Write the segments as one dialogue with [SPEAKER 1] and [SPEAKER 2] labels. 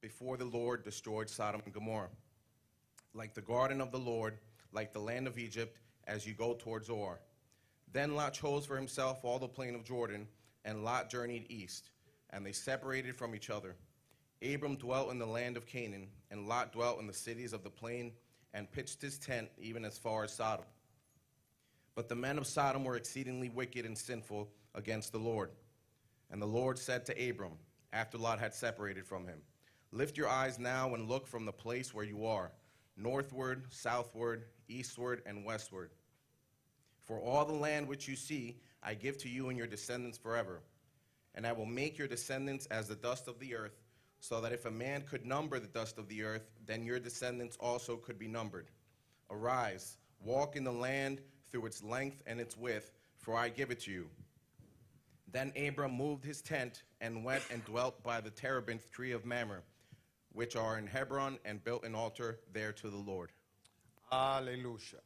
[SPEAKER 1] before the Lord destroyed Sodom and Gomorrah. Like the garden of the Lord, like the land of Egypt, as you go towards Or. Then Lot chose for himself all the plain of Jordan, and Lot journeyed east, and they separated from each other. Abram dwelt in the land of Canaan, and Lot dwelt in the cities of the plain, and pitched his tent even as far as Sodom. But the men of Sodom were exceedingly wicked and sinful against the Lord. And the Lord said to Abram, after Lot had separated from him, Lift your eyes now and look from the place where you are, northward, southward, eastward, and westward. For all the land which you see, I give to you and your descendants forever. And I will make your descendants as the dust of the earth, so that if a man could number the dust of the earth, then your descendants also could be numbered. Arise, walk in the land through its length and its width, for I give it to you. Then Abram moved his tent and went and dwelt by the terebinth tree of Mamre, which are in Hebron, and built an altar there to the Lord.
[SPEAKER 2] Aleluya.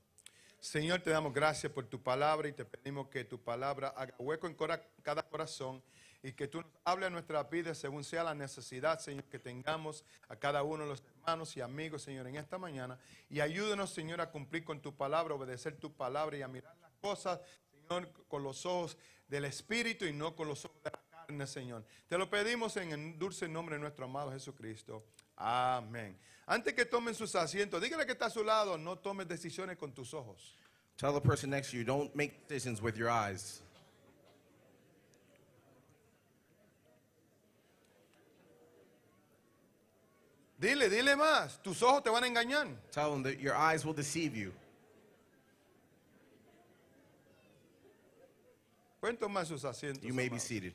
[SPEAKER 2] Señor, te damos gracias por tu palabra y te pedimos que tu palabra haga hueco en cora- cada corazón y que tú nos hables a nuestra vida según sea la necesidad, Señor, que tengamos a cada uno de los hermanos y amigos, Señor, en esta mañana. Y ayúdanos, Señor, a cumplir con tu palabra, obedecer tu palabra y a mirar las cosas, Señor, con los ojos del Espíritu y no con los ojos de la carne, Señor. Te lo pedimos en el dulce nombre de nuestro amado Jesucristo. Amén. Antes que tomen sus asientos, dígale que está a su lado, no tomes decisiones con tus ojos.
[SPEAKER 1] Tell the person next to you, don't make decisions with your eyes.
[SPEAKER 2] Dile, dile más, tus ojos te van a engañar.
[SPEAKER 1] Tell them that your eyes will deceive you.
[SPEAKER 2] Pueden tomar sus asientos.
[SPEAKER 1] You may be
[SPEAKER 2] amados.
[SPEAKER 1] seated.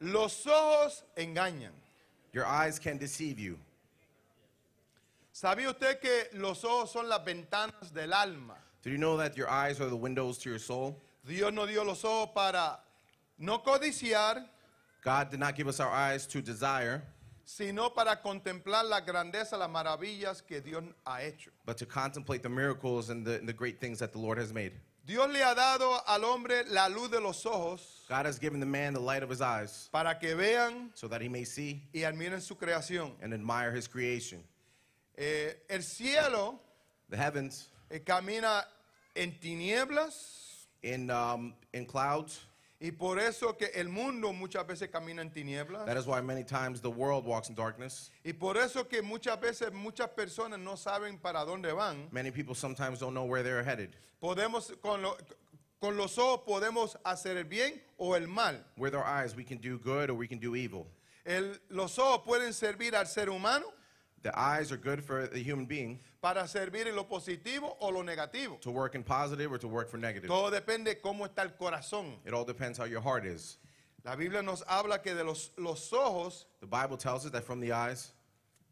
[SPEAKER 2] Los ojos engañan.
[SPEAKER 1] Your eyes can deceive you.
[SPEAKER 2] ¿Sabía usted que los ojos son las ventanas del alma?
[SPEAKER 1] Did you know that your eyes are the windows to your soul?
[SPEAKER 2] Dios nos dio los ojos para no codiciar,
[SPEAKER 1] God did not give us our eyes to desire,
[SPEAKER 2] sino para contemplar la grandeza, las maravillas que Dios ha hecho.
[SPEAKER 1] but to contemplate the miracles and the, and the great things that the Lord has made.
[SPEAKER 2] Dios le ha dado al hombre la luz de los ojos
[SPEAKER 1] God has given the man the light of his eyes
[SPEAKER 2] para que vean
[SPEAKER 1] so that he may see
[SPEAKER 2] y admiren su creación.
[SPEAKER 1] and admire his creation.
[SPEAKER 2] Eh, el cielo
[SPEAKER 1] The heavens
[SPEAKER 2] eh, camina en tinieblas
[SPEAKER 1] in, um, in clouds.
[SPEAKER 2] y por eso que el mundo muchas veces camina en tinieblas.
[SPEAKER 1] That is why many times the world walks in darkness.
[SPEAKER 2] Y por eso que muchas veces muchas personas no saben para dónde van.
[SPEAKER 1] Many people sometimes don't know where they're headed.
[SPEAKER 2] Podemos con, lo- con los ojos podemos hacer el bien o el mal.
[SPEAKER 1] With our eyes, we can do good or we can do evil.
[SPEAKER 2] El- los ojos pueden servir al ser humano
[SPEAKER 1] The eyes are good for the human being
[SPEAKER 2] para servir en lo positivo o lo negativo.
[SPEAKER 1] to work in positive or to work for negative.
[SPEAKER 2] Todo depende cómo está el corazón.
[SPEAKER 1] It all depends how your heart is.
[SPEAKER 2] La Biblia nos habla que de los, los ojos
[SPEAKER 1] The Bible tells us that from the eyes,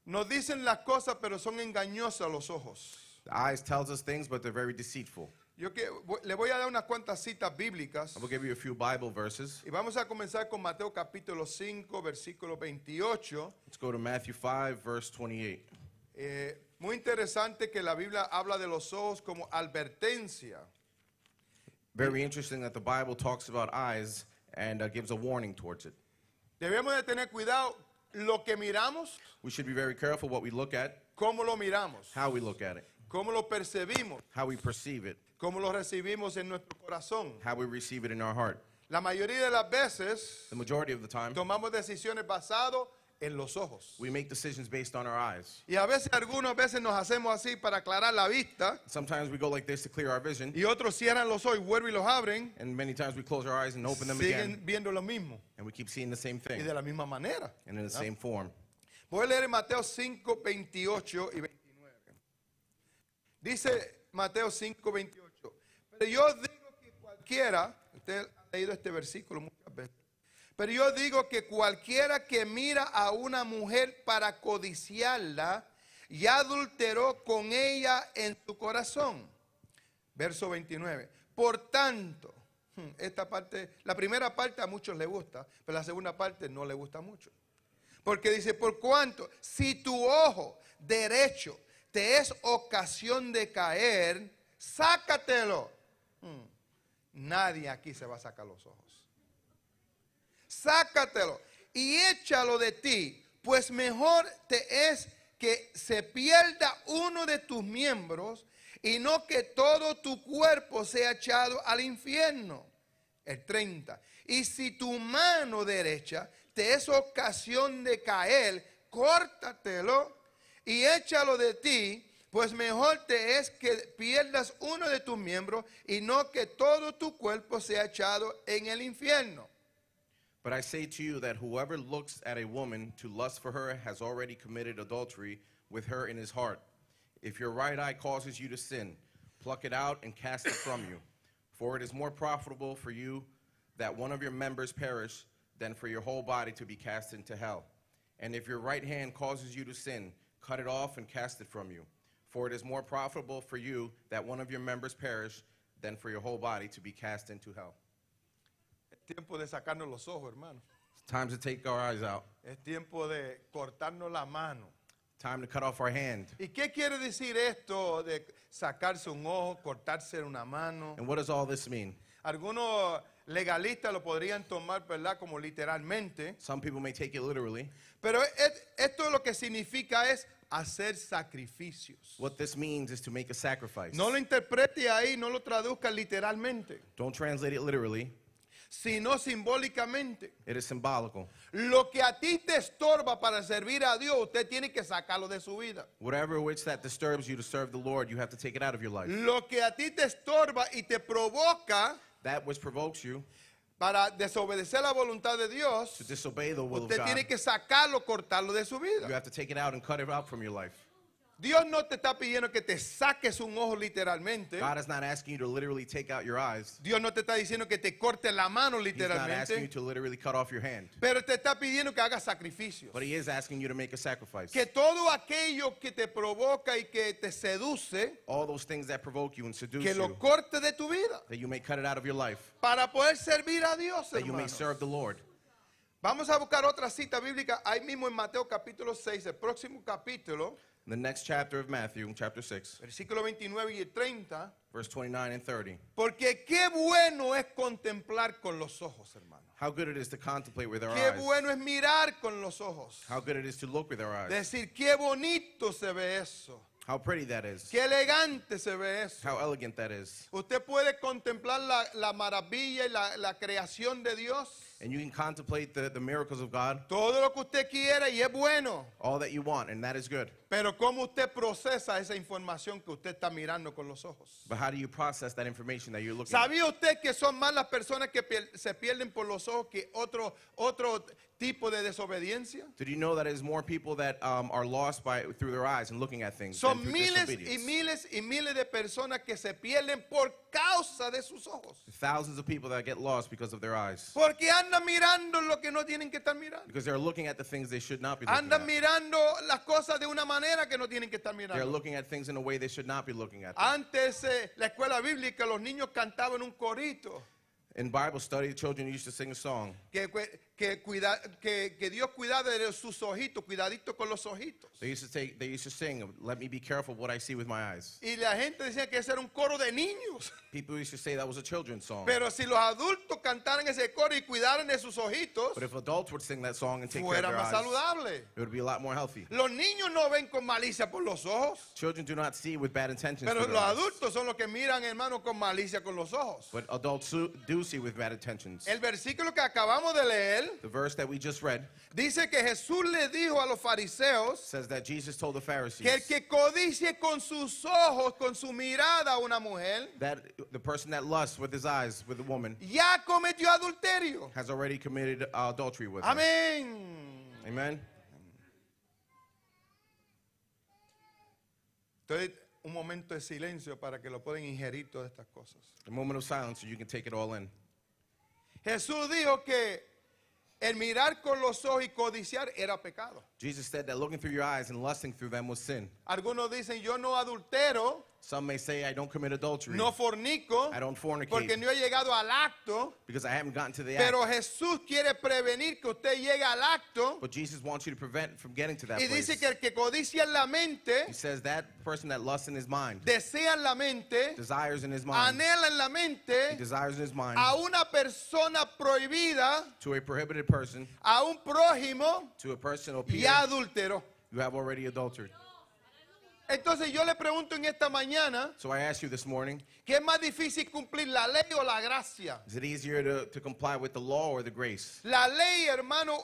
[SPEAKER 2] nos dicen las cosas, pero son engañosas los ojos.
[SPEAKER 1] the eyes tells us things, but they're very deceitful.
[SPEAKER 2] Yo que, voy- le voy a dar unas cuantas citas bíblicas.
[SPEAKER 1] I will give you a few Bible verses.
[SPEAKER 2] Y vamos a comenzar con Mateo capítulo 5, versículo 28.
[SPEAKER 1] Let's go to Matthew 5, verse 28.
[SPEAKER 2] Eh, muy interesante que la Biblia habla de los ojos como advertencia.
[SPEAKER 1] Very interesting that the Bible talks about eyes and uh, gives a warning towards it.
[SPEAKER 2] Debemos de tener cuidado lo que miramos,
[SPEAKER 1] We should be very careful what we look at,
[SPEAKER 2] cómo lo miramos,
[SPEAKER 1] how we look at it,
[SPEAKER 2] cómo lo percibimos,
[SPEAKER 1] how we perceive it,
[SPEAKER 2] cómo lo recibimos en nuestro corazón.
[SPEAKER 1] how we receive it in our heart.
[SPEAKER 2] La mayoría de las veces
[SPEAKER 1] The majority of the time,
[SPEAKER 2] tomamos decisiones basadas en los ojos.
[SPEAKER 1] we make decisions based on our eyes.
[SPEAKER 2] Y a veces, algunas veces nos hacemos así para aclarar la vista.
[SPEAKER 1] Sometimes we go like this to clear our vision,
[SPEAKER 2] Y otros cierran los ojos y vuelven y los abren.
[SPEAKER 1] and many times we close our eyes and open them again,
[SPEAKER 2] Siguen viendo lo mismo.
[SPEAKER 1] and we keep seeing the same
[SPEAKER 2] Y
[SPEAKER 1] thing
[SPEAKER 2] de la misma manera.
[SPEAKER 1] and in the same form.
[SPEAKER 2] Voy a leer en Mateo 5, 28 y 29. Dice Mateo 5, 28. Pero yo digo que cualquiera, usted ha leído este versículo muchas veces, pero yo digo que cualquiera que mira a una mujer para codiciarla, ya adulteró con ella en su corazón. Verso 29. Por tanto, hmm, esta parte, la primera parte a muchos le gusta, pero la segunda parte no le gusta mucho. Porque dice, por cuanto, si tu ojo derecho te es ocasión de caer, sácatelo. Mm. Nadie aquí se va a sacar los ojos. Sácatelo. y échalo de ti, pues mejor te es que se pierda uno de tus miembros y no que todo tu cuerpo sea echado al infierno. El 30. Y si tu mano derecha te es ocasión de caer, córtatelo y échalo de ti, pues mejor te es que pierdas uno de tus miembros y no que todo tu cuerpo sea echado en el infierno.
[SPEAKER 1] But I say to you that whoever looks at a woman to lust for her has already committed adultery with her in his heart. If your right eye causes you to sin, pluck it out and cast it from you. For it is more profitable for you that one of your members perish than for your whole body to be cast into hell. And if your right hand causes you to sin, cut it off and cast it from you. For it is more profitable for you that one of your members perish than for your whole body to be cast into hell.
[SPEAKER 2] Es tiempo de sacarnos los ojos, hermano.
[SPEAKER 1] It's time to take our eyes out,
[SPEAKER 2] Es tiempo de cortarnos la mano.
[SPEAKER 1] time to cut off our hand.
[SPEAKER 2] ¿Y qué quiere decir esto de sacarse un ojo, cortarse una mano?
[SPEAKER 1] And what does all this mean?
[SPEAKER 2] Algunos legalistas lo podrían tomar, ¿verdad? Como literalmente.
[SPEAKER 1] Some people may take it literally.
[SPEAKER 2] Pero es- esto lo que significa es hacer sacrificios.
[SPEAKER 1] What this means is to make a sacrifice.
[SPEAKER 2] No lo interprete ahí, no lo traduzca literalmente,
[SPEAKER 1] Don't translate it literally,
[SPEAKER 2] sino simbólicamente.
[SPEAKER 1] it is symbolical.
[SPEAKER 2] Lo que a ti te estorba para servir a Dios, usted tiene que sacarlo de su vida.
[SPEAKER 1] Whatever which that disturbs you to serve the Lord, you have to take it out of your life.
[SPEAKER 2] Lo que a ti te estorba y te provoca
[SPEAKER 1] That which provokes you
[SPEAKER 2] para desobedecer la voluntad de Dios,
[SPEAKER 1] to disobey the will of
[SPEAKER 2] Usted
[SPEAKER 1] God,
[SPEAKER 2] tiene que sacarlo, cortarlo de su
[SPEAKER 1] you
[SPEAKER 2] vida.
[SPEAKER 1] have to take it out and cut it out from your life.
[SPEAKER 2] Dios no te está pidiendo que te saques un ojo literalmente.
[SPEAKER 1] God is not asking you to literally take out your eyes.
[SPEAKER 2] Dios no te está diciendo que te corte la mano
[SPEAKER 1] He's not asking you
[SPEAKER 2] literalmente.
[SPEAKER 1] to literally cut off your hand.
[SPEAKER 2] Pero te está pidiendo que hagas sacrificios.
[SPEAKER 1] But he is asking you to make a sacrifice.
[SPEAKER 2] Que todo aquello que te provoca y que te seduce,
[SPEAKER 1] All those things that provoke you and seduce
[SPEAKER 2] que
[SPEAKER 1] you,
[SPEAKER 2] lo corte de tu vida.
[SPEAKER 1] that you may cut it out of your life,
[SPEAKER 2] Para poder servir a Dios,
[SPEAKER 1] that you may
[SPEAKER 2] hermanos.
[SPEAKER 1] serve the Lord.
[SPEAKER 2] Vamos a buscar otra cita bíblica ahí mismo en Mateo capítulo 6, el próximo capítulo,
[SPEAKER 1] In the next chapter of Matthew, chapter 6,
[SPEAKER 2] versículo 29 y 30.
[SPEAKER 1] verse 29 and 30.
[SPEAKER 2] Porque qué bueno es contemplar con los ojos, hermano.
[SPEAKER 1] How good it is to contemplate with our
[SPEAKER 2] Qué
[SPEAKER 1] eyes.
[SPEAKER 2] bueno es mirar con los ojos.
[SPEAKER 1] How good it is to look with our eyes.
[SPEAKER 2] Decir, qué bonito se ve eso.
[SPEAKER 1] How pretty that is.
[SPEAKER 2] Qué elegante se ve eso.
[SPEAKER 1] How elegant that is.
[SPEAKER 2] Usted puede contemplar la, la maravilla y la, la creación de Dios.
[SPEAKER 1] And you can contemplate the, the miracles of God,
[SPEAKER 2] Todo lo que usted quiera y es bueno.
[SPEAKER 1] all that you want, and that is good.
[SPEAKER 2] Pero cómo usted procesa esa información que usted está mirando con los ojos.
[SPEAKER 1] But how do you process that information that you're looking at?
[SPEAKER 2] ¿Sabía usted que son más las personas que pier- se pierden por los ojos que otro, otro tipo de desobediencia?
[SPEAKER 1] Did you know that it is more people that um, are lost by through their eyes and looking at things?
[SPEAKER 2] Son
[SPEAKER 1] than through
[SPEAKER 2] miles y
[SPEAKER 1] disobedience?
[SPEAKER 2] miles y miles de personas que se pierden por causa de sus ojos.
[SPEAKER 1] Thousands of people that get lost because of their eyes.
[SPEAKER 2] Porque andan mirando lo que no tienen que estar mirando.
[SPEAKER 1] Because they're looking at the things they should not be looking
[SPEAKER 2] Andan
[SPEAKER 1] at.
[SPEAKER 2] mirando las cosas de una manera que no tienen que estar
[SPEAKER 1] They're
[SPEAKER 2] mirando.
[SPEAKER 1] looking at things in a way they should not be looking at. them.
[SPEAKER 2] Antes eh, la escuela bíblica los niños cantaban un corito
[SPEAKER 1] In Bible study, children used to sing a song
[SPEAKER 2] que, cu- que, cuida- que, que Dios cuidaba de sus ojitos, cuidadito con los ojitos.
[SPEAKER 1] They used to take, they used to sing, "Let me be careful what I see with my eyes."
[SPEAKER 2] Y la gente decía que ese era un coro de niños.
[SPEAKER 1] People used to say that was a children's song.
[SPEAKER 2] Pero si los adultos cantaran ese coro y cuidaran de sus ojitos,
[SPEAKER 1] But if adults would sing that song and take care of
[SPEAKER 2] fuera
[SPEAKER 1] their eyes,
[SPEAKER 2] más saludable.
[SPEAKER 1] it would be a lot more healthy.
[SPEAKER 2] Los niños no ven con malicia por los ojos,
[SPEAKER 1] Children do not see with bad intentions.
[SPEAKER 2] pero
[SPEAKER 1] through their eyes.
[SPEAKER 2] los adultos son los que miran, hermano, con malicia con los ojos.
[SPEAKER 1] But adults su- do see with bad intentions.
[SPEAKER 2] El versículo que acabamos de leer
[SPEAKER 1] The verse that we just read
[SPEAKER 2] dice que Jesús le dijo a los fariseos
[SPEAKER 1] says that Jesus told the Pharisees
[SPEAKER 2] que el que codicie con sus ojos, con su mirada a una mujer,
[SPEAKER 1] that the person that lusts with his eyes with a woman
[SPEAKER 2] ya cometió adulterio.
[SPEAKER 1] has already committed uh, adultery with her.
[SPEAKER 2] Amén.
[SPEAKER 1] Amen.
[SPEAKER 2] Entonces, un momento de silencio para que lo puedan ingerir todas estas cosas.
[SPEAKER 1] A moment of silence so you can take it all in.
[SPEAKER 2] Jesús dijo que el mirar con los ojos y codiciar era pecado.
[SPEAKER 1] Jesus said that looking through your eyes and lusting through them was sin.
[SPEAKER 2] Algunos dicen, yo no adultero,
[SPEAKER 1] Some may say, I don't commit adultery
[SPEAKER 2] no fornico,
[SPEAKER 1] I don't fornicate.
[SPEAKER 2] porque no he llegado al acto.
[SPEAKER 1] because I haven't gotten to the act.
[SPEAKER 2] Pero Jesús quiere prevenir que usted llegue al acto
[SPEAKER 1] But Jesus wants you to prevent from getting to that
[SPEAKER 2] y
[SPEAKER 1] place.
[SPEAKER 2] dice que el que codicia en la mente,
[SPEAKER 1] he says that person that lusts in his mind,
[SPEAKER 2] desea en la mente,
[SPEAKER 1] desires in his mind,
[SPEAKER 2] anhela en la
[SPEAKER 1] he
[SPEAKER 2] mente
[SPEAKER 1] desires in his mind
[SPEAKER 2] a una persona prohibida
[SPEAKER 1] to a prohibited person
[SPEAKER 2] a un prójimo
[SPEAKER 1] to a person of
[SPEAKER 2] y
[SPEAKER 1] Peter,
[SPEAKER 2] adúltero.
[SPEAKER 1] you have already adultered.
[SPEAKER 2] Entonces yo le pregunto en esta mañana,
[SPEAKER 1] So I ask you this morning,
[SPEAKER 2] ¿qué es más difícil cumplir, la ley o la gracia?
[SPEAKER 1] is it easier to, to comply with the law or the grace?
[SPEAKER 2] La ley, hermano,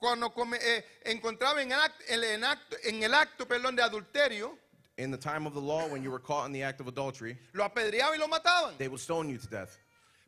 [SPEAKER 2] cuando come- eh, encontraba en, el act- el- en acto, en el acto perdón, de adulterio,
[SPEAKER 1] In the time of the law, when you were caught in the act of adultery,
[SPEAKER 2] lo apedreaban y lo mataban.
[SPEAKER 1] they would stone you to death,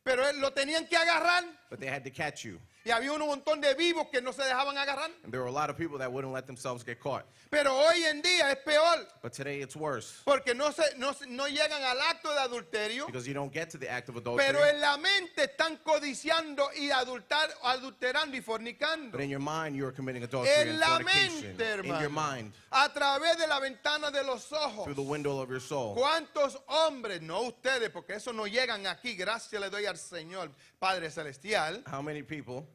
[SPEAKER 2] Pero él- lo tenían que agarrar
[SPEAKER 1] but they had to catch you.
[SPEAKER 2] y había un montón de vivos que no se dejaban agarrar.
[SPEAKER 1] And there were a lot of people that wouldn't let themselves get caught.
[SPEAKER 2] Pero hoy en día es peor
[SPEAKER 1] But today it's worse
[SPEAKER 2] porque no, se, no, se- no llegan al acto de adulterio,
[SPEAKER 1] because you don't get to the act of adultery.
[SPEAKER 2] pero en la mente están codiciando y adultar, adulterando y fornicando.
[SPEAKER 1] But in your mind, you are committing adultery
[SPEAKER 2] En
[SPEAKER 1] and
[SPEAKER 2] la
[SPEAKER 1] fornication.
[SPEAKER 2] mente,
[SPEAKER 1] in your
[SPEAKER 2] hermano.
[SPEAKER 1] mind,
[SPEAKER 2] A través de la ventana de los ojos.
[SPEAKER 1] through the window of your soul.
[SPEAKER 2] ¿Cuántos hombres, no ustedes, porque eso no llegan aquí, gracias le doy al Señor Padre Celestial,
[SPEAKER 1] How many people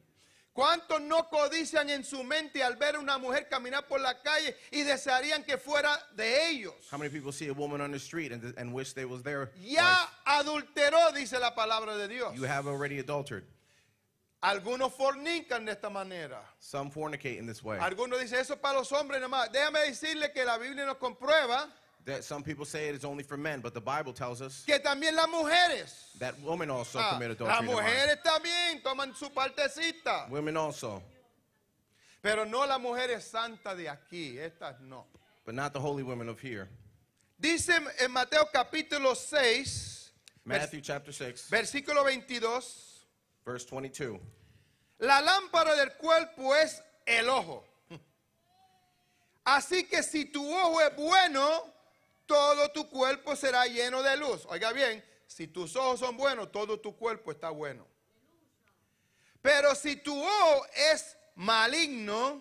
[SPEAKER 2] cuántos no codician en su mente al ver una mujer caminar por la calle y desearían que fuera de ellos?
[SPEAKER 1] How many people see a woman on the street and, and wish they was there?
[SPEAKER 2] Ya adulteró, dice la palabra de Dios.
[SPEAKER 1] You have already adultered.
[SPEAKER 2] Algunos fornican de esta manera.
[SPEAKER 1] Some fornicate in this way.
[SPEAKER 2] Algunos dicen eso es para los hombres nada más. Déjame decirle que la Biblia nos comprueba
[SPEAKER 1] That some people say it is only for men, but the Bible tells us
[SPEAKER 2] que también las mujeres.
[SPEAKER 1] that women also
[SPEAKER 2] Ah,
[SPEAKER 1] commit adultery.
[SPEAKER 2] las
[SPEAKER 1] in their mind.
[SPEAKER 2] mujeres también toman su partecita.
[SPEAKER 1] Women also,
[SPEAKER 2] Pero no las mujeres santas de aquí, estas no.
[SPEAKER 1] but not the holy women of here.
[SPEAKER 2] Dice en Mateo capítulo 6,
[SPEAKER 1] Matthew chapter 6,
[SPEAKER 2] versículo 22,
[SPEAKER 1] verse 22.
[SPEAKER 2] la lámpara del cuerpo es el ojo. Así que si tu ojo es bueno, todo tu cuerpo será lleno de luz. Oiga bien, si tus ojos son buenos, todo tu cuerpo está bueno. Pero si tu ojo es maligno,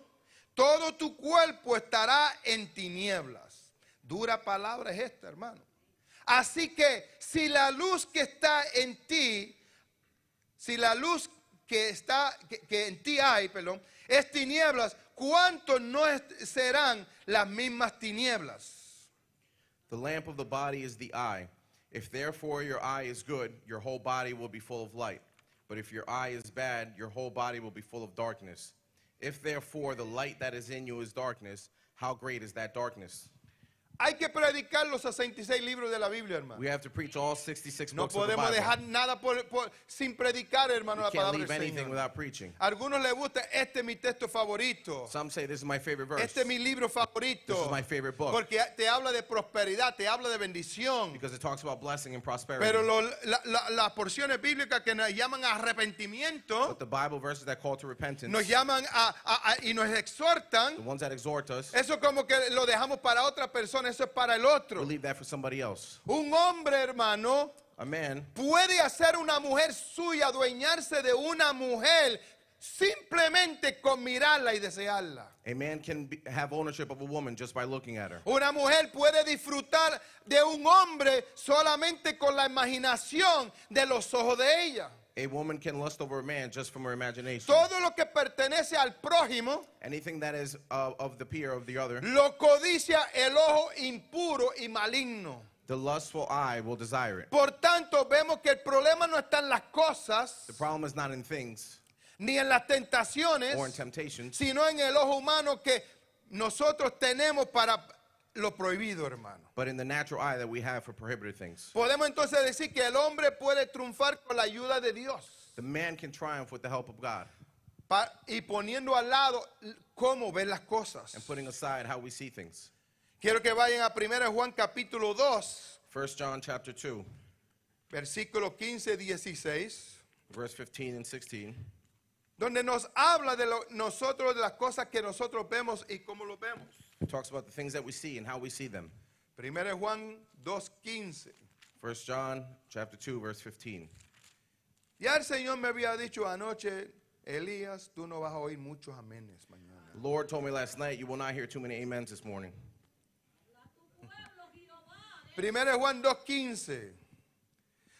[SPEAKER 2] todo tu cuerpo estará en tinieblas. Dura palabra es esta, hermano. Así que si la luz que está en ti, si la luz que está que, que en ti hay, perdón, es tinieblas, ¿cuántos no es- serán las mismas tinieblas?
[SPEAKER 1] The lamp of the body is the eye. If therefore your eye is good, your whole body will be full of light. But if your eye is bad, your whole body will be full of darkness. If therefore the light that is in you is darkness, how great is that darkness?
[SPEAKER 2] Hay que predicar los 66 libros de la Biblia, hermano.
[SPEAKER 1] We have to preach all 66
[SPEAKER 2] No
[SPEAKER 1] books of the
[SPEAKER 2] podemos
[SPEAKER 1] Bible.
[SPEAKER 2] dejar nada por- por- sin predicar, hermano,
[SPEAKER 1] you
[SPEAKER 2] la
[SPEAKER 1] can't
[SPEAKER 2] palabra
[SPEAKER 1] leave
[SPEAKER 2] del
[SPEAKER 1] anything
[SPEAKER 2] Señor.
[SPEAKER 1] without preaching.
[SPEAKER 2] Algunos les gusta, este es mi texto favorito.
[SPEAKER 1] Some say this is my favorite verse
[SPEAKER 2] Este es mi libro favorito.
[SPEAKER 1] This is my favorite book.
[SPEAKER 2] Porque te habla de prosperidad, te habla de bendición.
[SPEAKER 1] because it talks about blessing and prosperity.
[SPEAKER 2] Pero lo- la- la- las porciones bíblicas que nos llaman a arrepentimiento,
[SPEAKER 1] but the Bible verses that call to repentance,
[SPEAKER 2] nos llaman a- a- a- y nos
[SPEAKER 1] the
[SPEAKER 2] exhortan,
[SPEAKER 1] ones that exhort us,
[SPEAKER 2] eso como que lo dejamos para otra persona, eso es para el
[SPEAKER 1] we
[SPEAKER 2] otro.
[SPEAKER 1] leave that for somebody else.
[SPEAKER 2] Un hombre, hermano,
[SPEAKER 1] A man
[SPEAKER 2] puede hacer una mujer suya, adueñarse de una mujer simplemente con mirarla y desearla.
[SPEAKER 1] A man can be, have ownership of a woman just by looking at her.
[SPEAKER 2] Una mujer puede disfrutar de un hombre solamente con la imaginación de los ojos de ella.
[SPEAKER 1] A woman can lust over a man just from her imagination.
[SPEAKER 2] Todo lo que pertenece al prójimo
[SPEAKER 1] Anything that is uh, of the peer of the other,
[SPEAKER 2] lo codicia el ojo impuro y maligno.
[SPEAKER 1] the lustful eye will desire it.
[SPEAKER 2] Por tanto, vemos que el problema no está en las cosas
[SPEAKER 1] The problem is not in things
[SPEAKER 2] ni en las
[SPEAKER 1] or in
[SPEAKER 2] tentaciones,
[SPEAKER 1] temptations,
[SPEAKER 2] sino en el ojo humano que nosotros tenemos para lo prohibido, hermano.
[SPEAKER 1] but in the natural eye that we have for prohibited things.
[SPEAKER 2] Podemos entonces decir que el hombre puede triunfar con la ayuda de Dios.
[SPEAKER 1] The man can triumph with the help of God
[SPEAKER 2] Pa- y poniendo al lado cómo ver las cosas.
[SPEAKER 1] and putting aside how we see things.
[SPEAKER 2] Quiero que vayan a 1 Juan capítulo 2,
[SPEAKER 1] 1 John chapter 2,
[SPEAKER 2] versículo 15, 16,
[SPEAKER 1] verse 15 and 16,
[SPEAKER 2] donde nos habla de lo- nosotros, de las cosas que nosotros vemos y cómo lo vemos.
[SPEAKER 1] it talks about the things that we see and how we see them.
[SPEAKER 2] 1 Juan 2, 15.
[SPEAKER 1] 1 John chapter 2, verse 15.
[SPEAKER 2] Ya el Señor me había dicho anoche, Elías, tú no vas a oír muchos amenes mañana.
[SPEAKER 1] The Lord told me last night, you will not hear too many amens this morning.
[SPEAKER 2] 1 Juan 2, 15.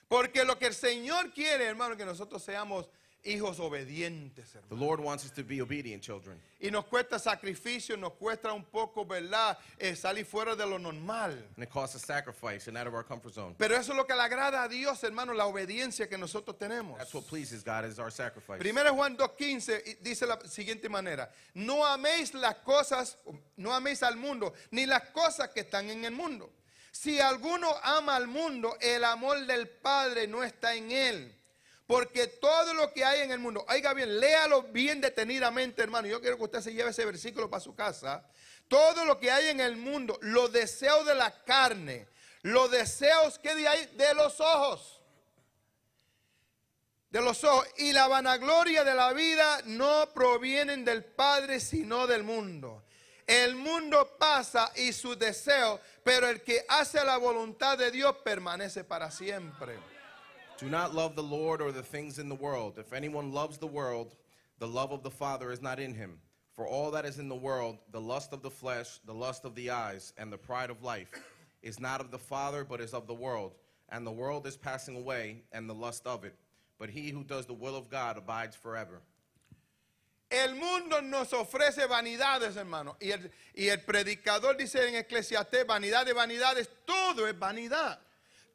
[SPEAKER 2] Porque lo que el Señor quiere, hermano, que nosotros seamos hijos obedientes, hermano.
[SPEAKER 1] The Lord wants us to be obedient children.
[SPEAKER 2] Y nos cuesta sacrificio, nos cuesta un poco, ¿verdad? Eh, salir fuera de lo normal.
[SPEAKER 1] And it costs a sacrifice and out of our comfort zone.
[SPEAKER 2] Pero eso es lo que le agrada a Dios, hermano, la obediencia que nosotros tenemos.
[SPEAKER 1] That's what pleases God is our sacrifice.
[SPEAKER 2] Primero Juan 2.15 y dice la siguiente manera, no améis las cosas, no améis al mundo, ni las cosas que están en el mundo. Si alguno ama al mundo, el amor del Padre no está en él. Porque todo lo que hay en el mundo, oiga bien, léalo bien detenidamente, hermano. Yo quiero que usted se lleve ese versículo para su casa. Todo lo que hay en el mundo, los deseos de la carne, los deseos que de ahí de los ojos de los ojos y la vanagloria de la vida no provienen del Padre sino del mundo. El mundo pasa y sus deseos, pero el que hace la voluntad de Dios permanece para siempre.
[SPEAKER 1] Do not love the Lord or the things in the world. If anyone loves the world, the love of the Father is not in him. For all that is in the world, the lust of the flesh, the lust of the eyes, and the pride of life, is not of the Father, but is of the world. And the world is passing away, and the lust of it. But he who does the will of God abides forever.
[SPEAKER 2] El mundo nos ofrece vanidades, hermano. Y el, y el predicador dice en Eclesiastés, vanidad de vanidades, todo es vanidad.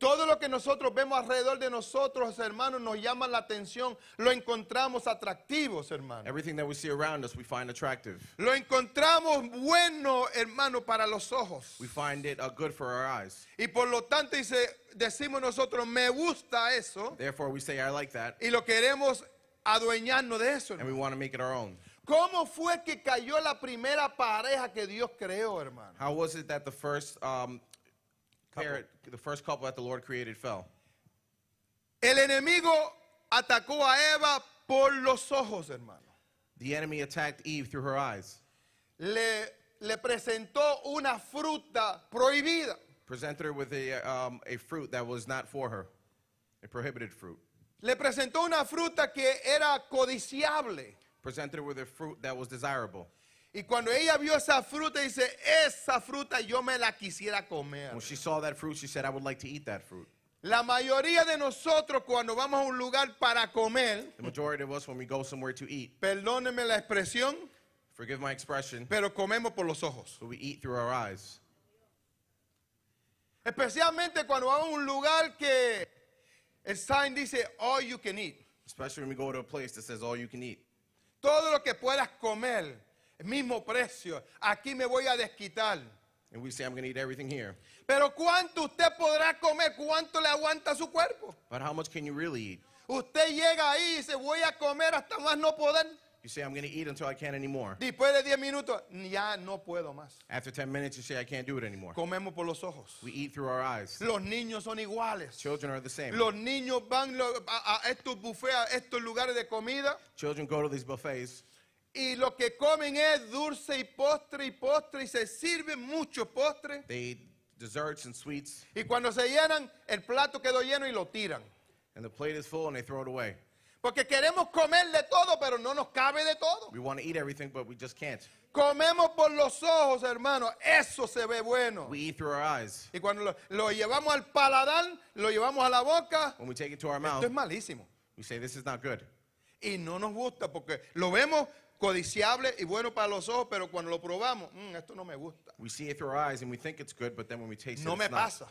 [SPEAKER 2] Todo lo que nosotros vemos alrededor de nosotros, hermano, nos llama la atención. Lo encontramos atractivos, hermano.
[SPEAKER 1] Everything that we see around us, we find attractive.
[SPEAKER 2] Lo encontramos bueno, hermano, para los ojos.
[SPEAKER 1] We find it uh, good for our eyes.
[SPEAKER 2] Y por lo tanto dice, decimos nosotros, me gusta eso.
[SPEAKER 1] Therefore, we say, I like that,
[SPEAKER 2] Y lo queremos adueñarnos de eso.
[SPEAKER 1] and
[SPEAKER 2] hermano.
[SPEAKER 1] we want to make it our own.
[SPEAKER 2] ¿Cómo fue que cayó la primera pareja que Dios creó, hermano?
[SPEAKER 1] How was it that the first um, pair, the first couple that the Lord created fell?
[SPEAKER 2] El enemigo atacó a Eva por los ojos, hermano.
[SPEAKER 1] The enemy attacked Eve through her eyes,
[SPEAKER 2] Le, le presentó una fruta prohibida.
[SPEAKER 1] presented her with a, um, a fruit that was not for her, a prohibited fruit,
[SPEAKER 2] Le presentó una fruta que era codiciable.
[SPEAKER 1] presented her with a fruit that was desirable.
[SPEAKER 2] Y cuando ella vio esa fruta, dice, esa fruta yo me la quisiera comer.
[SPEAKER 1] When she saw that fruit, she said, I would like to eat that fruit.
[SPEAKER 2] La mayoría de nosotros cuando vamos a un lugar para comer,
[SPEAKER 1] The majority of us, when we go somewhere to eat,
[SPEAKER 2] perdónenme la expresión,
[SPEAKER 1] forgive my expression,
[SPEAKER 2] pero comemos por los ojos.
[SPEAKER 1] but we eat through our eyes.
[SPEAKER 2] Especialmente cuando vamos a un lugar que el sign dice all you can eat.
[SPEAKER 1] Especially when we go to a place that says all you can eat.
[SPEAKER 2] Todo lo que puedas comer, el mismo precio. Aquí me voy a desquitar.
[SPEAKER 1] And we say, I'm going to eat everything here.
[SPEAKER 2] Pero cuánto usted podrá comer, cuánto le aguanta su cuerpo.
[SPEAKER 1] But how much can you really eat?
[SPEAKER 2] Usted llega ahí y dice voy a comer hasta más no poder.
[SPEAKER 1] You say, I'm going to eat until I can't anymore.
[SPEAKER 2] Después de 10 minutos, ya no puedo más.
[SPEAKER 1] After 10 minutes, you say, I can't do it anymore.
[SPEAKER 2] Comemos por los ojos.
[SPEAKER 1] We eat through our eyes.
[SPEAKER 2] Los niños son iguales.
[SPEAKER 1] Children are the same.
[SPEAKER 2] Los niños van lo- a, a estos buffets, a estos lugares de comida,
[SPEAKER 1] Children go to these buffets
[SPEAKER 2] y lo que comen es dulce y postre y postre, y se sirven muchos postres.
[SPEAKER 1] They eat desserts and sweets,
[SPEAKER 2] Y cuando se llenan, el plato quedó lleno y lo tiran.
[SPEAKER 1] and the plate is full and they throw it away.
[SPEAKER 2] Porque queremos comer de todo, pero no nos cabe de todo.
[SPEAKER 1] We want to eat everything, but we just can't.
[SPEAKER 2] Comemos por los ojos, hermano. Eso se ve bueno.
[SPEAKER 1] We eat through our eyes.
[SPEAKER 2] Y cuando lo, lo llevamos al paladar, lo llevamos a la boca,
[SPEAKER 1] When we take it to our
[SPEAKER 2] esto
[SPEAKER 1] mouth,
[SPEAKER 2] es malísimo.
[SPEAKER 1] we say, This is not good.
[SPEAKER 2] Y no nos gusta porque lo vemos codiciable y bueno para los ojos, pero cuando lo probamos, "Mm, esto no me gusta.
[SPEAKER 1] We see it through our eyes and we think it's good, but then when we taste
[SPEAKER 2] No
[SPEAKER 1] it,
[SPEAKER 2] me
[SPEAKER 1] it's not.
[SPEAKER 2] pasa.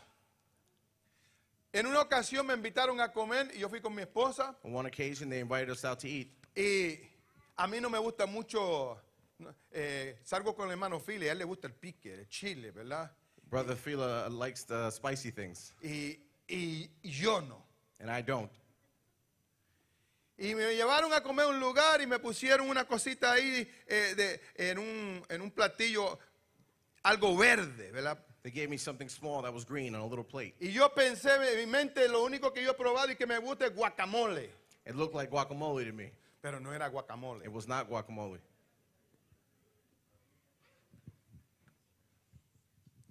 [SPEAKER 2] En una ocasión me invitaron a comer y yo fui con mi esposa
[SPEAKER 1] On one occasion, they invited us out to eat.
[SPEAKER 2] y a mí no me gusta mucho, no, eh, salgo con el hermano Philly, a él le gusta el pique, el chile, ¿verdad?
[SPEAKER 1] Brother Fila uh, likes the spicy things,
[SPEAKER 2] Y, y yo no.
[SPEAKER 1] and I don't.
[SPEAKER 2] Y me llevaron a comer a un lugar y me pusieron una cosita ahí eh, de- en, un, en un platillo, algo verde, ¿verdad?
[SPEAKER 1] They gave me something small that was green on a little plate.
[SPEAKER 2] Y yo pensé en mi mente, lo único que yo he probado y que me gusta es guacamole.
[SPEAKER 1] It looked like guacamole to me.
[SPEAKER 2] Pero no era guacamole.
[SPEAKER 1] It was not guacamole.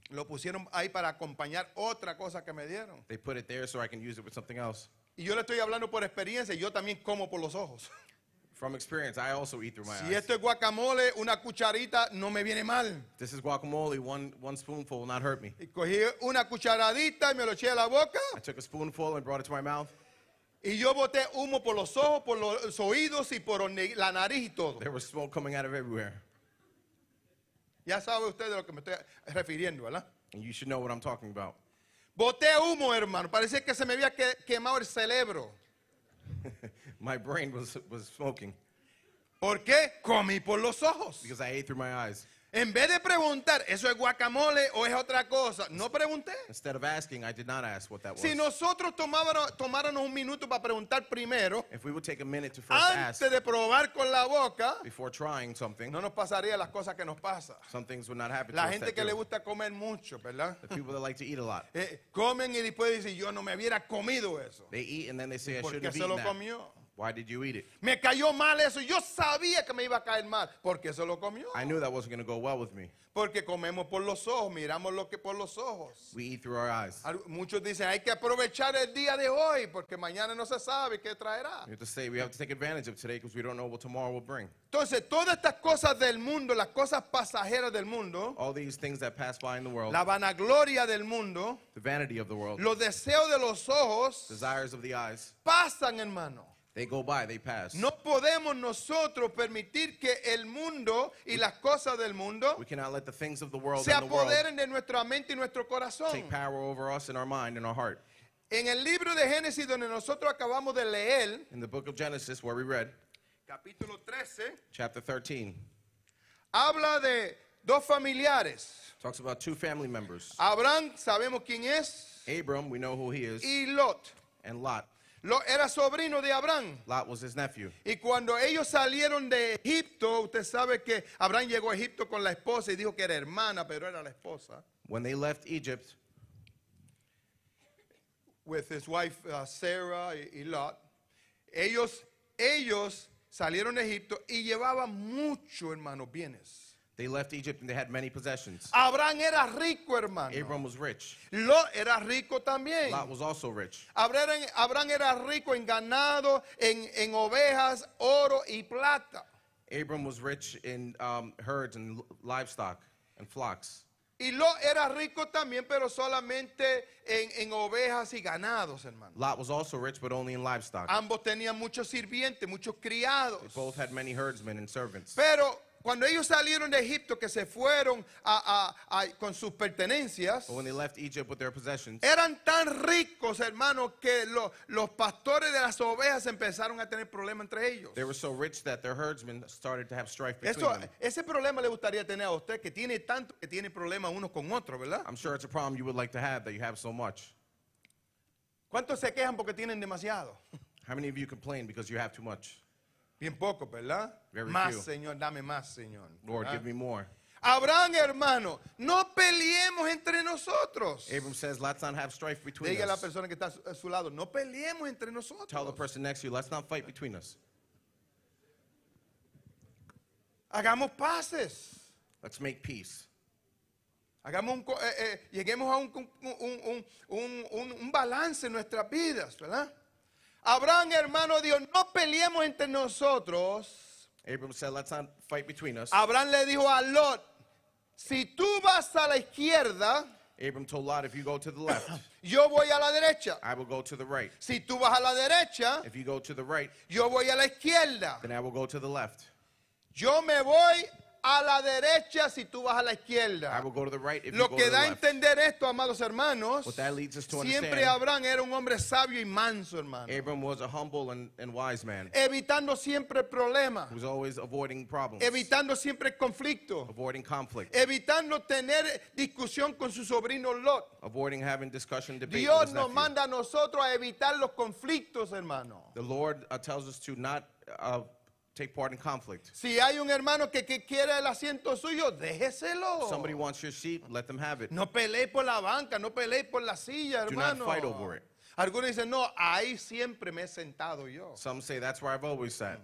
[SPEAKER 2] Lo pusieron ahí para acompañar otra cosa que me dieron.
[SPEAKER 1] They put it there so I can use it with something else.
[SPEAKER 2] Y yo le estoy hablando por experiencia, yo también como por los ojos.
[SPEAKER 1] From experience, I also eat through my
[SPEAKER 2] Si
[SPEAKER 1] eyes.
[SPEAKER 2] esto es guacamole, una cucharita no me viene mal.
[SPEAKER 1] This is guacamole. One, one spoonful will not hurt me.
[SPEAKER 2] Y cogí una cucharadita y me lo eché a la boca
[SPEAKER 1] I took a spoonful and brought it to my mouth.
[SPEAKER 2] Y yo boté humo por los ojos, por los oídos y por orne- la nariz y todo.
[SPEAKER 1] There was smoke coming out of everywhere.
[SPEAKER 2] Ya sabe usted de lo que me estoy refiriendo, ¿verdad?
[SPEAKER 1] And you should know what I'm talking about.
[SPEAKER 2] Boté humo, hermano. Parecía que se me había que- quemado el cerebro.
[SPEAKER 1] My brain was, was smoking
[SPEAKER 2] ¿Por qué? Comí por los ojos.
[SPEAKER 1] because I ate through my eyes.
[SPEAKER 2] En vez de preguntar, ¿eso es guacamole o es otra cosa? No pregunté.
[SPEAKER 1] Instead of asking, I did not ask what that was.
[SPEAKER 2] Si nosotros tomáramos, tomáramos un minuto para preguntar primero,
[SPEAKER 1] if we would take a minute to first Pues, ask
[SPEAKER 2] antes de probar con la boca,
[SPEAKER 1] before trying something,
[SPEAKER 2] no nos pasaría las cosas que nos pasa.
[SPEAKER 1] some things would not happen to
[SPEAKER 2] La
[SPEAKER 1] us
[SPEAKER 2] gente
[SPEAKER 1] that
[SPEAKER 2] que
[SPEAKER 1] do.
[SPEAKER 2] le gusta comer mucho, ¿verdad?
[SPEAKER 1] The people that like to eat a lot.
[SPEAKER 2] Eh, comen y después dicen, yo no me hubiera comido eso.
[SPEAKER 1] They eat and then they say, I
[SPEAKER 2] ¿Por
[SPEAKER 1] shouldn't
[SPEAKER 2] qué
[SPEAKER 1] have
[SPEAKER 2] se lo
[SPEAKER 1] eaten that.
[SPEAKER 2] comió?
[SPEAKER 1] Why did you eat it?
[SPEAKER 2] Me cayó mal eso. Yo sabía que me iba a caer mal. ¿Por qué se lo comió?
[SPEAKER 1] I knew that wasn't going to go well with me.
[SPEAKER 2] Porque comemos por los ojos, miramos lo que por los ojos.
[SPEAKER 1] We eat through our eyes.
[SPEAKER 2] Al- Muchos dicen, hay que aprovechar el día de hoy porque mañana no se sabe qué traerá.
[SPEAKER 1] We have to say we have to take advantage of today because we don't know what tomorrow will bring.
[SPEAKER 2] Entonces, todas estas cosas del mundo, las cosas pasajeras del mundo,
[SPEAKER 1] All these things that pass by in the world,
[SPEAKER 2] la vanagloria del mundo,
[SPEAKER 1] the vanity of the world,
[SPEAKER 2] los deseos de los ojos,
[SPEAKER 1] desires of the eyes,
[SPEAKER 2] pasan, hermano.
[SPEAKER 1] they go by, they pass.
[SPEAKER 2] No podemos nosotros permitir que el mundo y las cosas del mundo
[SPEAKER 1] We cannot let the things of the world
[SPEAKER 2] se
[SPEAKER 1] and the world
[SPEAKER 2] apoderen de nuestra mente y nuestro corazón.
[SPEAKER 1] take power over us in our mind and our heart.
[SPEAKER 2] En el libro de Génesis, donde nosotros acabamos de leer,
[SPEAKER 1] In the book of Genesis, where we read,
[SPEAKER 2] capítulo 13,
[SPEAKER 1] chapter 13,
[SPEAKER 2] habla de dos familiares.
[SPEAKER 1] talks about two family members.
[SPEAKER 2] Abraham, sabemos quién es,
[SPEAKER 1] Abram, we know who he is,
[SPEAKER 2] y Lot.
[SPEAKER 1] and Lot.
[SPEAKER 2] Lot era sobrino de Abraham.
[SPEAKER 1] Lot was his nephew.
[SPEAKER 2] Y cuando ellos salieron de Egipto, usted sabe que Abraham llegó a Egipto con la esposa y dijo que era hermana, pero era la esposa.
[SPEAKER 1] When they left Egypt
[SPEAKER 2] With his wife uh, Sarah y, y Lot. Ellos, ellos salieron de Egipto y llevaban mucho, hermanos, bienes.
[SPEAKER 1] They left Egypt and they had many possessions.
[SPEAKER 2] Abraham era rico, hermano.
[SPEAKER 1] Abram was rich.
[SPEAKER 2] Lot era rico también.
[SPEAKER 1] Lot was also rich.
[SPEAKER 2] Abraham, Abraham era rico en ganado, en, en ovejas, oro y plata.
[SPEAKER 1] Abram was rich in um, herds and l- livestock and flocks.
[SPEAKER 2] Y Lot era rico también, pero solamente en, en ovejas y ganados, hermano.
[SPEAKER 1] Lot was also rich, but only in livestock.
[SPEAKER 2] Ambos tenían muchos sirvientes, muchos
[SPEAKER 1] They
[SPEAKER 2] criados.
[SPEAKER 1] both had many herdsmen and servants.
[SPEAKER 2] Pero cuando ellos salieron de Egipto, que se fueron a- a- a- con sus pertenencias,
[SPEAKER 1] But when they left Egypt with their possessions,
[SPEAKER 2] eran tan ricos, hermano, que lo- los pastores de las ovejas empezaron a tener problemas entre ellos.
[SPEAKER 1] they were so rich that their herdsmen started to have strife between
[SPEAKER 2] Eso,
[SPEAKER 1] them.
[SPEAKER 2] ese problema le gustaría tener a usted, que tiene tanto, que tiene problemas unos con otros, ¿verdad?
[SPEAKER 1] I'm sure it's a problem you would like to have that you have so much.
[SPEAKER 2] ¿Cuántos se quejan porque tienen demasiado?
[SPEAKER 1] How many of you complain because you have too much?
[SPEAKER 2] Bien poco, ¿verdad?
[SPEAKER 1] Very
[SPEAKER 2] más,
[SPEAKER 1] few.
[SPEAKER 2] Señor, dame más, Señor.
[SPEAKER 1] Lord,
[SPEAKER 2] ¿verdad?
[SPEAKER 1] give me more.
[SPEAKER 2] Abraham, hermano, no peleemos entre nosotros.
[SPEAKER 1] Abram says, let's not have strife between
[SPEAKER 2] Diga a la
[SPEAKER 1] us.
[SPEAKER 2] persona que está a su- a su lado, no peleemos
[SPEAKER 1] Tell
[SPEAKER 2] entre
[SPEAKER 1] the
[SPEAKER 2] nosotros.
[SPEAKER 1] person next to you, let's not fight between us.
[SPEAKER 2] Hagamos paces.
[SPEAKER 1] Let's make peace.
[SPEAKER 2] Hagamos un, co- eh, eh, lleguemos a un, un- un- un- un- un balance en nuestras vidas, ¿verdad? Abraham, hermano, dijo, no peleemos entre nosotros.
[SPEAKER 1] Abram said, Let's not fight between us.
[SPEAKER 2] Abraham le dijo a Lot, si tú vas a la izquierda,
[SPEAKER 1] Abram told Lot, If you go to the left,
[SPEAKER 2] yo voy a la derecha.
[SPEAKER 1] I will go to the right.
[SPEAKER 2] Si tú vas a la derecha,
[SPEAKER 1] If you go to the right,
[SPEAKER 2] yo voy a la izquierda.
[SPEAKER 1] then I will go to the left.
[SPEAKER 2] Yo me voy a la derecha si tú vas a la
[SPEAKER 1] I
[SPEAKER 2] izquierda.
[SPEAKER 1] will go to the right if you
[SPEAKER 2] Lo
[SPEAKER 1] go
[SPEAKER 2] que
[SPEAKER 1] to the
[SPEAKER 2] da a
[SPEAKER 1] left.
[SPEAKER 2] entender esto, amados hermanos,
[SPEAKER 1] What that leads us to
[SPEAKER 2] siempre
[SPEAKER 1] understand,
[SPEAKER 2] Abraham era un hombre sabio y manso, hermano,
[SPEAKER 1] Abram was a humble and, and wise man
[SPEAKER 2] evitando siempre el problema,
[SPEAKER 1] who was always avoiding problems,
[SPEAKER 2] evitando siempre el conflicto,
[SPEAKER 1] avoiding conflict,
[SPEAKER 2] evitando tener discusión con su sobrino Lot.
[SPEAKER 1] avoiding having discussion, debate. with
[SPEAKER 2] Dios
[SPEAKER 1] his
[SPEAKER 2] nos
[SPEAKER 1] nephew.
[SPEAKER 2] manda a nosotros a evitar los conflictos, hermano.
[SPEAKER 1] The Lord uh, tells us to not uh, take part in conflict.
[SPEAKER 2] Si hay un hermano que, que quiere el asiento suyo, déjeselo.
[SPEAKER 1] Somebody wants your seat, let them have it.
[SPEAKER 2] Oh. No pelees por la banca, no pelees por la silla,
[SPEAKER 1] Do not
[SPEAKER 2] hermano.
[SPEAKER 1] fight over it.
[SPEAKER 2] Algunos dicen, no, ahí siempre me he sentado yo.
[SPEAKER 1] Some say that's where I've always sat.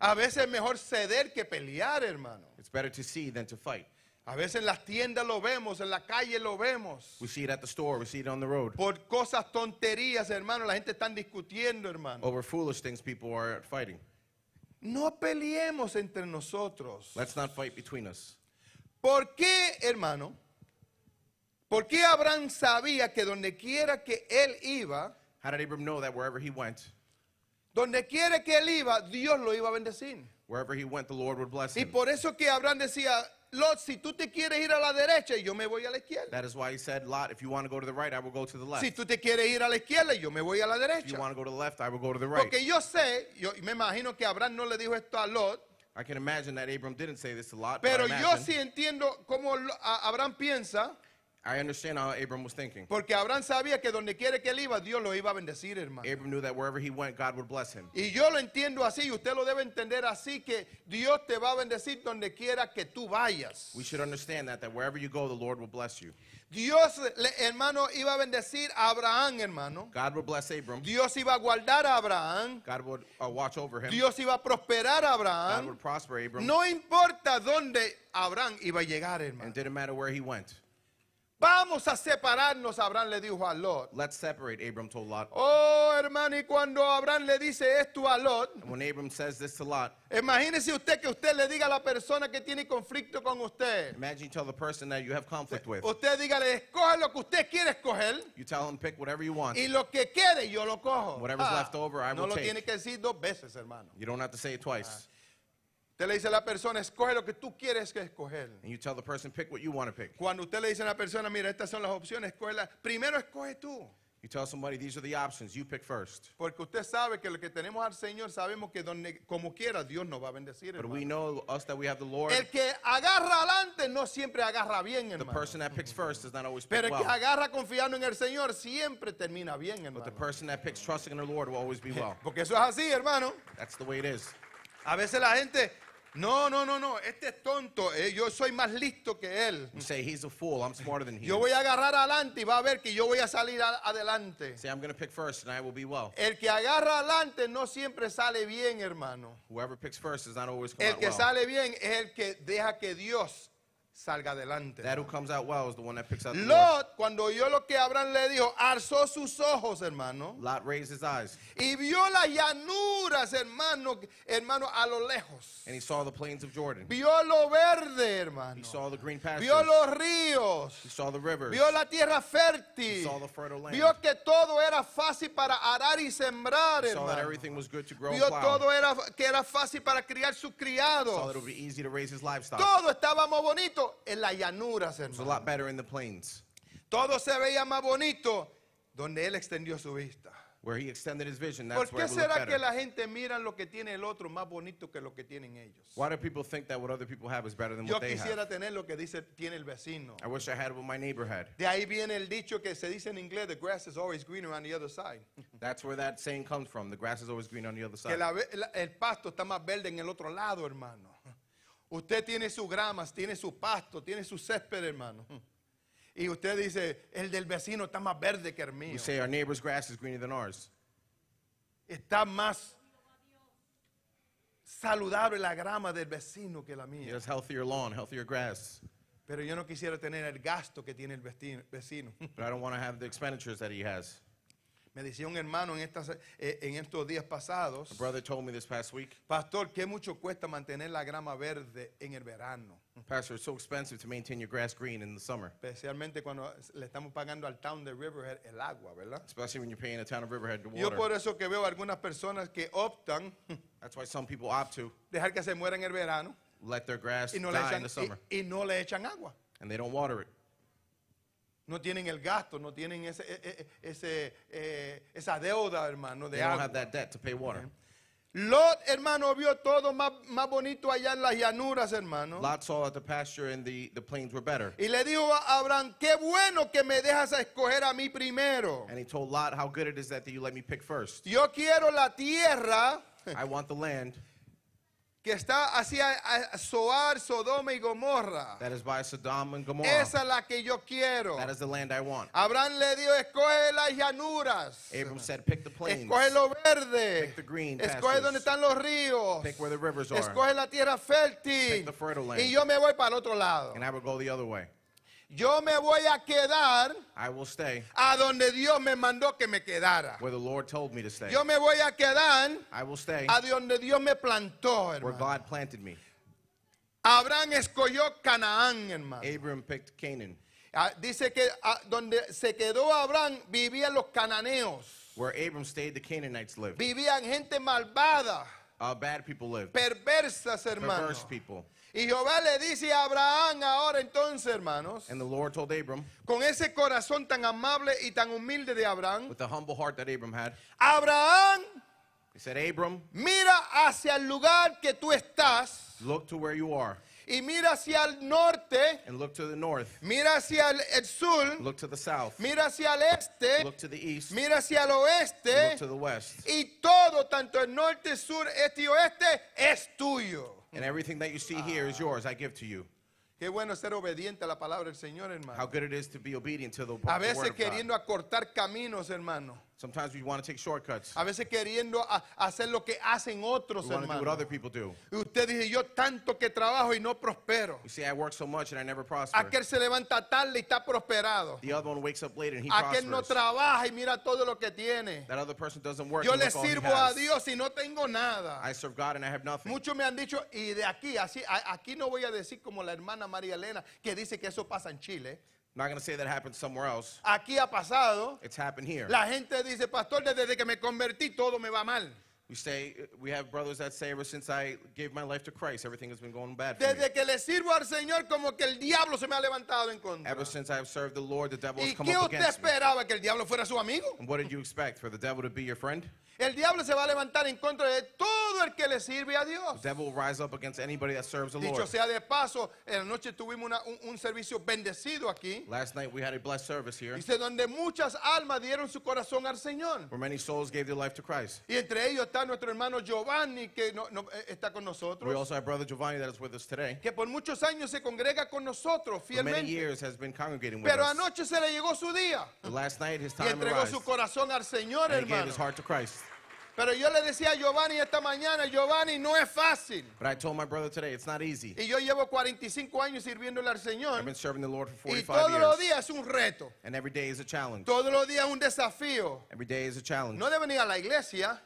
[SPEAKER 2] A veces es mejor ceder que pelear, hermano.
[SPEAKER 1] It's better to see than to fight.
[SPEAKER 2] A veces en las tiendas lo vemos, en la calle lo vemos.
[SPEAKER 1] We see it at the store, we see it on the road.
[SPEAKER 2] Por cosas tonterías, hermano, la gente está discutiendo, hermano.
[SPEAKER 1] over foolish things people are fighting.
[SPEAKER 2] No peleemos entre nosotros.
[SPEAKER 1] Let's not fight between us.
[SPEAKER 2] ¿Por qué, hermano? ¿Por qué Abraham sabía que donde quiera que él iba,
[SPEAKER 1] How did Abram know that wherever he went,
[SPEAKER 2] Donde quiera que él iba, Dios lo iba a bendecir.
[SPEAKER 1] wherever he went, the Lord would bless
[SPEAKER 2] Y
[SPEAKER 1] him?
[SPEAKER 2] por eso que Abraham decía, Lot, si tú te quieres ir a la derecha, yo me voy a la izquierda.
[SPEAKER 1] That is why he said, Lot, if you want to go to the right, I will go to the left.
[SPEAKER 2] Si tú te quieres ir a la izquierda, yo me voy a la
[SPEAKER 1] If you
[SPEAKER 2] derecha.
[SPEAKER 1] want to go to the left, I will go to the right.
[SPEAKER 2] Porque yo sé, yo y me imagino que Abraham no le dijo esto a Lot,
[SPEAKER 1] I can imagine that Abram didn't say this a lot. But
[SPEAKER 2] pero
[SPEAKER 1] I,
[SPEAKER 2] yo
[SPEAKER 1] imagine-
[SPEAKER 2] sí entiendo cómo Lo- a- Abraham piensa,
[SPEAKER 1] I understand how Abram was thinking.
[SPEAKER 2] porque Abraham sabía que donde quiera que él iba, Dios lo iba a bendecir, hermano.
[SPEAKER 1] Abram knew that wherever he went, God would bless him.
[SPEAKER 2] Y yo lo entiendo así, y usted lo debe entender así, que Dios te va a bendecir donde quiera que tú vayas.
[SPEAKER 1] We should understand that, that wherever you go, the Lord will bless you.
[SPEAKER 2] Dios, le- hermano, iba a bendecir a Abraham, hermano.
[SPEAKER 1] God will bless Abram.
[SPEAKER 2] Dios iba a guardar a Abraham.
[SPEAKER 1] God would uh, watch over him.
[SPEAKER 2] Dios iba a prosperar a
[SPEAKER 1] God
[SPEAKER 2] Abraham.
[SPEAKER 1] would prosper Abram.
[SPEAKER 2] No importa dónde Abraham iba a llegar,
[SPEAKER 1] And
[SPEAKER 2] hermano.
[SPEAKER 1] it didn't matter where he went.
[SPEAKER 2] Vamos a separarnos, Abraham le dijo a Lot.
[SPEAKER 1] Let's separate, Abram told Lot.
[SPEAKER 2] Oh, hermano, y cuando Abraham le dice esto a Lot,
[SPEAKER 1] And when Abram says this to Lot,
[SPEAKER 2] imagínese usted que usted le diga a la persona que tiene conflicto con usted.
[SPEAKER 1] imagine you tell the person that you have conflict with.
[SPEAKER 2] Usted dígale, escoge lo que usted quiere escoger
[SPEAKER 1] You tell him, pick whatever you want.
[SPEAKER 2] y lo que quiere yo lo cojo. Ah,
[SPEAKER 1] Whatever's left over, I
[SPEAKER 2] no
[SPEAKER 1] will
[SPEAKER 2] lo
[SPEAKER 1] take.
[SPEAKER 2] tiene que decir dos veces, hermano.
[SPEAKER 1] You don't have to say it twice.
[SPEAKER 2] Usted le dice a la persona, escoge lo que tú quieres que escoger.
[SPEAKER 1] And you tell the person, pick what you want to pick.
[SPEAKER 2] Cuando usted le dice a la persona, mira, estas son las opciones, escoge la- primero escoge tú.
[SPEAKER 1] You tell somebody, these are the options. You pick first.
[SPEAKER 2] Porque usted sabe que lo que tenemos al Señor, sabemos que donde, como quiera, Dios nos va a bendecir.
[SPEAKER 1] But
[SPEAKER 2] hermano.
[SPEAKER 1] we know, us that we have the Lord,
[SPEAKER 2] El que agarra adelante no siempre agarra bien,
[SPEAKER 1] the
[SPEAKER 2] hermano.
[SPEAKER 1] person that picks first does not always pick
[SPEAKER 2] Pero el que
[SPEAKER 1] well.
[SPEAKER 2] agarra confiando en el Señor siempre termina bien,
[SPEAKER 1] But the
[SPEAKER 2] hermano.
[SPEAKER 1] person that picks trusting in the Lord will always be well.
[SPEAKER 2] Porque eso es así, hermano.
[SPEAKER 1] That's the way it is.
[SPEAKER 2] A veces la gente, no, no, no, no, este es tonto, eh, yo soy más listo que él.
[SPEAKER 1] You say, he's a fool. I'm smarter than he
[SPEAKER 2] Yo
[SPEAKER 1] is.
[SPEAKER 2] voy a agarrar adelante y va a ver que yo voy a salir a- adelante.
[SPEAKER 1] Say, I'm going to pick first and I will be well.
[SPEAKER 2] El que agarra adelante no siempre sale bien, hermano.
[SPEAKER 1] Whoever picks first is not always come
[SPEAKER 2] El
[SPEAKER 1] out
[SPEAKER 2] que
[SPEAKER 1] well.
[SPEAKER 2] sale bien es el que deja que Dios salga adelante.
[SPEAKER 1] That who comes out well is the one that picks out the Lord.
[SPEAKER 2] Lot, cuando oyó lo que Abraham le dijo, alzó sus ojos, hermano,
[SPEAKER 1] Lot raised his eyes
[SPEAKER 2] y vio las llanuras, hermano, hermano, a lo lejos.
[SPEAKER 1] and he saw the plains of Jordan.
[SPEAKER 2] Vio lo verde,
[SPEAKER 1] He
[SPEAKER 2] hermano.
[SPEAKER 1] saw the green pastures.
[SPEAKER 2] Vio los ríos.
[SPEAKER 1] He saw the rivers.
[SPEAKER 2] Vio la tierra fértil.
[SPEAKER 1] saw the fertile land.
[SPEAKER 2] Vio que todo era fácil para arar y sembrar,
[SPEAKER 1] He saw that
[SPEAKER 2] hermano.
[SPEAKER 1] everything was good to grow and
[SPEAKER 2] Vio todo
[SPEAKER 1] plow.
[SPEAKER 2] era que era fácil para criar sus
[SPEAKER 1] Saw that it
[SPEAKER 2] criados.
[SPEAKER 1] would be easy to raise his livestock.
[SPEAKER 2] Todo estaba más bonito en las llanuras,
[SPEAKER 1] It was a
[SPEAKER 2] hermano.
[SPEAKER 1] lot better in the plains
[SPEAKER 2] Todo se veía más bonito donde él extendió su vista.
[SPEAKER 1] where he extended his vision.
[SPEAKER 2] ¿Por
[SPEAKER 1] That's where
[SPEAKER 2] qué
[SPEAKER 1] it would look
[SPEAKER 2] será
[SPEAKER 1] better.
[SPEAKER 2] que la gente mira lo que tiene el otro más bonito que lo que tienen ellos?
[SPEAKER 1] Why do people think that what other people have is better than
[SPEAKER 2] Yo
[SPEAKER 1] what they have?
[SPEAKER 2] quisiera tener lo que dice tiene el vecino.
[SPEAKER 1] I wish I had what my neighbor had.
[SPEAKER 2] De ahí viene el dicho que se dice en inglés, the grass is always greener on the other side.
[SPEAKER 1] That's where that saying comes from. The grass is always green on the other
[SPEAKER 2] Que
[SPEAKER 1] side.
[SPEAKER 2] la ve- la- el pasto está más verde en el otro lado, hermano. Usted tiene sus gramas, tiene su pasto, tiene su césped, hermano. Y usted dice, el del vecino está más verde que el mío.
[SPEAKER 1] We say our neighbor's grass is greener than ours.
[SPEAKER 2] Está más saludable la grama del vecino que la
[SPEAKER 1] He
[SPEAKER 2] mía.
[SPEAKER 1] has healthier lawn, healthier grass.
[SPEAKER 2] Pero yo no quisiera tener el gasto que tiene el vesti- vecino.
[SPEAKER 1] But I don't want to have the expenditures that he has.
[SPEAKER 2] Me decía un hermano en, estas, eh, en estos días
[SPEAKER 1] A
[SPEAKER 2] pasados,
[SPEAKER 1] brother told me this past week,
[SPEAKER 2] pastor, qué mucho cuesta mantener la grama verde en el verano.
[SPEAKER 1] Pastor, it's so expensive to maintain your grass green in the summer,
[SPEAKER 2] Especialmente cuando le estamos pagando al town de Riverhead el agua, ¿verdad?
[SPEAKER 1] especially when you're paying the town of Riverhead the
[SPEAKER 2] Yo por
[SPEAKER 1] water.
[SPEAKER 2] eso que veo algunas personas que optan
[SPEAKER 1] That's why some people opt to
[SPEAKER 2] dejar que se muera en el verano
[SPEAKER 1] let their grass
[SPEAKER 2] y no, le
[SPEAKER 1] die in
[SPEAKER 2] echan,
[SPEAKER 1] the summer
[SPEAKER 2] y, y no le echan agua.
[SPEAKER 1] and they don't water it.
[SPEAKER 2] No tienen el gasto, no tienen ese, e- e- ese, eh, esa deuda, hermano,
[SPEAKER 1] They
[SPEAKER 2] de
[SPEAKER 1] don't have
[SPEAKER 2] agua.
[SPEAKER 1] that debt to pay water.
[SPEAKER 2] Lot, hermano, vio todo más, más bonito allá en las llanuras, hermano.
[SPEAKER 1] Lot saw that the pasture and the, the plains were better.
[SPEAKER 2] Y le dijo a Abraham, qué bueno que me dejas a escoger a mí primero.
[SPEAKER 1] And he told Lot how good it is that you let me pick first.
[SPEAKER 2] Yo quiero la tierra
[SPEAKER 1] I want the land
[SPEAKER 2] que está hacia a- Soar, Sodoma y Gomorra.
[SPEAKER 1] that is by Sodom and Gomorrah.
[SPEAKER 2] Esa es la que yo quiero.
[SPEAKER 1] That is the land I want.
[SPEAKER 2] Abraham le dijo, escoge las llanuras.
[SPEAKER 1] Abram said, pick the plains.
[SPEAKER 2] Escoge lo verde.
[SPEAKER 1] Pick the green
[SPEAKER 2] Escoge donde
[SPEAKER 1] pastures.
[SPEAKER 2] están los ríos.
[SPEAKER 1] Pick where the rivers are.
[SPEAKER 2] Escoge la tierra fértil.
[SPEAKER 1] Pick the fertile land.
[SPEAKER 2] Y yo me voy para el otro lado.
[SPEAKER 1] And I will go the other way.
[SPEAKER 2] Yo me voy a quedar
[SPEAKER 1] I will stay
[SPEAKER 2] a donde Dios me mandó que me quedara.
[SPEAKER 1] where the Lord told me to stay.
[SPEAKER 2] Yo me voy a quedar
[SPEAKER 1] I will stay
[SPEAKER 2] a donde Dios me plantó,
[SPEAKER 1] where
[SPEAKER 2] hermano.
[SPEAKER 1] God planted me.
[SPEAKER 2] Abraham escogió Canaán, hermano.
[SPEAKER 1] Abram picked Canaan.
[SPEAKER 2] Ah, dice que ah, donde se quedó Abraham vivían los cananeos,
[SPEAKER 1] Where Abram stayed, the Canaanites lived.
[SPEAKER 2] vivían gente malvada,
[SPEAKER 1] Uh, bad people lived.
[SPEAKER 2] perversas, hermanos.
[SPEAKER 1] Perverse people.
[SPEAKER 2] Y Jehová le dice a Abraham ahora entonces, hermanos,
[SPEAKER 1] And the Lord told Abram,
[SPEAKER 2] con ese corazón tan amable y tan humilde de Abraham,
[SPEAKER 1] with the humble heart that Abram had,
[SPEAKER 2] Abraham,
[SPEAKER 1] He said, Abram,
[SPEAKER 2] mira hacia el lugar que tú estás
[SPEAKER 1] look to where you are,
[SPEAKER 2] y mira hacia el norte,
[SPEAKER 1] and look to the north,
[SPEAKER 2] mira hacia el, el sur,
[SPEAKER 1] look to the south,
[SPEAKER 2] mira hacia el este,
[SPEAKER 1] look to the east,
[SPEAKER 2] mira hacia el
[SPEAKER 1] look
[SPEAKER 2] oeste
[SPEAKER 1] to the west.
[SPEAKER 2] y todo, tanto el norte, sur, este y oeste, es tuyo.
[SPEAKER 1] And everything that you see here
[SPEAKER 2] Ah.
[SPEAKER 1] is yours. I give to you.
[SPEAKER 2] Qué bueno ser obediente a la palabra del Señor,
[SPEAKER 1] How
[SPEAKER 2] hermano.
[SPEAKER 1] good it is to be obedient to the the
[SPEAKER 2] A
[SPEAKER 1] word
[SPEAKER 2] veces
[SPEAKER 1] of God.
[SPEAKER 2] queriendo acortar caminos, hermano.
[SPEAKER 1] Sometimes we want to take shortcuts.
[SPEAKER 2] A veces queriendo a- hacer lo que hacen otros,
[SPEAKER 1] We want to do what
[SPEAKER 2] hermano.
[SPEAKER 1] other people do.
[SPEAKER 2] Y usted dice, yo tanto que trabajo y no prospero.
[SPEAKER 1] You see, I work so much and I never prosper.
[SPEAKER 2] Aquel se levanta tarde y está prosperado.
[SPEAKER 1] The other one wakes up late and he prospers.
[SPEAKER 2] Aquel no trabaja y mira todo lo que tiene.
[SPEAKER 1] That other person doesn't work.
[SPEAKER 2] Yo
[SPEAKER 1] and
[SPEAKER 2] le
[SPEAKER 1] look all he
[SPEAKER 2] sirvo a
[SPEAKER 1] has.
[SPEAKER 2] Dios y no tengo nada.
[SPEAKER 1] I serve God and I have nothing.
[SPEAKER 2] Muchos me han dicho, y de aquí, así, a- aquí no voy a decir como la hermana María Elena, que dice que eso pasa en Chile.
[SPEAKER 1] I'm not going to say that happened somewhere else.
[SPEAKER 2] Aquí ha pasado.
[SPEAKER 1] It's happened here.
[SPEAKER 2] La gente dice, pastor, desde que me convertí todo me va mal.
[SPEAKER 1] We say we have brothers that say ever since I gave my life to Christ, everything has been going bad for me.
[SPEAKER 2] Desde que le sirvo al Señor, como que el diablo se me ha levantado en contra.
[SPEAKER 1] Ever since I've served the Lord, the devil has
[SPEAKER 2] ¿Y
[SPEAKER 1] come
[SPEAKER 2] qué
[SPEAKER 1] up
[SPEAKER 2] usted
[SPEAKER 1] against me.
[SPEAKER 2] esperaba? ¿Que el diablo fuera su amigo?
[SPEAKER 1] And what did you expect? For the devil to be your friend?
[SPEAKER 2] El diablo se va a levantar en contra de todo el que le sirve a Dios.
[SPEAKER 1] The devil will rise up against anybody that serves the
[SPEAKER 2] Dicho
[SPEAKER 1] Lord.
[SPEAKER 2] sea de paso, en la noche tuvimos una- un, un servicio bendecido aquí.
[SPEAKER 1] Last night we had a blessed service here
[SPEAKER 2] Dice, donde muchas almas dieron su corazón al Señor.
[SPEAKER 1] where many souls gave their life to Christ.
[SPEAKER 2] Y entre ellos está nuestro hermano Giovanni, que no- no, eh, está con
[SPEAKER 1] We
[SPEAKER 2] nosotros,
[SPEAKER 1] also have Brother Giovanni that is with us today.
[SPEAKER 2] que por muchos años se congrega con nosotros
[SPEAKER 1] For many
[SPEAKER 2] fielmente.
[SPEAKER 1] years has been congregating with
[SPEAKER 2] Pero
[SPEAKER 1] us.
[SPEAKER 2] anoche se le llegó su día.
[SPEAKER 1] But Last night his
[SPEAKER 2] y
[SPEAKER 1] time
[SPEAKER 2] entregó
[SPEAKER 1] arrived.
[SPEAKER 2] su corazón al Señor,
[SPEAKER 1] And he gave
[SPEAKER 2] hermano.
[SPEAKER 1] his heart to Christ.
[SPEAKER 2] Pero yo le decía a Giovanni esta mañana, Giovanni, no es fácil.
[SPEAKER 1] But I told my brother today, it's not easy.
[SPEAKER 2] Y yo llevo 45 años sirviéndole al
[SPEAKER 1] I've
[SPEAKER 2] Señor.
[SPEAKER 1] been serving the Lord for
[SPEAKER 2] Y todos los
[SPEAKER 1] 45 years.
[SPEAKER 2] días es un reto.
[SPEAKER 1] And every day is a challenge.
[SPEAKER 2] Todos los días es un desafío.
[SPEAKER 1] Every day is a challenge.
[SPEAKER 2] No de venir a la iglesia,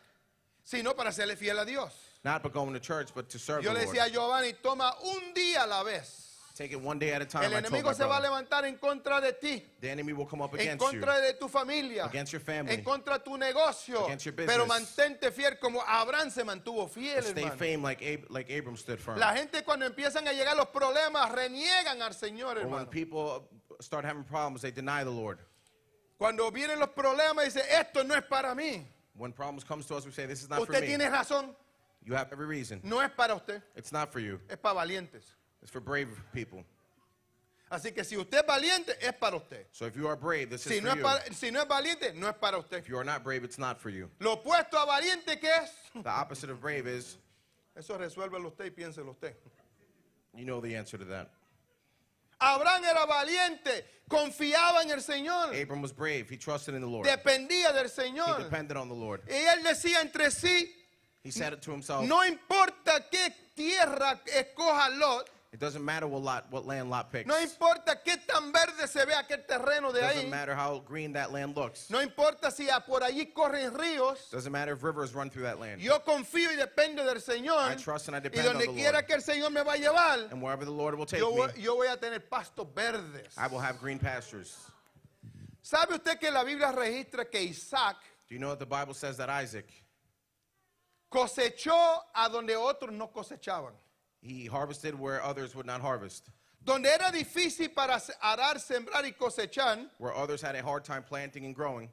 [SPEAKER 2] sino para serle fiel a Dios.
[SPEAKER 1] Not but going to church, but to serve the
[SPEAKER 2] Yo le decía a
[SPEAKER 1] Lord.
[SPEAKER 2] Giovanni, toma un día a la vez.
[SPEAKER 1] Take it one day at a time.
[SPEAKER 2] El
[SPEAKER 1] I told
[SPEAKER 2] enemigo
[SPEAKER 1] Ah, my
[SPEAKER 2] se va a
[SPEAKER 1] brother.
[SPEAKER 2] levantar en contra de ti.
[SPEAKER 1] The enemy will come up
[SPEAKER 2] En
[SPEAKER 1] against you.
[SPEAKER 2] contra de tu familia,
[SPEAKER 1] Against your family.
[SPEAKER 2] en contra de tu negocio,
[SPEAKER 1] Against your
[SPEAKER 2] pero
[SPEAKER 1] business.
[SPEAKER 2] mantente fiel como Abraham se mantuvo
[SPEAKER 1] And
[SPEAKER 2] fiel.
[SPEAKER 1] Stay
[SPEAKER 2] hermano.
[SPEAKER 1] fame like, Ab- like Abram stood firm.
[SPEAKER 2] La gente cuando empiezan a llegar los problemas reniegan al Señor,
[SPEAKER 1] Or when
[SPEAKER 2] hermano.
[SPEAKER 1] people start having problems, they deny the Lord.
[SPEAKER 2] Cuando vienen los problemas dice, esto no es para mí.
[SPEAKER 1] When problems comes to us, we say, this is not for
[SPEAKER 2] Usted
[SPEAKER 1] me.
[SPEAKER 2] tiene razón,
[SPEAKER 1] You have every reason.
[SPEAKER 2] no es para usted,
[SPEAKER 1] It's not for you.
[SPEAKER 2] es para valientes.
[SPEAKER 1] It's for brave people.
[SPEAKER 2] Así que si usted es valiente, es para usted.
[SPEAKER 1] So if you are brave, this is
[SPEAKER 2] Si no
[SPEAKER 1] for
[SPEAKER 2] es,
[SPEAKER 1] you.
[SPEAKER 2] para- si no es valiente, no es para usted.
[SPEAKER 1] If you are not brave, it's not for you.
[SPEAKER 2] Lo opuesto a valiente, ¿qué es?
[SPEAKER 1] The opposite of brave is,
[SPEAKER 2] Eso resuélvelo usted y piénselo usted.
[SPEAKER 1] you know the answer to that.
[SPEAKER 2] Abraham era valiente, confiaba en el Señor,
[SPEAKER 1] Abram was brave. He trusted in the Lord. He
[SPEAKER 2] dependía del Señor.
[SPEAKER 1] depended on the Lord.
[SPEAKER 2] Y él decía entre sí,
[SPEAKER 1] He said it to himself.
[SPEAKER 2] no importa qué tierra escoja Lot,
[SPEAKER 1] It doesn't matter what lot, what land Lot picks.
[SPEAKER 2] No importa qué tan verde se ve aquel terreno de
[SPEAKER 1] doesn't
[SPEAKER 2] ahí.
[SPEAKER 1] matter how green that land looks.
[SPEAKER 2] No importa si a- por allí corren ríos.
[SPEAKER 1] Doesn't matter if rivers run through that land.
[SPEAKER 2] Yo confío y dependo del Señor.
[SPEAKER 1] I trust and I
[SPEAKER 2] Y
[SPEAKER 1] depend on
[SPEAKER 2] donde
[SPEAKER 1] the
[SPEAKER 2] quiera
[SPEAKER 1] Lord.
[SPEAKER 2] que el Señor me va a llevar,
[SPEAKER 1] And wherever the Lord will take
[SPEAKER 2] yo voy,
[SPEAKER 1] me, Ah,
[SPEAKER 2] yo voy a tener pastos verdes.
[SPEAKER 1] I will have green pastures.
[SPEAKER 2] ¿Sabe usted que la Biblia registra que Isaac
[SPEAKER 1] Do you know that the Bible says that Isaac,
[SPEAKER 2] cosechó a donde otros no cosechaban?
[SPEAKER 1] he harvested where others would not harvest.
[SPEAKER 2] Donde era difícil para se- arar, sembrar y cosechar,
[SPEAKER 1] Where others had a hard time planting and growing,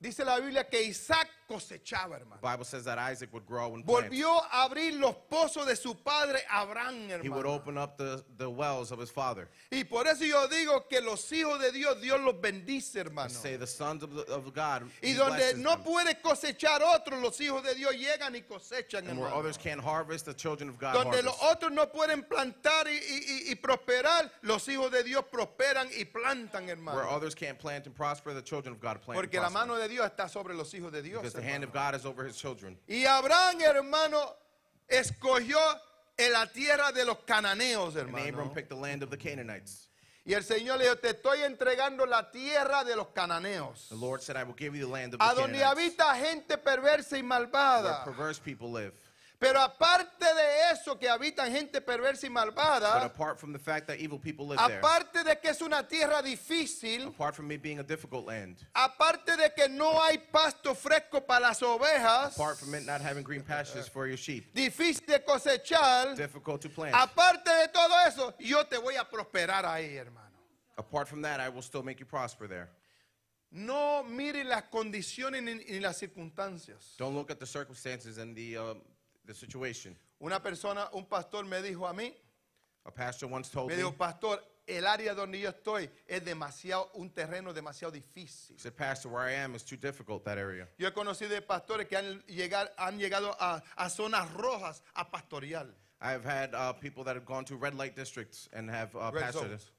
[SPEAKER 2] dice la Biblia que Isaac cosechaba,
[SPEAKER 1] the
[SPEAKER 2] hermano.
[SPEAKER 1] Bible says that Isaac would grow and plant.
[SPEAKER 2] Volvió a abrir los pozos de su padre Abraham,
[SPEAKER 1] He would
[SPEAKER 2] hermano.
[SPEAKER 1] open up the, the wells of his father.
[SPEAKER 2] Y por eso yo digo que los hijos de Dios, Dios los bendice, hermano.
[SPEAKER 1] Say the sons of, the, of God.
[SPEAKER 2] Y
[SPEAKER 1] he
[SPEAKER 2] donde
[SPEAKER 1] blesses
[SPEAKER 2] no
[SPEAKER 1] them.
[SPEAKER 2] puede cosechar otros, los hijos de Dios llegan y cosechan,
[SPEAKER 1] and where
[SPEAKER 2] hermano.
[SPEAKER 1] others can't harvest, the children of God harvest.
[SPEAKER 2] Donde los otros no pueden plantar y, y- y- y prosperar, los hijos de Dios prosperan y plantan,
[SPEAKER 1] Where
[SPEAKER 2] hermano.
[SPEAKER 1] others can't plant and prosper, the children of God plant. and
[SPEAKER 2] Porque la
[SPEAKER 1] prosper.
[SPEAKER 2] mano de Dios está sobre los hijos de Dios.
[SPEAKER 1] Because the
[SPEAKER 2] hermano.
[SPEAKER 1] hand of God is over his children.
[SPEAKER 2] Y Abraham, hermano, escogió en la tierra de los cananeos,
[SPEAKER 1] And Abram
[SPEAKER 2] hermano.
[SPEAKER 1] picked the land of the Canaanites.
[SPEAKER 2] Y el Señor le dijo, te estoy entregando la tierra de los cananeos.
[SPEAKER 1] The Lord said, I will give you the land of the
[SPEAKER 2] a donde
[SPEAKER 1] Canaanites,
[SPEAKER 2] habita gente perversa y
[SPEAKER 1] where
[SPEAKER 2] malvada.
[SPEAKER 1] perverse people live.
[SPEAKER 2] Pero aparte de eso, que habitan gente perversa y
[SPEAKER 1] But
[SPEAKER 2] malvada,
[SPEAKER 1] apart from the fact that evil people live there,
[SPEAKER 2] aparte de que es una tierra difícil,
[SPEAKER 1] apart from it being a difficult land,
[SPEAKER 2] aparte de que no hay pasto fresco para las ovejas,
[SPEAKER 1] apart from it not having green pastures for your sheep,
[SPEAKER 2] difícil de cosechar,
[SPEAKER 1] difficult to plant,
[SPEAKER 2] aparte de todo eso, yo te voy a prosperar ahí, hermano.
[SPEAKER 1] apart from that, I will still make you prosper there.
[SPEAKER 2] No miren las condiciones ni, ni las circunstancias.
[SPEAKER 1] Don't look at the circumstances and the, um, the situation.
[SPEAKER 2] Una persona, un pastor me dijo a mí,
[SPEAKER 1] A pastor once told
[SPEAKER 2] me
[SPEAKER 1] me,
[SPEAKER 2] dijo, pastor, el área donde yo estoy es demasiado, un terreno demasiado difícil.
[SPEAKER 1] he said, Pastor, where I am is too difficult, that area.
[SPEAKER 2] Yo he conocido de pastores que han, llegar, han llegado a, a zonas rojas a pastorear.
[SPEAKER 1] I have had uh, people that have gone to red light districts and have uh,
[SPEAKER 2] Red
[SPEAKER 1] pastored
[SPEAKER 2] zones.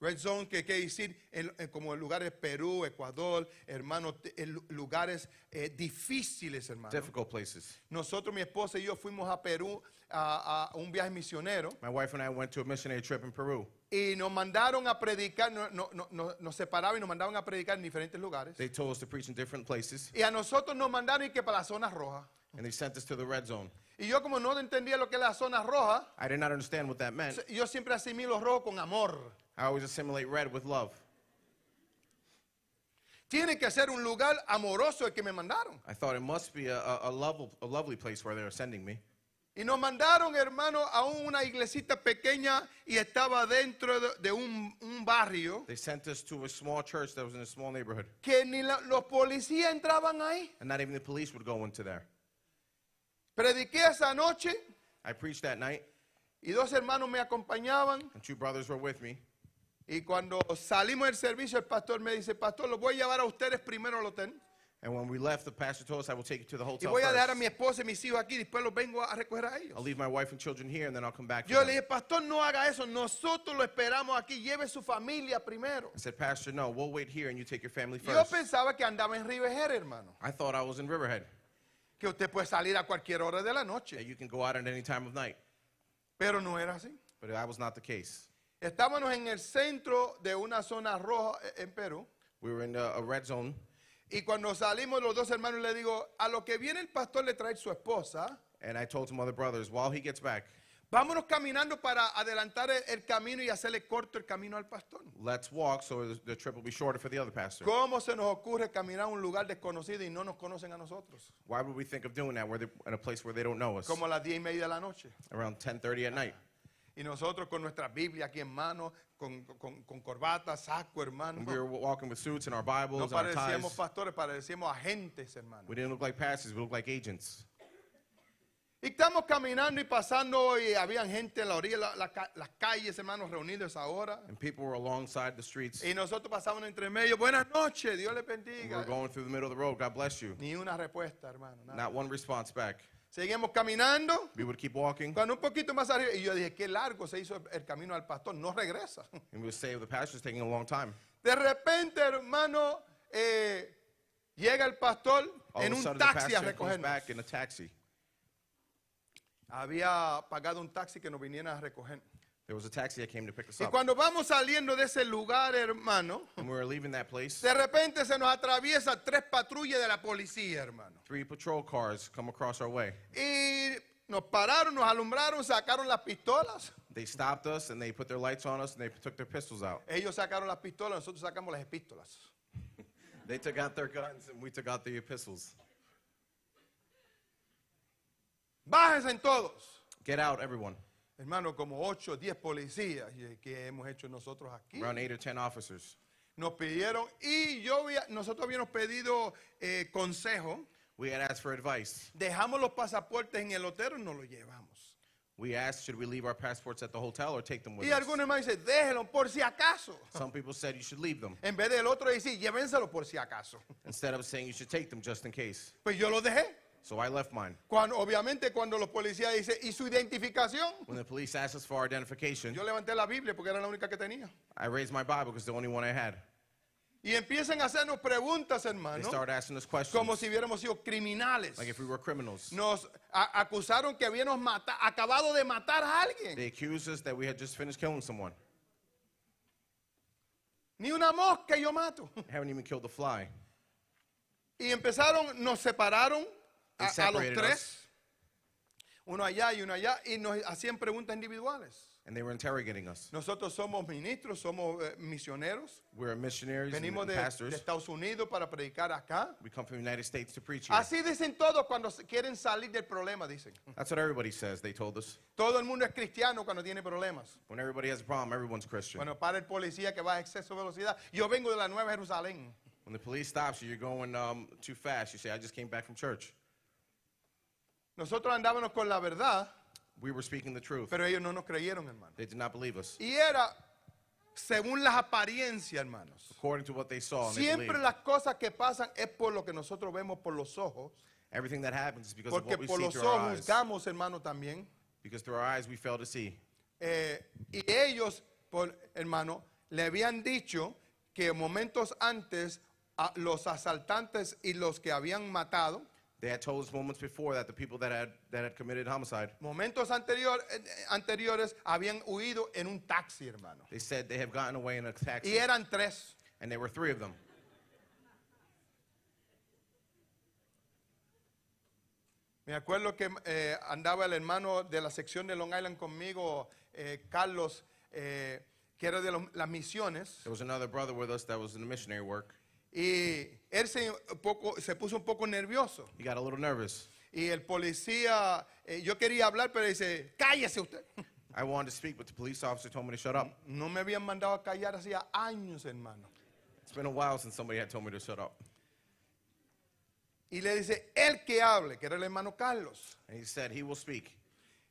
[SPEAKER 2] Red Zone, que qué decir, en- en como en lugares Perú, Ecuador, hermano, te- en lu- lugares eh, difíciles, hermano.
[SPEAKER 1] difficult places.
[SPEAKER 2] Nosotros, mi esposa y yo, fuimos a Perú a, a un viaje misionero
[SPEAKER 1] My wife and I went to a missionary trip in Peru.
[SPEAKER 2] y nos mandaron a predicar, no- no- no- no- nos separaban y nos mandaban a predicar en diferentes lugares.
[SPEAKER 1] They told us to preach in different places,
[SPEAKER 2] Y a nosotros nos mandaron y que para las zonas rojas.
[SPEAKER 1] and they sent us to the red zone.
[SPEAKER 2] Y yo como no entendía lo que es la zona roja,
[SPEAKER 1] I did not understand what that meant.
[SPEAKER 2] yo siempre asimilo rojo con amor.
[SPEAKER 1] I always assimilate red with love.
[SPEAKER 2] Tiene que ser un lugar amoroso el que me mandaron.
[SPEAKER 1] I thought it must be a, a, a, lovely, a lovely place where they were sending me.
[SPEAKER 2] Y nos mandaron, hermano, a una iglesita pequeña y estaba dentro de, de un, un barrio
[SPEAKER 1] They sent us to a small church that was in a small neighborhood,
[SPEAKER 2] que ni la- los policías entraban ahí.
[SPEAKER 1] and not even the police would go into there.
[SPEAKER 2] Prediqué esa noche
[SPEAKER 1] I preached that night,
[SPEAKER 2] y dos hermanos me acompañaban.
[SPEAKER 1] and two brothers were with me.
[SPEAKER 2] Y cuando salimos del servicio, el pastor me dice, pastor, los voy a llevar a ustedes primero al hotel.
[SPEAKER 1] And when we left, the pastor told us, I will take you to the
[SPEAKER 2] Y
[SPEAKER 1] hotel
[SPEAKER 2] voy a dejar a
[SPEAKER 1] first.
[SPEAKER 2] mi esposa y mis hijos aquí, después los vengo a recoger a
[SPEAKER 1] I'll
[SPEAKER 2] ellos.
[SPEAKER 1] leave my wife and children here, and then I'll come back. for
[SPEAKER 2] Yo
[SPEAKER 1] them."
[SPEAKER 2] le dije, pastor, no haga eso, nosotros lo esperamos aquí, lleve su familia primero.
[SPEAKER 1] I said, Pastor, no, we'll wait here, and you take your family
[SPEAKER 2] Yo
[SPEAKER 1] first.
[SPEAKER 2] pensaba que andaba en Rivejera, hermano.
[SPEAKER 1] I thought I was in Riverhead,
[SPEAKER 2] que usted puede salir a cualquier hora de la
[SPEAKER 1] that
[SPEAKER 2] noche.
[SPEAKER 1] you can go out at any time of night.
[SPEAKER 2] Pero no era así.
[SPEAKER 1] But that was not the case.
[SPEAKER 2] Estábamos en el centro de una zona roja eh, en Perú.
[SPEAKER 1] We were in a, a red zone,
[SPEAKER 2] Y cuando salimos los dos hermanos le digo, a lo que viene el pastor le trae su esposa,
[SPEAKER 1] and I told some other brothers, while he gets back,
[SPEAKER 2] vámonos caminando para adelantar el, el camino y hacerle corto el camino al pastor.
[SPEAKER 1] let's walk so the- the trip will be shorter for the other pastor.
[SPEAKER 2] ¿Cómo se nos ocurre caminar a un lugar desconocido y no nos conocen a nosotros?
[SPEAKER 1] Why would we think of doing that where they- in a place where they don't know us?
[SPEAKER 2] Como a las diez y media de la noche.
[SPEAKER 1] Around 10:30 at night,
[SPEAKER 2] Y nosotros con nuestra Biblia aquí en mano, con, con- con corbata, saco, hermano.
[SPEAKER 1] and we were walking with suits and our Bibles
[SPEAKER 2] No
[SPEAKER 1] and our ties.
[SPEAKER 2] parecíamos pastores, parecíamos agentes, hermano.
[SPEAKER 1] We didn't look like pastors; we looked like agents.
[SPEAKER 2] Y estamos caminando y pasando y había gente en la orilla, la- la ca- las calles, hermanos, reunidos ahora.
[SPEAKER 1] And people were alongside the streets.
[SPEAKER 2] Y nosotros pasamos entre medio. Buenas noches, Dios les
[SPEAKER 1] We were
[SPEAKER 2] bendiga.
[SPEAKER 1] going through the middle of the road. God bless you.
[SPEAKER 2] Ni una respuesta, hermano. nada.
[SPEAKER 1] Not one response back.
[SPEAKER 2] Seguimos caminando.
[SPEAKER 1] We would keep walking,
[SPEAKER 2] Cuando un poquito más arriba, y yo dije, qué largo se hizo el- el camino al pastor, no regresa.
[SPEAKER 1] and we would say the pastor's taking a long time.
[SPEAKER 2] De repente, hermano, eh, llega el pastor
[SPEAKER 1] All
[SPEAKER 2] en
[SPEAKER 1] of a
[SPEAKER 2] un
[SPEAKER 1] sudden, the
[SPEAKER 2] taxi a
[SPEAKER 1] pastor comes
[SPEAKER 2] recogernos.
[SPEAKER 1] back in a taxi.
[SPEAKER 2] Había pagado un taxi que nos viniera a recoger.
[SPEAKER 1] There was a taxi that came to pick us
[SPEAKER 2] Y
[SPEAKER 1] up.
[SPEAKER 2] cuando vamos saliendo de ese lugar, hermano,
[SPEAKER 1] When we were leaving that place,
[SPEAKER 2] De repente se nos atraviesa tres patrullas de la policía, hermano.
[SPEAKER 1] three patrol cars come across our way.
[SPEAKER 2] Y nos pararon, nos alumbraron, sacaron las pistolas.
[SPEAKER 1] They stopped us and they put their lights on us and they took their pistols out.
[SPEAKER 2] Ellos sacaron las pistolas, nosotros sacamos las epístolas.
[SPEAKER 1] They took out their guns and we took out the epistles.
[SPEAKER 2] Bájense en todos.
[SPEAKER 1] Get out, everyone.
[SPEAKER 2] Hermano, como 8 o 10 policías. Y, ¿Qué hemos hecho nosotros aquí?
[SPEAKER 1] Around eight or ten officers.
[SPEAKER 2] Nos pidieron, y yo había- nosotros habíamos pedido eh, consejo.
[SPEAKER 1] We had asked for advice.
[SPEAKER 2] Dejamos los pasaportes en el hotel y nos los llevamos.
[SPEAKER 1] We asked, should we leave our passports at the hotel or take them with
[SPEAKER 2] Y
[SPEAKER 1] us?
[SPEAKER 2] algunos hermanos dicen, déjenlo por si acaso.
[SPEAKER 1] Some people said you should leave them
[SPEAKER 2] En vez del otro decir, llévenselo por si acaso.
[SPEAKER 1] instead of saying you should take them just in case.
[SPEAKER 2] Pues yo lo dejé.
[SPEAKER 1] So I left mine.
[SPEAKER 2] Cuando, obviamente cuando los policías dicen, ¿y su identificación?
[SPEAKER 1] When the police asked us for our identification,
[SPEAKER 2] Yo levanté la Biblia porque era la única que tenía.
[SPEAKER 1] I raised my Bible because the only one I had.
[SPEAKER 2] Y empiezan a hacernos preguntas,
[SPEAKER 1] They
[SPEAKER 2] hermano,
[SPEAKER 1] started asking us questions
[SPEAKER 2] como si hubiéramos sido criminales.
[SPEAKER 1] like if we were criminals.
[SPEAKER 2] Nos a- acusaron que habíamos mata- acabado de matar a alguien.
[SPEAKER 1] They accused us that we had just finished killing someone.
[SPEAKER 2] Ni una mosca yo mato.
[SPEAKER 1] haven't even killed a fly.
[SPEAKER 2] Y empezaron, nos separaron
[SPEAKER 1] They
[SPEAKER 2] a, a los
[SPEAKER 1] separated
[SPEAKER 2] tres. uno allá y uno allá, y nos hacían preguntas individuales.
[SPEAKER 1] and they were interrogating us.
[SPEAKER 2] Nosotros somos ministros, somos eh, misioneros,
[SPEAKER 1] We're missionaries and
[SPEAKER 2] venimos de, de
[SPEAKER 1] pastors.
[SPEAKER 2] Estados Unidos para predicar acá.
[SPEAKER 1] We come from the United States to preach here.
[SPEAKER 2] Así dicen todos cuando se- quieren salir del problema, dicen.
[SPEAKER 1] That's what everybody says, they told us.
[SPEAKER 2] Todo el mundo es cristiano cuando tiene problemas.
[SPEAKER 1] When everybody has a problem, everyone's Christian.
[SPEAKER 2] Bueno, para el policía que va a exceso de velocidad. Yo vengo de la Nueva Jerusalén.
[SPEAKER 1] When the police stops you, you're going um, too fast. You say, I just came back from church.
[SPEAKER 2] Nosotros andábamos con la verdad,
[SPEAKER 1] We were speaking the truth.
[SPEAKER 2] pero ellos no nos creyeron, hermano.
[SPEAKER 1] They did not believe us.
[SPEAKER 2] Y era según las apariencias, hermanos.
[SPEAKER 1] According to what they saw, and they
[SPEAKER 2] Siempre
[SPEAKER 1] believed.
[SPEAKER 2] las cosas que pasan es por lo que nosotros vemos por los ojos.
[SPEAKER 1] Everything that happens is because of
[SPEAKER 2] Porque
[SPEAKER 1] what we
[SPEAKER 2] por
[SPEAKER 1] see
[SPEAKER 2] los
[SPEAKER 1] through our
[SPEAKER 2] ojos
[SPEAKER 1] eyes.
[SPEAKER 2] juzgamos, hermano, también.
[SPEAKER 1] Because through our eyes, we fail to see.
[SPEAKER 2] Eh, y ellos, por, hermano, le habían dicho que momentos antes a los asaltantes y los que habían matado,
[SPEAKER 1] They had told us moments before that the people that had, that had committed homicide,
[SPEAKER 2] momentos anterior- eh, eh, anteriores habían huido en un taxi, hermano.
[SPEAKER 1] they said they have gotten away in a
[SPEAKER 2] Y
[SPEAKER 1] taxi.
[SPEAKER 2] eran tres.
[SPEAKER 1] And there were three of them.
[SPEAKER 2] Me acuerdo que eh, andaba el hermano de la sección de Long Island conmigo, eh, Carlos, eh, que era de los- las misiones.
[SPEAKER 1] There was another brother with us that was in the missionary work.
[SPEAKER 2] Y él se, un poco, se puso un poco nervioso.
[SPEAKER 1] He got a little nervous.
[SPEAKER 2] Y el policía, eh, yo quería hablar, pero dice, cállese usted.
[SPEAKER 1] I wanted to speak, but the police officer told me to shut up.
[SPEAKER 2] No me habían mandado a callar hacía años, hermano.
[SPEAKER 1] It's been a while since somebody had told me to shut up.
[SPEAKER 2] Y le dice, el que hable, que era el hermano Carlos.
[SPEAKER 1] And he said, He will speak.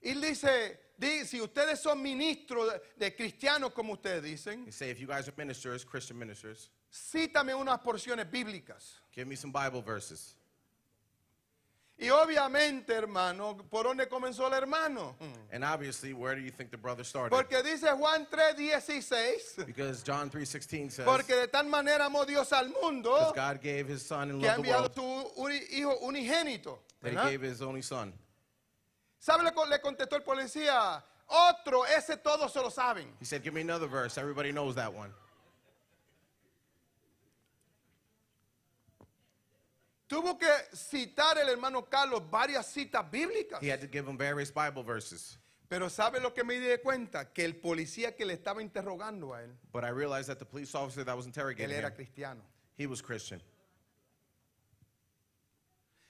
[SPEAKER 2] Y le dice, "Di- si ustedes son ministros de, de cristianos, como ustedes dicen,
[SPEAKER 1] He said, If you guys are ministers, Christian ministers,
[SPEAKER 2] cítame unas porciones bíblicas.
[SPEAKER 1] give me some Bible verses.
[SPEAKER 2] Y obviamente, hermano, ¿por dónde comenzó el hermano?
[SPEAKER 1] And obviously, where do you think the brother started?
[SPEAKER 2] Porque dice Juan 3:16,
[SPEAKER 1] because John 3.16 says,
[SPEAKER 2] porque de tal manera amó Dios al mundo
[SPEAKER 1] "Because God gave his son and
[SPEAKER 2] que ha
[SPEAKER 1] loved the
[SPEAKER 2] enviado
[SPEAKER 1] world,
[SPEAKER 2] a su ¿Ah? uni- hijo unigénito.
[SPEAKER 1] that
[SPEAKER 2] ¿verdad?
[SPEAKER 1] he gave his only son.
[SPEAKER 2] ¿Sabe lo que le contestó el policía? Otro, ese todos se lo saben.
[SPEAKER 1] He said, give me another verse. Everybody knows that one.
[SPEAKER 2] Tuvo que citar el hermano Carlos varias citas bíblicas.
[SPEAKER 1] He had to give him various Bible verses.
[SPEAKER 2] Pero ¿sabe lo que me di cuenta? Que el policía que le estaba interrogando a él,
[SPEAKER 1] But I realized that the police officer that was
[SPEAKER 2] él
[SPEAKER 1] interrogating him,
[SPEAKER 2] era cristiano.
[SPEAKER 1] he was Christian.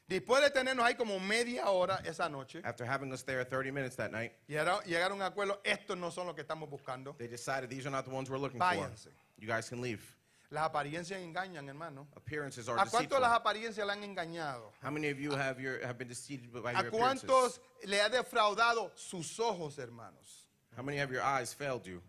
[SPEAKER 2] Después de tenernos ahí como media hora esa noche,
[SPEAKER 1] After having us there 30 minutes that night,
[SPEAKER 2] llegaron, llegaron a un acuerdo, estos no son los que estamos buscando.
[SPEAKER 1] they decided these are not the ones we're looking
[SPEAKER 2] Váyanse.
[SPEAKER 1] for. You guys can leave.
[SPEAKER 2] Las apariencias engañan, hermano.
[SPEAKER 1] Appearances are
[SPEAKER 2] ¿A cuántos
[SPEAKER 1] deceitful.
[SPEAKER 2] las apariencias le han engañado?
[SPEAKER 1] How many of you have, your, have been deceived by your
[SPEAKER 2] ¿A
[SPEAKER 1] appearances?
[SPEAKER 2] cuántos le ha defraudado sus ojos, hermanos?
[SPEAKER 1] How many of your eyes failed you?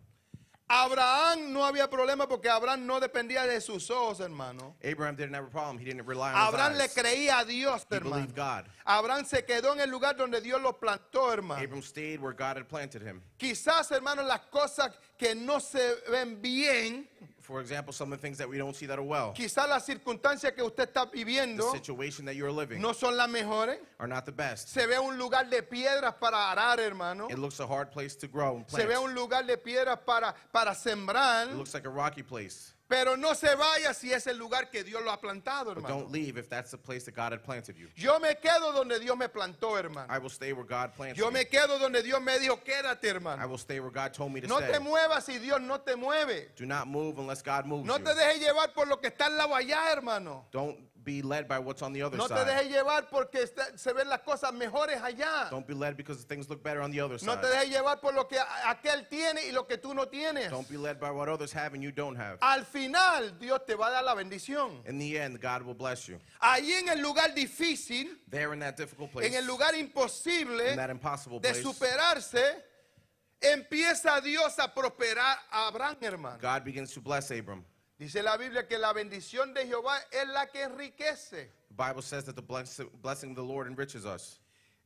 [SPEAKER 2] Abraham no había problema porque Abraham no dependía de sus ojos, hermano.
[SPEAKER 1] Abraham didn't have a problem. He didn't rely on
[SPEAKER 2] Abraham
[SPEAKER 1] his
[SPEAKER 2] le
[SPEAKER 1] eyes.
[SPEAKER 2] creía a Dios,
[SPEAKER 1] he
[SPEAKER 2] hermano. Ah.
[SPEAKER 1] believed God.
[SPEAKER 2] Abraham se quedó en el lugar donde Dios lo plantó, hermano.
[SPEAKER 1] Abram stayed where God had planted him.
[SPEAKER 2] Quizás, hermano, las cosas que no se ven bien,
[SPEAKER 1] For example, some of the things that we don't see that are well,
[SPEAKER 2] quizás las circunstancias que usted está
[SPEAKER 1] the
[SPEAKER 2] viviendo
[SPEAKER 1] situation that you're living,
[SPEAKER 2] no son las mejores.
[SPEAKER 1] are not the best.
[SPEAKER 2] Se ve un lugar de piedras para arar, hermano.
[SPEAKER 1] It looks a hard place to grow and
[SPEAKER 2] Se
[SPEAKER 1] plant.
[SPEAKER 2] ve un lugar de piedras para, para sembrar.
[SPEAKER 1] It looks like a rocky place.
[SPEAKER 2] Pero no se vaya si es el lugar que Dios lo ha
[SPEAKER 1] But
[SPEAKER 2] plantado, hermano.
[SPEAKER 1] don't leave if that's the place that God had planted you.
[SPEAKER 2] Yo me quedo donde Dios me plantó, hermano.
[SPEAKER 1] I will stay where God planted
[SPEAKER 2] Yo
[SPEAKER 1] me.
[SPEAKER 2] me quedo donde Dios me dijo, quédate,
[SPEAKER 1] I
[SPEAKER 2] hermano.
[SPEAKER 1] will stay where God told me to
[SPEAKER 2] No
[SPEAKER 1] stay.
[SPEAKER 2] te muevas si Dios no te mueve.
[SPEAKER 1] Do not move unless God moves
[SPEAKER 2] No
[SPEAKER 1] you.
[SPEAKER 2] te dejes llevar por lo que está al lado allá, hermano.
[SPEAKER 1] Don't be led by what's on the other
[SPEAKER 2] No te
[SPEAKER 1] side.
[SPEAKER 2] dejes llevar porque está- se ven las cosas mejores allá.
[SPEAKER 1] Don't be led because things look better on the other
[SPEAKER 2] Uh, No
[SPEAKER 1] side.
[SPEAKER 2] te dejes llevar por lo que a- aquel tiene y lo que tú no tienes.
[SPEAKER 1] Don't be led by what others have and you don't have.
[SPEAKER 2] Al final, Dios te va a dar la bendición.
[SPEAKER 1] In the end, God will bless you.
[SPEAKER 2] Ahí en el lugar difícil,
[SPEAKER 1] There in that difficult place,
[SPEAKER 2] en el lugar imposible
[SPEAKER 1] in that impossible
[SPEAKER 2] de
[SPEAKER 1] place,
[SPEAKER 2] superarse, empieza Dios a prosperar a Abraham, hermano.
[SPEAKER 1] God begins to bless Abram.
[SPEAKER 2] Dice la Biblia que la bendición de Jehová es la que enriquece.
[SPEAKER 1] The Bible says that the bless- blessing of the Lord enriches us.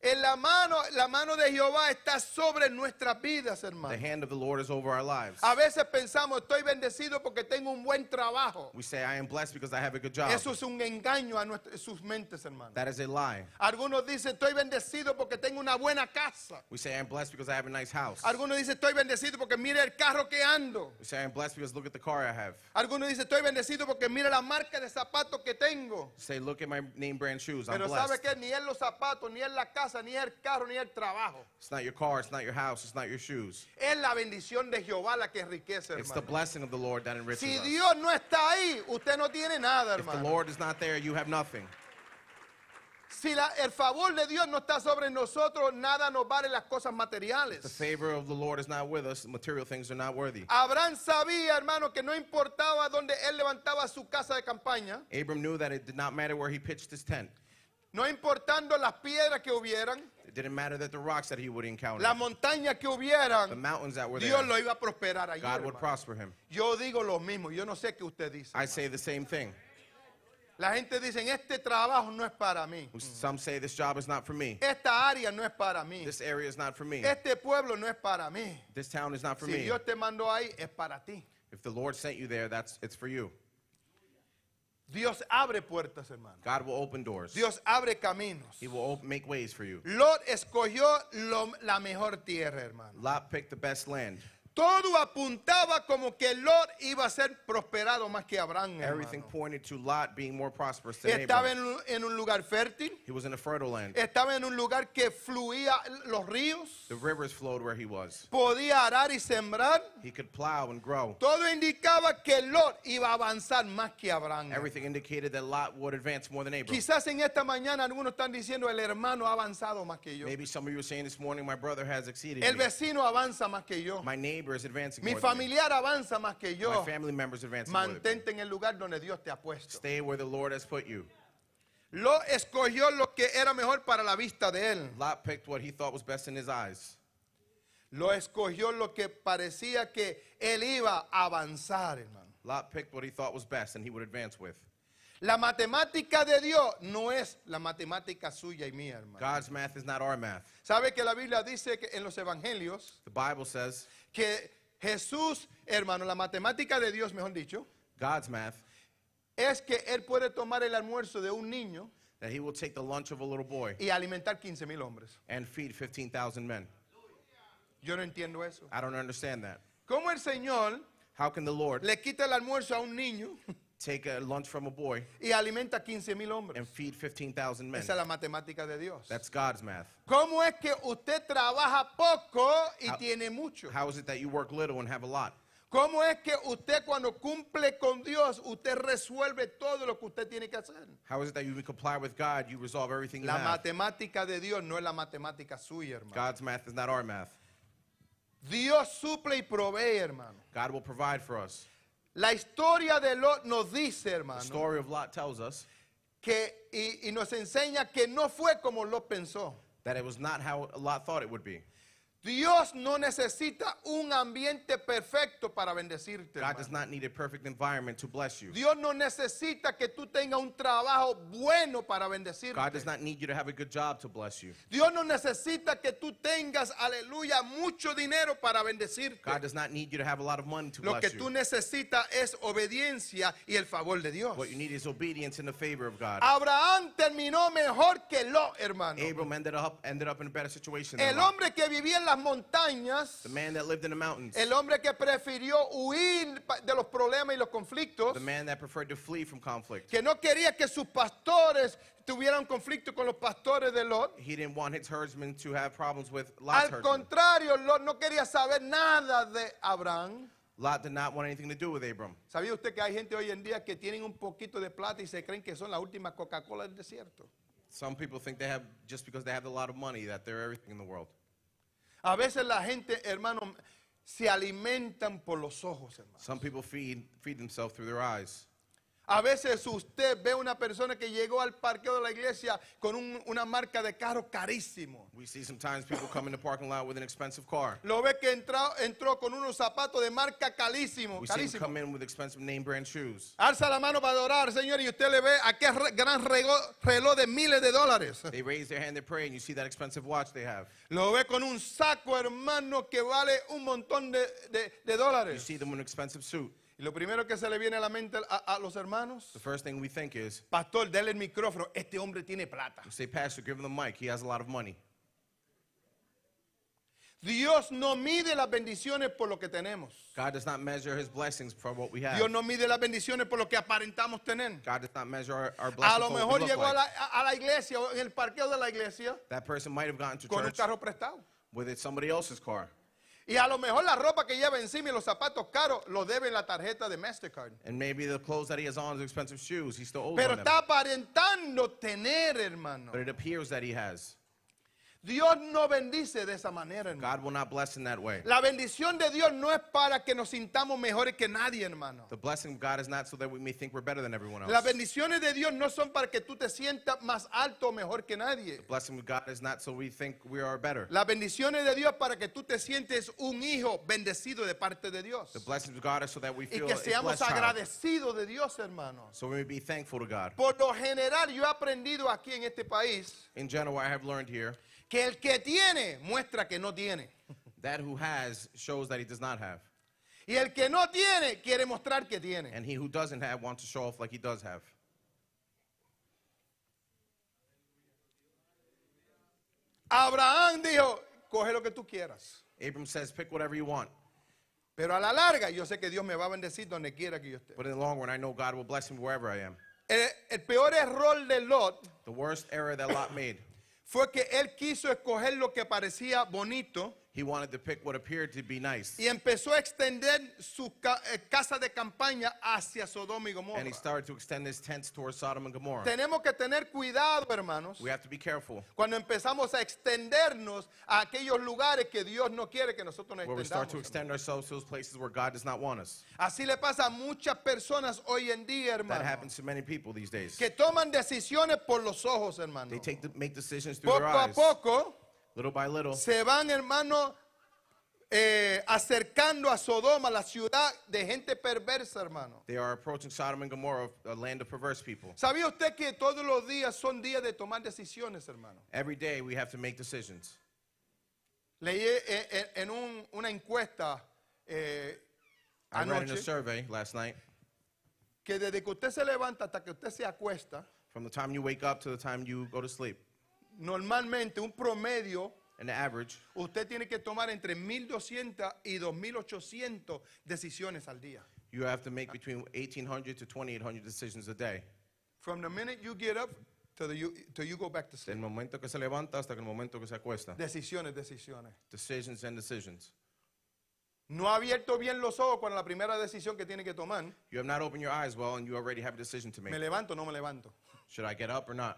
[SPEAKER 2] En la mano, la mano de Jehová está sobre nuestras vidas,
[SPEAKER 1] The
[SPEAKER 2] hermano.
[SPEAKER 1] hand of the Lord is over our lives.
[SPEAKER 2] A veces pensamos, estoy bendecido porque tengo un buen trabajo.
[SPEAKER 1] We say, I am blessed because I have a good job.
[SPEAKER 2] Eso es un engaño a nuestras- sus mentes, hermano.
[SPEAKER 1] That is a lie.
[SPEAKER 2] Algunos dicen, estoy bendecido porque tengo una buena casa.
[SPEAKER 1] We say, I am blessed because I have a nice house.
[SPEAKER 2] Algunos dicen, estoy bendecido porque mira el carro que ando.
[SPEAKER 1] We say, I am blessed because look at the car I have.
[SPEAKER 2] Algunos dicen, estoy bendecido porque mira la marca de zapatos que tengo.
[SPEAKER 1] Say, look at my name brand shoes. I'm
[SPEAKER 2] Pero
[SPEAKER 1] blessed.
[SPEAKER 2] sabe que ni es los zapatos, ni es la casa, ni es el carro, ni es el trabajo.
[SPEAKER 1] It's not your car, it's not your house, it's not your shoes.
[SPEAKER 2] Es la bendición de Jehová la que enriquece,
[SPEAKER 1] It's the
[SPEAKER 2] hermano.
[SPEAKER 1] blessing of the Lord that enriches
[SPEAKER 2] Si
[SPEAKER 1] us.
[SPEAKER 2] Dios no está ahí, usted no tiene nada,
[SPEAKER 1] If the
[SPEAKER 2] hermano.
[SPEAKER 1] Lord is not there, you have nothing.
[SPEAKER 2] Si la- el favor de Dios no está sobre nosotros, nada nos vale las cosas
[SPEAKER 1] The
[SPEAKER 2] materiales.
[SPEAKER 1] favor of the Lord is not with us, material things are not worthy.
[SPEAKER 2] Abraham sabía, hermano, que no importaba donde él levantaba su casa de campaña,
[SPEAKER 1] Abram knew that it did not matter where he pitched his tent.
[SPEAKER 2] no importando las piedras que hubieran,
[SPEAKER 1] It didn't matter that the rocks that he would encounter,
[SPEAKER 2] las montañas que
[SPEAKER 1] the
[SPEAKER 2] hubieran,
[SPEAKER 1] mountains that were
[SPEAKER 2] Dios
[SPEAKER 1] there,
[SPEAKER 2] lo iba a prosperar allí.
[SPEAKER 1] God would
[SPEAKER 2] hermano.
[SPEAKER 1] prosper him.
[SPEAKER 2] Yo digo lo mismo, yo no sé qué usted dice.
[SPEAKER 1] I say the same thing.
[SPEAKER 2] La gente dice, este trabajo no es para mí.
[SPEAKER 1] Some say this job is not for me.
[SPEAKER 2] Esta área no es para mí.
[SPEAKER 1] This area is not for me.
[SPEAKER 2] Este pueblo no es para mí.
[SPEAKER 1] This town is not for
[SPEAKER 2] Si
[SPEAKER 1] me.
[SPEAKER 2] Dios te mandó ahí, es para ti.
[SPEAKER 1] If the Lord sent you there, that's it's for you.
[SPEAKER 2] Dios abre puertas, hermano.
[SPEAKER 1] God will open doors.
[SPEAKER 2] Dios abre caminos.
[SPEAKER 1] He will op- make ways for you.
[SPEAKER 2] Lot escogió lo- la mejor tierra, hermano.
[SPEAKER 1] Lot picked the best land.
[SPEAKER 2] Todo apuntaba como que Lot iba a ser prosperado más que Abraham.
[SPEAKER 1] Everything
[SPEAKER 2] hermano.
[SPEAKER 1] pointed to Lot being more prosperous than
[SPEAKER 2] Estaba
[SPEAKER 1] Abram.
[SPEAKER 2] en, un- en un lugar fértil,
[SPEAKER 1] He was in a fertile land.
[SPEAKER 2] estaba en un lugar que fluía los ríos,
[SPEAKER 1] The rivers flowed where he was.
[SPEAKER 2] podía arar y sembrar.
[SPEAKER 1] He could plow and grow.
[SPEAKER 2] Todo indicaba que Lot iba a avanzar más que Abraham.
[SPEAKER 1] Everything indicated that Lot would advance more than Abram.
[SPEAKER 2] Quizás en esta mañana algunos están diciendo el hermano ha avanzado más que yo.
[SPEAKER 1] Maybe some of you were saying this morning, my brother has exceeded
[SPEAKER 2] El
[SPEAKER 1] me.
[SPEAKER 2] vecino avanza más que yo.
[SPEAKER 1] My neighbor is advancing
[SPEAKER 2] Mi
[SPEAKER 1] more than me.
[SPEAKER 2] familiar avanza más que
[SPEAKER 1] My
[SPEAKER 2] yo.
[SPEAKER 1] family members advancing more than me.
[SPEAKER 2] Mantente en el lugar donde Dios te ha puesto.
[SPEAKER 1] Stay where the Lord has put you.
[SPEAKER 2] Lot escogió lo que era mejor para la vista de él.
[SPEAKER 1] Lot picked what he thought was best in his eyes.
[SPEAKER 2] Lo escogió lo que parecía que él iba a avanzar, hermano.
[SPEAKER 1] Lot picked what he thought was best and he would advance with.
[SPEAKER 2] La matemática de Dios no es la matemática suya y mía, hermano.
[SPEAKER 1] God's math is not our math.
[SPEAKER 2] ¿Sabe que la Biblia dice que en los evangelios
[SPEAKER 1] The Bible says
[SPEAKER 2] que Jesús, hermano, la matemática de Dios, mejor dicho,
[SPEAKER 1] God's math
[SPEAKER 2] es que Él puede tomar el almuerzo de un niño
[SPEAKER 1] that he will take the lunch of a little boy
[SPEAKER 2] y alimentar 15 mil hombres.
[SPEAKER 1] and feed 15,000 men.
[SPEAKER 2] Yo no entiendo eso.
[SPEAKER 1] I don't understand that.
[SPEAKER 2] ¿Cómo el Señor
[SPEAKER 1] How can the Lord
[SPEAKER 2] le quita el almuerzo a un niño
[SPEAKER 1] take a lunch from a boy
[SPEAKER 2] y alimenta 15 mil hombres?
[SPEAKER 1] and feed 15,000 men?
[SPEAKER 2] Esa es la matemática de Dios.
[SPEAKER 1] That's God's math.
[SPEAKER 2] ¿Cómo es que usted trabaja poco y
[SPEAKER 1] How-
[SPEAKER 2] tiene mucho?
[SPEAKER 1] How is it that you work little and have a lot?
[SPEAKER 2] ¿Cómo es que usted cuando cumple con Dios, usted resuelve todo lo que usted tiene que hacer?
[SPEAKER 1] How is it that you comply with God, you resolve everything you
[SPEAKER 2] La
[SPEAKER 1] have?
[SPEAKER 2] matemática de Dios no es la matemática suya, hermano.
[SPEAKER 1] God's math is not our math.
[SPEAKER 2] Dios suple y provee, hermano.
[SPEAKER 1] God will provide for us.
[SPEAKER 2] La historia de Lot nos dice,
[SPEAKER 1] The
[SPEAKER 2] hermano,
[SPEAKER 1] story of Lot tells us
[SPEAKER 2] que, y, y nos enseña que no fue como Lot pensó.
[SPEAKER 1] that it was not how Lot thought it would be.
[SPEAKER 2] Dios no necesita un ambiente perfecto para bendecirte.
[SPEAKER 1] God
[SPEAKER 2] hermano.
[SPEAKER 1] does not need a perfect environment to bless you.
[SPEAKER 2] Dios no necesita que tú tengas un trabajo bueno para
[SPEAKER 1] God does
[SPEAKER 2] bendecirte.
[SPEAKER 1] not need you to have a good job to bless you.
[SPEAKER 2] Dios no necesita que tú tengas, aleluya, mucho dinero para bendecirte.
[SPEAKER 1] God does not need you to have a lot of money to
[SPEAKER 2] Lo que
[SPEAKER 1] bless
[SPEAKER 2] tú
[SPEAKER 1] you.
[SPEAKER 2] necesitas es obediencia y el favor de Dios.
[SPEAKER 1] What you need is obedience and the favor of God.
[SPEAKER 2] Ah, Abraham terminó mejor que Lot, hermano.
[SPEAKER 1] Abram ended up ended up in a better situation than
[SPEAKER 2] El
[SPEAKER 1] Lot.
[SPEAKER 2] hombre que vivía en las montañas,
[SPEAKER 1] The man that lived in the mountains.
[SPEAKER 2] el hombre que prefirió huir pa- de los problemas y los conflictos,
[SPEAKER 1] The man that preferred to flee from conflict.
[SPEAKER 2] que no quería que sus pastores tuvieran conflicto con los pastores de Lot.
[SPEAKER 1] He didn't want his herdsmen to have problems with Lot's herdsmen.
[SPEAKER 2] Al contrario, Lot no quería saber nada de Abraham.
[SPEAKER 1] Lot did not want anything to do with Abram.
[SPEAKER 2] ¿Sabía usted que hay gente hoy en día que tienen un poquito de plata y se creen que son la última Coca-Cola del desierto?
[SPEAKER 1] Some people think they have just because they have a lot of money that they're everything in the world.
[SPEAKER 2] A veces la gente, hermano, se alimentan por los ojos, hermano.
[SPEAKER 1] Some people feed feed themselves through their eyes.
[SPEAKER 2] A veces usted ve una persona que llegó al parqueo de la iglesia con un- una marca de carro carísimo.
[SPEAKER 1] We see sometimes people come in the parking lot with an expensive car.
[SPEAKER 2] Lo ve que entra- entró con unos zapatos de marca carísimo,
[SPEAKER 1] We see them
[SPEAKER 2] carísimo.
[SPEAKER 1] come in with expensive name brand shoes.
[SPEAKER 2] Alza la mano para adorar, Señor, y usted le ve aquel re- gran rego- reloj de miles de dólares.
[SPEAKER 1] They raise their hand, they pray, and you see that expensive watch they have.
[SPEAKER 2] Lo ve con un saco, hermano, que vale un montón de, de- de
[SPEAKER 1] You
[SPEAKER 2] dólares.
[SPEAKER 1] see them in an expensive suit.
[SPEAKER 2] Y lo primero que se le viene a la mente a, a los hermanos,
[SPEAKER 1] The first thing we think is,
[SPEAKER 2] pastor, déle el micrófono, este hombre tiene plata.
[SPEAKER 1] we say, Pastor, give him the mic. He has a lot of money.
[SPEAKER 2] Dios no mide las bendiciones por lo que tenemos.
[SPEAKER 1] God does not measure his blessings for what we
[SPEAKER 2] Dios
[SPEAKER 1] have.
[SPEAKER 2] no mide las bendiciones por lo que aparentamos tener.
[SPEAKER 1] God does not measure our, our
[SPEAKER 2] A
[SPEAKER 1] blessings
[SPEAKER 2] lo
[SPEAKER 1] for what we
[SPEAKER 2] mejor
[SPEAKER 1] look
[SPEAKER 2] llegó a la,
[SPEAKER 1] like.
[SPEAKER 2] a- a la iglesia o en el parqueo de la iglesia
[SPEAKER 1] That person might have gotten to
[SPEAKER 2] con un
[SPEAKER 1] church
[SPEAKER 2] carro prestado.
[SPEAKER 1] with it somebody else's car.
[SPEAKER 2] Y a lo mejor la ropa que lleva encima y los zapatos caros lo debe en la tarjeta de Mastercard.
[SPEAKER 1] And maybe the clothes that he has on is expensive shoes. He still owes
[SPEAKER 2] Pero
[SPEAKER 1] on them.
[SPEAKER 2] está aparentando tener, hermano.
[SPEAKER 1] But it appears that he has.
[SPEAKER 2] Dios no bendice de esa manera, hermano.
[SPEAKER 1] God will not bless in that way.
[SPEAKER 2] La bendición de Dios no es para que nos sintamos mejores que nadie, hermano.
[SPEAKER 1] The blessing of God is not so that we may think we're better than everyone else.
[SPEAKER 2] Las bendiciones de Dios no son para que tú te sientas más alto o mejor que nadie.
[SPEAKER 1] The blessing of God is not so we think we are better.
[SPEAKER 2] Las bendiciones de Dios para que tú te sientes un hijo bendecido de parte de Dios.
[SPEAKER 1] The blessings of God is so that we
[SPEAKER 2] Y
[SPEAKER 1] feel
[SPEAKER 2] que
[SPEAKER 1] a
[SPEAKER 2] seamos
[SPEAKER 1] blessed child.
[SPEAKER 2] agradecidos de Dios, hermano.
[SPEAKER 1] So we may be thankful to God.
[SPEAKER 2] Por lo general, yo he aprendido aquí en este país
[SPEAKER 1] In general, I have learned here
[SPEAKER 2] que el que tiene muestra que no tiene.
[SPEAKER 1] that who has shows that he does not have.
[SPEAKER 2] Y el que no tiene quiere mostrar que tiene.
[SPEAKER 1] And he who doesn't have wants to show off like he does have.
[SPEAKER 2] Abraham dijo, coge lo que tú quieras.
[SPEAKER 1] Abram says, pick whatever you want.
[SPEAKER 2] Pero a la larga, yo sé que Dios me va a bendecir donde quiera que yo esté.
[SPEAKER 1] But in the long run, I know God will bless him wherever I am.
[SPEAKER 2] El, el peor error de Lot
[SPEAKER 1] The worst error that Lot made,
[SPEAKER 2] fue que él quiso escoger lo que parecía bonito
[SPEAKER 1] he wanted to pick what appeared to be nice.
[SPEAKER 2] y empezó a extender su ca- eh, casa de campaña hacia Sodoma y Gomorra.
[SPEAKER 1] And he started to extend his tents towards Sodom and Gomorrah.
[SPEAKER 2] Tenemos que tener cuidado, hermanos,
[SPEAKER 1] We have to be careful
[SPEAKER 2] cuando empezamos a extendernos a aquellos lugares que Dios no quiere que nosotros nos
[SPEAKER 1] where we start to
[SPEAKER 2] extendamos.
[SPEAKER 1] extend ourselves to those places where God does not want us.
[SPEAKER 2] Así le pasa a muchas personas hoy en día,
[SPEAKER 1] That
[SPEAKER 2] hermano,
[SPEAKER 1] happens to many people these days.
[SPEAKER 2] que toman decisiones por los ojos, hermano.
[SPEAKER 1] They take the, make decisions through
[SPEAKER 2] Poco
[SPEAKER 1] their
[SPEAKER 2] a
[SPEAKER 1] eyes.
[SPEAKER 2] poco
[SPEAKER 1] Little by little,
[SPEAKER 2] se van, hermano, eh, acercando a Sodoma, la ciudad de gente perversa, hermano.
[SPEAKER 1] they are approaching Sodom and Gomorrah, a land of perverse people.
[SPEAKER 2] ¿Sabía usted que todos los días son días de tomar decisiones, hermano?
[SPEAKER 1] Every day we have to make decisions.
[SPEAKER 2] Leí eh, eh, en un- una encuesta eh,
[SPEAKER 1] I read in a
[SPEAKER 2] anoche
[SPEAKER 1] survey last night
[SPEAKER 2] que desde que usted se levanta hasta que usted se acuesta,
[SPEAKER 1] from the time you wake up to the time you go to sleep,
[SPEAKER 2] normalmente un promedio,
[SPEAKER 1] an average,
[SPEAKER 2] usted tiene que tomar entre 1.200 y 2.800 decisiones al día.
[SPEAKER 1] you have to make between 1,800 to 2,800 decisions a day.
[SPEAKER 2] From the minute you get up to the you, till you go back to
[SPEAKER 1] Del
[SPEAKER 2] sleep.
[SPEAKER 1] momento que se levanta hasta que el momento que se acuesta.
[SPEAKER 2] Decisiones, decisiones.
[SPEAKER 1] Decisions and decisions.
[SPEAKER 2] No ha abierto bien los ojos cuando la primera decisión que tiene que tomar,
[SPEAKER 1] You have not opened your eyes well and you already have a decision to
[SPEAKER 2] me
[SPEAKER 1] make.
[SPEAKER 2] levanto o no me levanto.
[SPEAKER 1] Should I get up or not?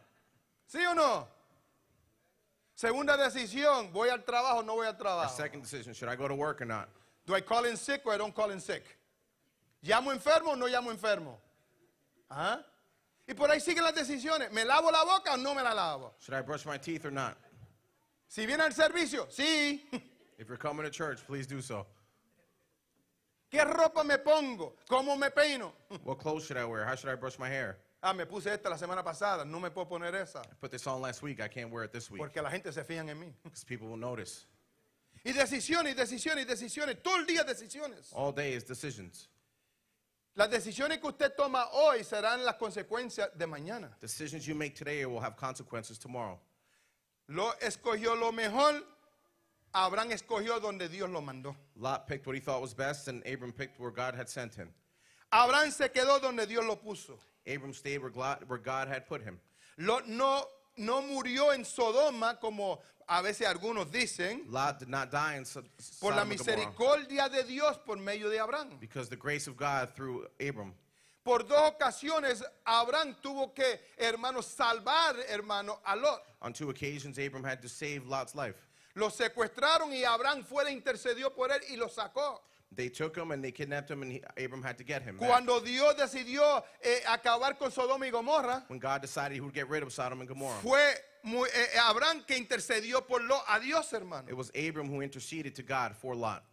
[SPEAKER 2] ¿Sí o no? Segunda decisión, voy al trabajo o no voy al
[SPEAKER 1] A
[SPEAKER 2] trabajo.
[SPEAKER 1] second decision, should I go to work or not?
[SPEAKER 2] Do I call in sick or I don't call in sick? ¿Llamo enfermo o no llamo enfermo? ¿Ah? Y por ahí siguen las decisiones. ¿Me lavo la boca o no me la lavo?
[SPEAKER 1] Should I brush my teeth or not?
[SPEAKER 2] Si viene al servicio, sí.
[SPEAKER 1] If you're coming to church, please do so.
[SPEAKER 2] ¿Qué ropa me pongo? ¿Cómo me peino?
[SPEAKER 1] What clothes should I wear? How should I brush my hair?
[SPEAKER 2] Ah, me puse esta la semana pasada, no me puedo poner esa.
[SPEAKER 1] I put this on last week. I can't wear it this week
[SPEAKER 2] Porque la gente se fijan en mí.
[SPEAKER 1] because people will notice.
[SPEAKER 2] Y decisiones, y decisiones, y decisiones. Todo el día decisiones.
[SPEAKER 1] All day is decisions.
[SPEAKER 2] Las decisiones que usted toma hoy serán las consecuencias de mañana.
[SPEAKER 1] Decisions you make today will have consequences tomorrow.
[SPEAKER 2] Lo escogió lo mejor, Abraham escogió donde Dios lo mandó.
[SPEAKER 1] Lot picked what he thought was best, and Abram picked where God had sent him.
[SPEAKER 2] Abraham se quedó donde Dios lo puso.
[SPEAKER 1] Abram stayed where God, where God had put him.
[SPEAKER 2] Lot no, no murió en Sodoma, como a veces algunos dicen,
[SPEAKER 1] Lot did not die in Sod-
[SPEAKER 2] por
[SPEAKER 1] Sodom
[SPEAKER 2] la
[SPEAKER 1] and Gomorrah
[SPEAKER 2] misericordia de Dios por medio de Abraham.
[SPEAKER 1] because the grace of God through Abram.
[SPEAKER 2] Por dos ocasiones, Abraham tuvo que, hermano, salvar, hermano, a Lot.
[SPEAKER 1] On two occasions, Abram had to save Lot's life.
[SPEAKER 2] Lo secuestraron y Abraham fue e intercedió por él y lo sacó.
[SPEAKER 1] They took him and they kidnapped him, and he, Abram had to get him. back.
[SPEAKER 2] Cuando Dios decidió eh, acabar con Sodoma y Gomorra,
[SPEAKER 1] When God decided he would get rid of Sodom and Gomorrah,
[SPEAKER 2] fue mu- eh, eh, Abraham que intercedió por Lot. A Dios, hermano.
[SPEAKER 1] it was Abram who interceded to God for Lot.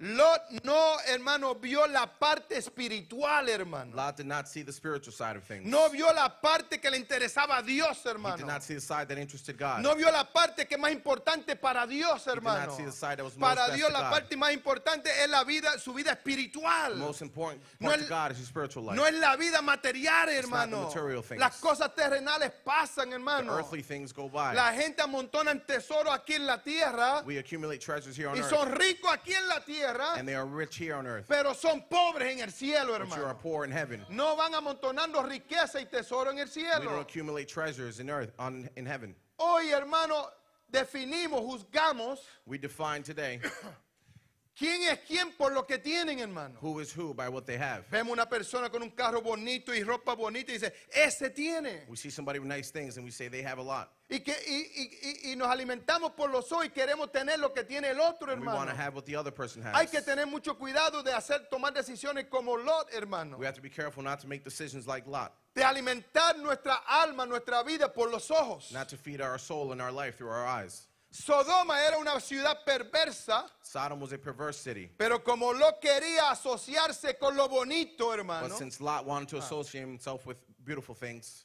[SPEAKER 2] Lot no, hermano, vio la parte espiritual, hermano.
[SPEAKER 1] Lot did not see the spiritual side of things.
[SPEAKER 2] No vio la parte que le interesaba a Dios,
[SPEAKER 1] He did
[SPEAKER 2] hermano.
[SPEAKER 1] not see the side that interested God.
[SPEAKER 2] No vio la parte que es más importante para Dios, hermano.
[SPEAKER 1] see the side that was most
[SPEAKER 2] Para
[SPEAKER 1] best
[SPEAKER 2] Dios
[SPEAKER 1] to
[SPEAKER 2] la
[SPEAKER 1] God.
[SPEAKER 2] parte más importante es la vida, su
[SPEAKER 1] The
[SPEAKER 2] vida espiritual.
[SPEAKER 1] most important
[SPEAKER 2] No
[SPEAKER 1] part
[SPEAKER 2] el-
[SPEAKER 1] to God is your spiritual life.
[SPEAKER 2] No es la vida material,
[SPEAKER 1] not the
[SPEAKER 2] hermano.
[SPEAKER 1] material things.
[SPEAKER 2] Las cosas terrenales pasan,
[SPEAKER 1] The
[SPEAKER 2] hermano.
[SPEAKER 1] earthly things go by.
[SPEAKER 2] La gente amontona tesoros aquí en la tierra
[SPEAKER 1] we accumulate treasures here on
[SPEAKER 2] y
[SPEAKER 1] earth,
[SPEAKER 2] son ricos aquí en la tierra,
[SPEAKER 1] and they are rich here on earth,
[SPEAKER 2] pero son pobres en el cielo,
[SPEAKER 1] but you are
[SPEAKER 2] hermano.
[SPEAKER 1] poor in heaven.
[SPEAKER 2] No van amontonando riqueza y tesoro en el
[SPEAKER 1] We don't
[SPEAKER 2] cielo.
[SPEAKER 1] accumulate treasures in earth on in heaven.
[SPEAKER 2] Hoy, hermano, definimos, juzgamos
[SPEAKER 1] We define today
[SPEAKER 2] quién es quién por lo que tienen, hermano.
[SPEAKER 1] who is who by what they have.
[SPEAKER 2] Vemos una persona con un carro bonito y ropa bonita y dice, ese tiene.
[SPEAKER 1] We see somebody with nice things and we say they have a lot.
[SPEAKER 2] Y, que, y, y- y- y nos alimentamos por los ojos y queremos tener lo que tiene el otro,
[SPEAKER 1] And we want
[SPEAKER 2] hermano.
[SPEAKER 1] to have what the other person has.
[SPEAKER 2] Hay que tener mucho cuidado de hacer tomar decisiones como Lot, hermano.
[SPEAKER 1] We have to be careful not to make decisions like Lot,
[SPEAKER 2] De alimentar nuestra alma, nuestra vida por los ojos.
[SPEAKER 1] not to feed our soul and our life through our eyes.
[SPEAKER 2] Sodoma era una ciudad perversa,
[SPEAKER 1] Sodom was a perverse city.
[SPEAKER 2] pero como Lot quería asociarse con lo bonito,
[SPEAKER 1] But
[SPEAKER 2] hermano, Ah.
[SPEAKER 1] since Lot wanted to associate himself with beautiful things,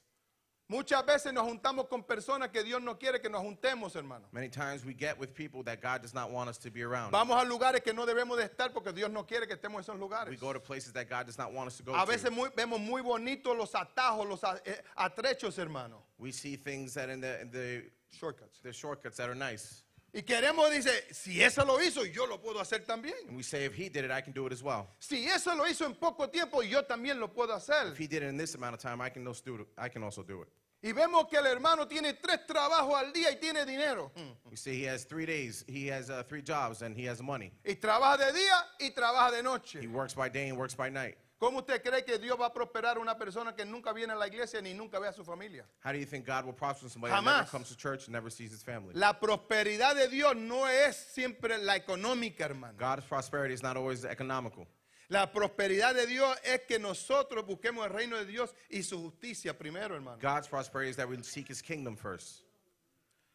[SPEAKER 2] muchas veces nos juntamos con personas que Dios no quiere que nos juntemos, hermano.
[SPEAKER 1] many times we get with people that God does not want us to be around.
[SPEAKER 2] Vamos a lugares que no debemos de estar porque Dios no quiere que estemos en esos
[SPEAKER 1] We
[SPEAKER 2] lugares.
[SPEAKER 1] go to places that God does not want us to go
[SPEAKER 2] A veces
[SPEAKER 1] to.
[SPEAKER 2] muy- vemos muy bonitos los atajos, los a- eh, atrechos, hermano.
[SPEAKER 1] We see things that in the, in the,
[SPEAKER 2] Shortcuts.
[SPEAKER 1] the shortcuts that are nice.
[SPEAKER 2] Y queremos, dice, si eso lo hizo, yo lo puedo hacer también.
[SPEAKER 1] And we say, if he did it, I can do it as well.
[SPEAKER 2] Si eso lo hizo en poco tiempo, yo también lo puedo
[SPEAKER 1] If
[SPEAKER 2] hacer.
[SPEAKER 1] he did it in this amount of time, I can also do it. I can also do it.
[SPEAKER 2] Y vemos que el hermano tiene tres trabajos al día y tiene dinero. Mm.
[SPEAKER 1] We see he has three days, he has uh, three jobs, and he has money.
[SPEAKER 2] Y trabaja de día y trabaja de
[SPEAKER 1] He
[SPEAKER 2] noche.
[SPEAKER 1] works by day and works by night.
[SPEAKER 2] ¿Cómo usted cree que Dios va a prosperar a una persona que nunca viene a la iglesia ni nunca ve a su familia?
[SPEAKER 1] How do you think God will prosper somebody that never
[SPEAKER 2] Jamás.
[SPEAKER 1] comes to church and never sees his family?
[SPEAKER 2] La prosperidad de Dios no es siempre la económica, hermano.
[SPEAKER 1] God's prosperity is not always economical.
[SPEAKER 2] La prosperidad de Dios es que nosotros busquemos el reino de Dios y su justicia primero, hermano.
[SPEAKER 1] God's prosperity is that we seek his kingdom first.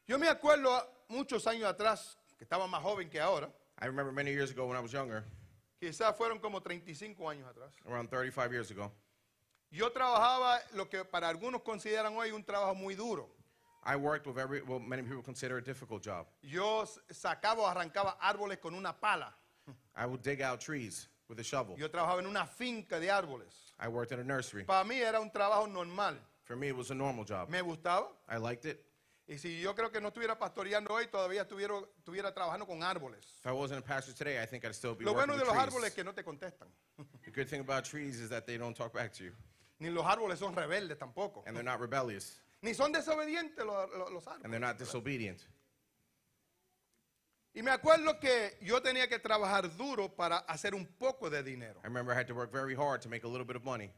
[SPEAKER 2] Yo me acuerdo muchos años atrás, que estaba más joven que ahora,
[SPEAKER 1] I remember many years ago when I was younger,
[SPEAKER 2] quizás fueron como 35 años atrás.
[SPEAKER 1] around 35 years ago,
[SPEAKER 2] Yo trabajaba lo que para algunos consideran hoy un trabajo muy duro.
[SPEAKER 1] I worked with every, well, many people consider a difficult job.
[SPEAKER 2] Yo s- sacaba o arrancaba árboles con una pala.
[SPEAKER 1] I would dig out trees with a shovel.
[SPEAKER 2] Yo trabajaba en una finca de árboles.
[SPEAKER 1] I worked in a nursery.
[SPEAKER 2] Para mí era un trabajo normal.
[SPEAKER 1] For me, it was a normal job.
[SPEAKER 2] Me gustaba.
[SPEAKER 1] I liked it.
[SPEAKER 2] Y si yo creo que no estuviera pastoreando hoy, todavía estuviera, estuviera trabajando con árboles.
[SPEAKER 1] If I wasn't a pastor today, I think I'd still be
[SPEAKER 2] Lo
[SPEAKER 1] working
[SPEAKER 2] bueno de
[SPEAKER 1] with
[SPEAKER 2] los
[SPEAKER 1] trees.
[SPEAKER 2] árboles es que no te contestan.
[SPEAKER 1] The good thing about trees is that they don't talk back to you,
[SPEAKER 2] Ni los árboles son rebeldes tampoco.
[SPEAKER 1] and they're not rebellious,
[SPEAKER 2] Ni son desobedientes lo- lo- los,
[SPEAKER 1] and
[SPEAKER 2] árboles.
[SPEAKER 1] they're not disobedient.
[SPEAKER 2] Y me acuerdo que yo tenía que trabajar duro para hacer un poco de dinero.
[SPEAKER 1] I remember I had to work very hard to make a little bit of money,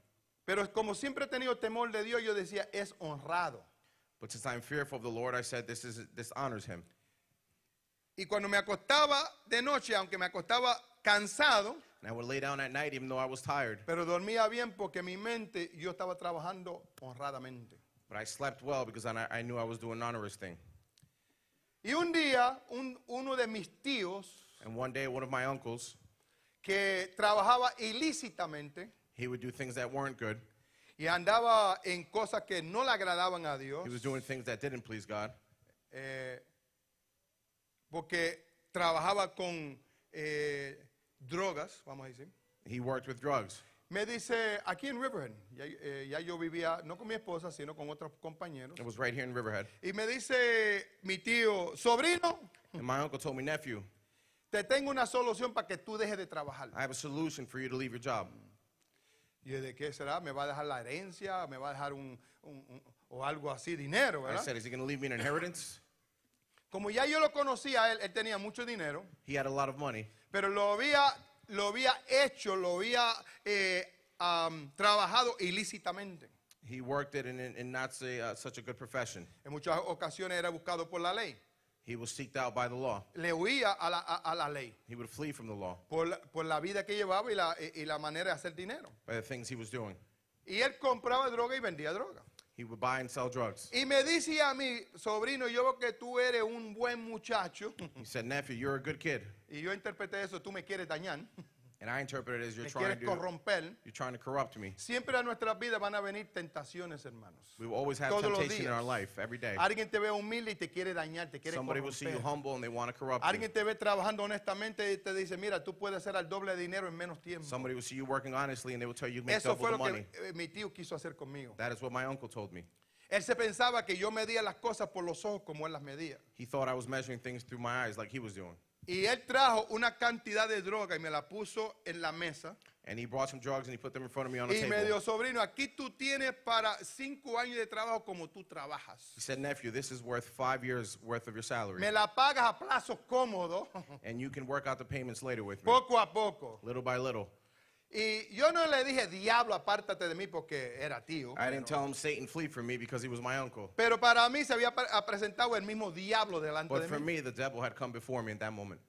[SPEAKER 2] Pero como siempre he tenido temor de Dios, yo decía, es honrado.
[SPEAKER 1] but since I'm fearful of the Lord, I said this is this honors Him.
[SPEAKER 2] Y cuando me acostaba de noche, aunque me acostaba cansado,
[SPEAKER 1] And I would lay down at night, even though I was tired,
[SPEAKER 2] pero dormía bien porque mi mente, yo estaba trabajando honradamente.
[SPEAKER 1] but I slept well because I, I knew I was doing an onerous thing.
[SPEAKER 2] Y un día, un- uno de mis tíos
[SPEAKER 1] And one day, one of my uncles,
[SPEAKER 2] que trabajaba ilícitamente
[SPEAKER 1] he would do things that weren't good.
[SPEAKER 2] y andaba en cosas que no le agradaban a Dios,
[SPEAKER 1] He was doing things that didn't please God
[SPEAKER 2] eh, porque trabajaba con eh, drogas, vamos a decir.
[SPEAKER 1] he worked with drugs.
[SPEAKER 2] Me dice, aquí en Riverhead, ya, eh, ya yo vivía, no con mi esposa, sino con otros compañeros.
[SPEAKER 1] It was right here in Riverhead.
[SPEAKER 2] Y me dice mi tío, sobrino,
[SPEAKER 1] And my uncle told me, nephew,
[SPEAKER 2] te tengo una solución para que tú dejes de trabajar.
[SPEAKER 1] I have a solution for you to leave your job.
[SPEAKER 2] Y yo, ¿de qué será? ¿Me va a dejar la herencia? ¿Me va a dejar un, un- un- o algo así, dinero,
[SPEAKER 1] I
[SPEAKER 2] verdad?
[SPEAKER 1] said, is he going to leave me an inheritance?
[SPEAKER 2] Como ya yo lo conocía a él, él tenía mucho dinero,
[SPEAKER 1] He had a lot of money,
[SPEAKER 2] pero lo había, lo había hecho, lo había eh, am, trabajado ilícitamente.
[SPEAKER 1] he worked it in, in, in not say, uh, such a good profession.
[SPEAKER 2] En muchas ocasiones era buscado por la ley.
[SPEAKER 1] He was seeked out by the law.
[SPEAKER 2] Le huía a la, a- a la ley
[SPEAKER 1] He would flee from the law
[SPEAKER 2] por la, por la vida que llevaba y la, y- y la manera de hacer dinero.
[SPEAKER 1] by the things he was doing.
[SPEAKER 2] Y él compraba droga y vendía droga.
[SPEAKER 1] He would buy and sell drugs.
[SPEAKER 2] Y me dice a mi sobrino, yo veo que tú eres un buen muchacho.
[SPEAKER 1] He said, Nephew, you're a good kid.
[SPEAKER 2] Y yo interpreté eso, tú me quieres dañar,
[SPEAKER 1] And I interpret it as you're
[SPEAKER 2] me
[SPEAKER 1] trying
[SPEAKER 2] quieres
[SPEAKER 1] to,
[SPEAKER 2] corromper.
[SPEAKER 1] you're trying to corrupt me.
[SPEAKER 2] Siempre a nuestras vidas van a venir tentaciones, hermanos.
[SPEAKER 1] We will always have
[SPEAKER 2] Todos los
[SPEAKER 1] temptation in
[SPEAKER 2] días.
[SPEAKER 1] our life every day.
[SPEAKER 2] Alguien te ve humilde y te quiere dañar, te quiere
[SPEAKER 1] Somebody will see you
[SPEAKER 2] corromper.
[SPEAKER 1] humble and they want to corrupt you.
[SPEAKER 2] Alguien te ve trabajando honestamente y te dice, mira, tú puedes hacer al doble de dinero en menos tiempo.
[SPEAKER 1] Somebody will see you working honestly and they will tell you you make
[SPEAKER 2] Eso
[SPEAKER 1] double
[SPEAKER 2] fue
[SPEAKER 1] the
[SPEAKER 2] lo que
[SPEAKER 1] money.
[SPEAKER 2] eh, mi tío quiso hacer conmigo.
[SPEAKER 1] That is what my uncle told me.
[SPEAKER 2] Él se pensaba que yo medía las cosas por los ojos como él las medía.
[SPEAKER 1] He thought I was measuring things through my eyes like he was doing.
[SPEAKER 2] Y él trajo una cantidad de droga y me la puso en la mesa.
[SPEAKER 1] And he brought some drugs and he put them in front of me on a
[SPEAKER 2] Y me
[SPEAKER 1] table.
[SPEAKER 2] dijo, sobrino, aquí tú tienes para cinco años de trabajo como tú trabajas.
[SPEAKER 1] He said, Nephew, this is worth five years worth of your salary.
[SPEAKER 2] Me la pagas a plazos cómodos,
[SPEAKER 1] And you can work out the payments later with me,
[SPEAKER 2] poco a poco.
[SPEAKER 1] little by little.
[SPEAKER 2] Y yo no le dije, diablo, apártate de mí porque era tío.
[SPEAKER 1] I didn't tell him Satan flee from me because he was my uncle.
[SPEAKER 2] Pero para mí se había pa- presentado el mismo diablo delante
[SPEAKER 1] But
[SPEAKER 2] de
[SPEAKER 1] for
[SPEAKER 2] mí.
[SPEAKER 1] me, the devil had come before me in that moment.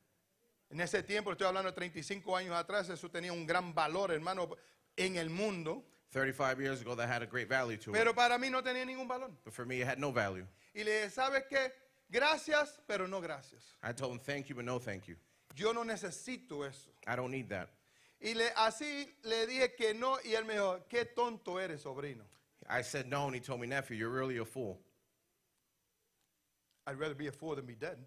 [SPEAKER 2] En ese tiempo, estoy hablando de 35 años atrás, eso tenía un gran valor, hermano, en el mundo.
[SPEAKER 1] 35 years ago, that had a great value to it.
[SPEAKER 2] Pero para mí no tenía ningún valor.
[SPEAKER 1] But for me, it had no value.
[SPEAKER 2] Y le dije, ¿sabes qué? Gracias, pero no gracias.
[SPEAKER 1] I told him, Thank you, but no thank you.
[SPEAKER 2] Yo no necesito eso.
[SPEAKER 1] I don't need that.
[SPEAKER 2] Y le, así le dije que no, y él me dijo, qué tonto eres, sobrino.
[SPEAKER 1] I said no, and he told me, Nephew, you're really a fool.
[SPEAKER 2] I'd rather be a fool than be dead.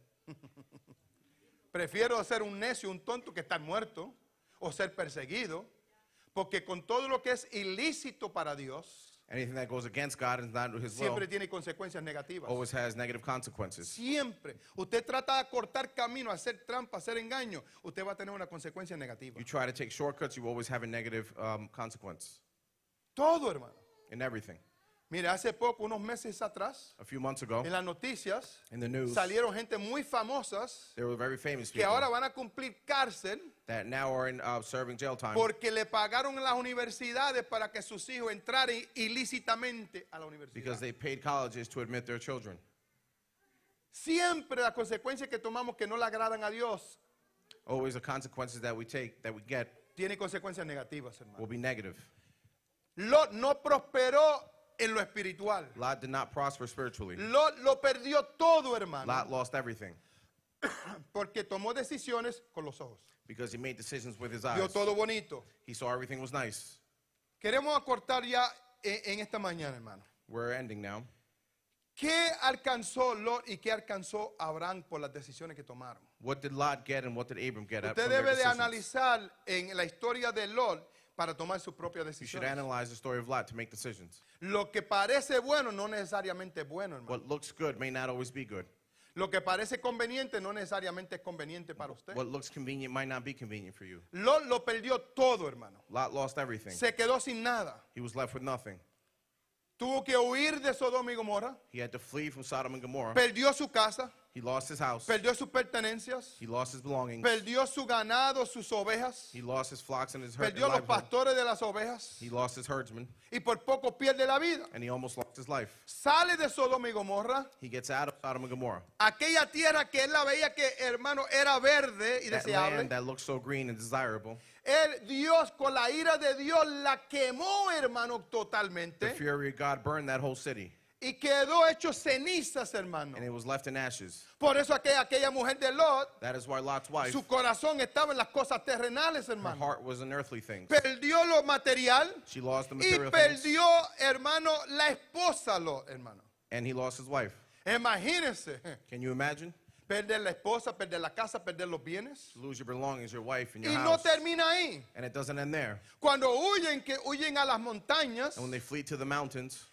[SPEAKER 2] Prefiero ser un necio, un tonto que estar muerto o ser perseguido, porque con todo lo que es ilícito para Dios,
[SPEAKER 1] Anything that goes against God and not his will
[SPEAKER 2] siempre tiene consecuencias negativas.
[SPEAKER 1] always has negative consequences.
[SPEAKER 2] Siempre. Usted trata de cortar camino, hacer trampa, hacer engaño, usted va a tener una consecuencia negativa.
[SPEAKER 1] You try to take shortcuts, you always have a negative um, consequence
[SPEAKER 2] Todo, hermano.
[SPEAKER 1] in everything.
[SPEAKER 2] Mire, hace poco, unos meses atrás,
[SPEAKER 1] A few months ago,
[SPEAKER 2] en las noticias,
[SPEAKER 1] in the news,
[SPEAKER 2] salieron gente muy famosas
[SPEAKER 1] there were very famous
[SPEAKER 2] que ahora
[SPEAKER 1] people
[SPEAKER 2] van a cumplir cárcel
[SPEAKER 1] that now are in, uh, serving jail time
[SPEAKER 2] porque le pagaron a las universidades para que sus hijos entraran ilícitamente a la universidad.
[SPEAKER 1] because they paid colleges to admit their children.
[SPEAKER 2] Siempre las consecuencias que tomamos que no le agradan a Dios
[SPEAKER 1] Always the consequences that we take, that we get,
[SPEAKER 2] tienen consecuencias negativas,
[SPEAKER 1] will
[SPEAKER 2] hermano.
[SPEAKER 1] be negative.
[SPEAKER 2] Lot no prosperó en lo espiritual.
[SPEAKER 1] Lot did not prosper spiritually.
[SPEAKER 2] Lot lo perdió todo,
[SPEAKER 1] Lot
[SPEAKER 2] hermano,
[SPEAKER 1] lost everything
[SPEAKER 2] porque tomó decisiones con los ojos.
[SPEAKER 1] because he made decisions with his
[SPEAKER 2] Vio
[SPEAKER 1] eyes.
[SPEAKER 2] todo bonito.
[SPEAKER 1] He saw everything was nice.
[SPEAKER 2] Queremos acortar ya eh, en, en esta mañana, hermano.
[SPEAKER 1] We're ending now.
[SPEAKER 2] ¿Qué alcanzó Lot y qué alcanzó Abraham por las decisiones que tomaron?
[SPEAKER 1] What did Lot get and what did Abram get? at-
[SPEAKER 2] Usted
[SPEAKER 1] from their
[SPEAKER 2] debe de
[SPEAKER 1] decisions?
[SPEAKER 2] analizar en la historia de Lot para tomar sus propias
[SPEAKER 1] You should
[SPEAKER 2] decisiones.
[SPEAKER 1] analyze the story of Lot to make decisions.
[SPEAKER 2] Lo que parece bueno no necesariamente es bueno, hermano.
[SPEAKER 1] What looks good may not always be good.
[SPEAKER 2] Lo que parece conveniente no necesariamente es conveniente para usted.
[SPEAKER 1] What looks convenient might not be convenient for you.
[SPEAKER 2] Lot lo perdió todo, hermano.
[SPEAKER 1] Lot lost everything.
[SPEAKER 2] Se quedó sin nada.
[SPEAKER 1] He was left with nothing.
[SPEAKER 2] Tuvo que huir de Sodoma y Gomorra.
[SPEAKER 1] He had to flee from Sodom and Gomorrah.
[SPEAKER 2] Perdió su casa,
[SPEAKER 1] He lost his house.
[SPEAKER 2] perdió sus pertenencias,
[SPEAKER 1] He lost his belongings.
[SPEAKER 2] perdió su ganado, sus ovejas,
[SPEAKER 1] He lost his flocks and his herd.
[SPEAKER 2] perdió los
[SPEAKER 1] livelihood.
[SPEAKER 2] pastores de las ovejas
[SPEAKER 1] He lost his herdsmen
[SPEAKER 2] y por poco pierde la vida.
[SPEAKER 1] and he almost lost his life.
[SPEAKER 2] Sale de Sodoma y Gomorra,
[SPEAKER 1] He gets out of Sodom and Gomorrah.
[SPEAKER 2] aquella tierra que él la veía que hermano era verde y
[SPEAKER 1] That
[SPEAKER 2] deseable.
[SPEAKER 1] land that looks so green and desirable.
[SPEAKER 2] El Dios con la ira de Dios la quemó, hermano,
[SPEAKER 1] The
[SPEAKER 2] totalmente
[SPEAKER 1] fury of God burned that whole city
[SPEAKER 2] y quedó hecho cenizas, hermano.
[SPEAKER 1] and it was left in ashes.
[SPEAKER 2] Por eso aquella, aquella mujer de Lot,
[SPEAKER 1] That is why Lot's wife,
[SPEAKER 2] su corazón estaba en las cosas terrenales,
[SPEAKER 1] her
[SPEAKER 2] hermano.
[SPEAKER 1] heart was in earthly things.
[SPEAKER 2] Perdió lo material
[SPEAKER 1] She lost the
[SPEAKER 2] y
[SPEAKER 1] material things
[SPEAKER 2] perdió, hermano, la esposa Lot, hermano.
[SPEAKER 1] and he lost his wife.
[SPEAKER 2] Imagínense,
[SPEAKER 1] Can you imagine?
[SPEAKER 2] perder la esposa, perder la casa, perder los bienes.
[SPEAKER 1] You lose your belongings, your wife, and your
[SPEAKER 2] Y no
[SPEAKER 1] house.
[SPEAKER 2] termina ahí.
[SPEAKER 1] and it doesn't end there.
[SPEAKER 2] Cuando huyen, que huyen a las montañas,
[SPEAKER 1] And when they flee to the mountains,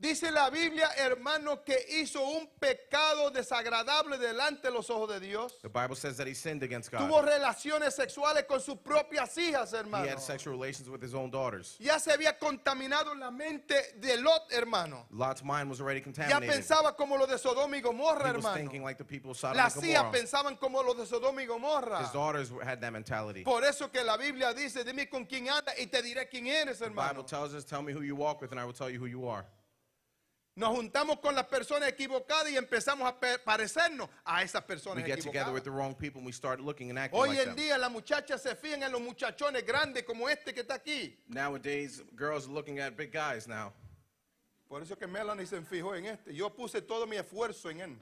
[SPEAKER 2] dice la Biblia, hermano, que hizo un pecado desagradable delante de los ojos de Dios.
[SPEAKER 1] the Bible says that he sinned against God.
[SPEAKER 2] Tuvo relaciones sexuales con sus propias hijas,
[SPEAKER 1] He
[SPEAKER 2] hermano.
[SPEAKER 1] had sexual relations with his own daughters.
[SPEAKER 2] Ya se había contaminado la mente de Lot, hermano.
[SPEAKER 1] Lot's mind was already
[SPEAKER 2] Ya
[SPEAKER 1] contaminated.
[SPEAKER 2] pensaba como los de Sodoma y Gomorra,
[SPEAKER 1] he was
[SPEAKER 2] hermano.
[SPEAKER 1] thinking like the people of Sodom
[SPEAKER 2] Las
[SPEAKER 1] and
[SPEAKER 2] hijas
[SPEAKER 1] Gomorrah.
[SPEAKER 2] pensaban como los de Sodoma y Gomorra.
[SPEAKER 1] His daughters were- had that mentality.
[SPEAKER 2] Por eso que la Biblia dice, dime con quién andas y te diré quién eres,
[SPEAKER 1] the Bible
[SPEAKER 2] hermano.
[SPEAKER 1] tells us, tell me who you walk with and I will tell you who you are.
[SPEAKER 2] Nos juntamos con las personas equivocadas y empezamos a pe- parecernos a esas
[SPEAKER 1] We
[SPEAKER 2] personas
[SPEAKER 1] get together with
[SPEAKER 2] equivocadas.
[SPEAKER 1] the wrong people and we start looking and acting
[SPEAKER 2] Hoy
[SPEAKER 1] like
[SPEAKER 2] en
[SPEAKER 1] them.
[SPEAKER 2] día las muchachas se fijan en los muchachones grandes como este que está aquí.
[SPEAKER 1] Nowadays, girls are looking at big guys now.
[SPEAKER 2] Por eso que Melanie se fijó en este. Yo puse todo mi esfuerzo en él.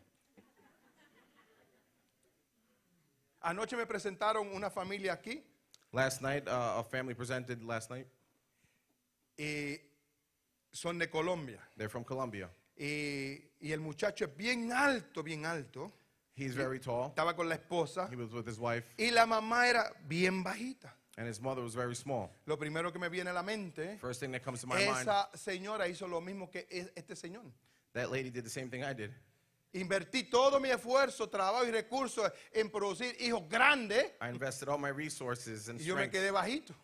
[SPEAKER 2] Anoche me presentaron una familia aquí
[SPEAKER 1] Last night, uh, a family presented last night.
[SPEAKER 2] y son de Colombia.
[SPEAKER 1] They're from Colombia.
[SPEAKER 2] Y, y el muchacho es bien alto, bien alto.
[SPEAKER 1] He's very tall.
[SPEAKER 2] Estaba con la esposa.
[SPEAKER 1] He was with his wife,
[SPEAKER 2] Y la mamá era bien bajita.
[SPEAKER 1] and his mother was very small.
[SPEAKER 2] Lo primero que me viene a la mente,
[SPEAKER 1] First thing that comes to my mind,
[SPEAKER 2] esa señora hizo lo mismo que e- este señor.
[SPEAKER 1] that lady did the same thing I did.
[SPEAKER 2] Invertí todo mi esfuerzo, trabajo y recursos en producir hijos grandes
[SPEAKER 1] I invested all my resources and
[SPEAKER 2] y yo me
[SPEAKER 1] strength
[SPEAKER 2] quedé bajito.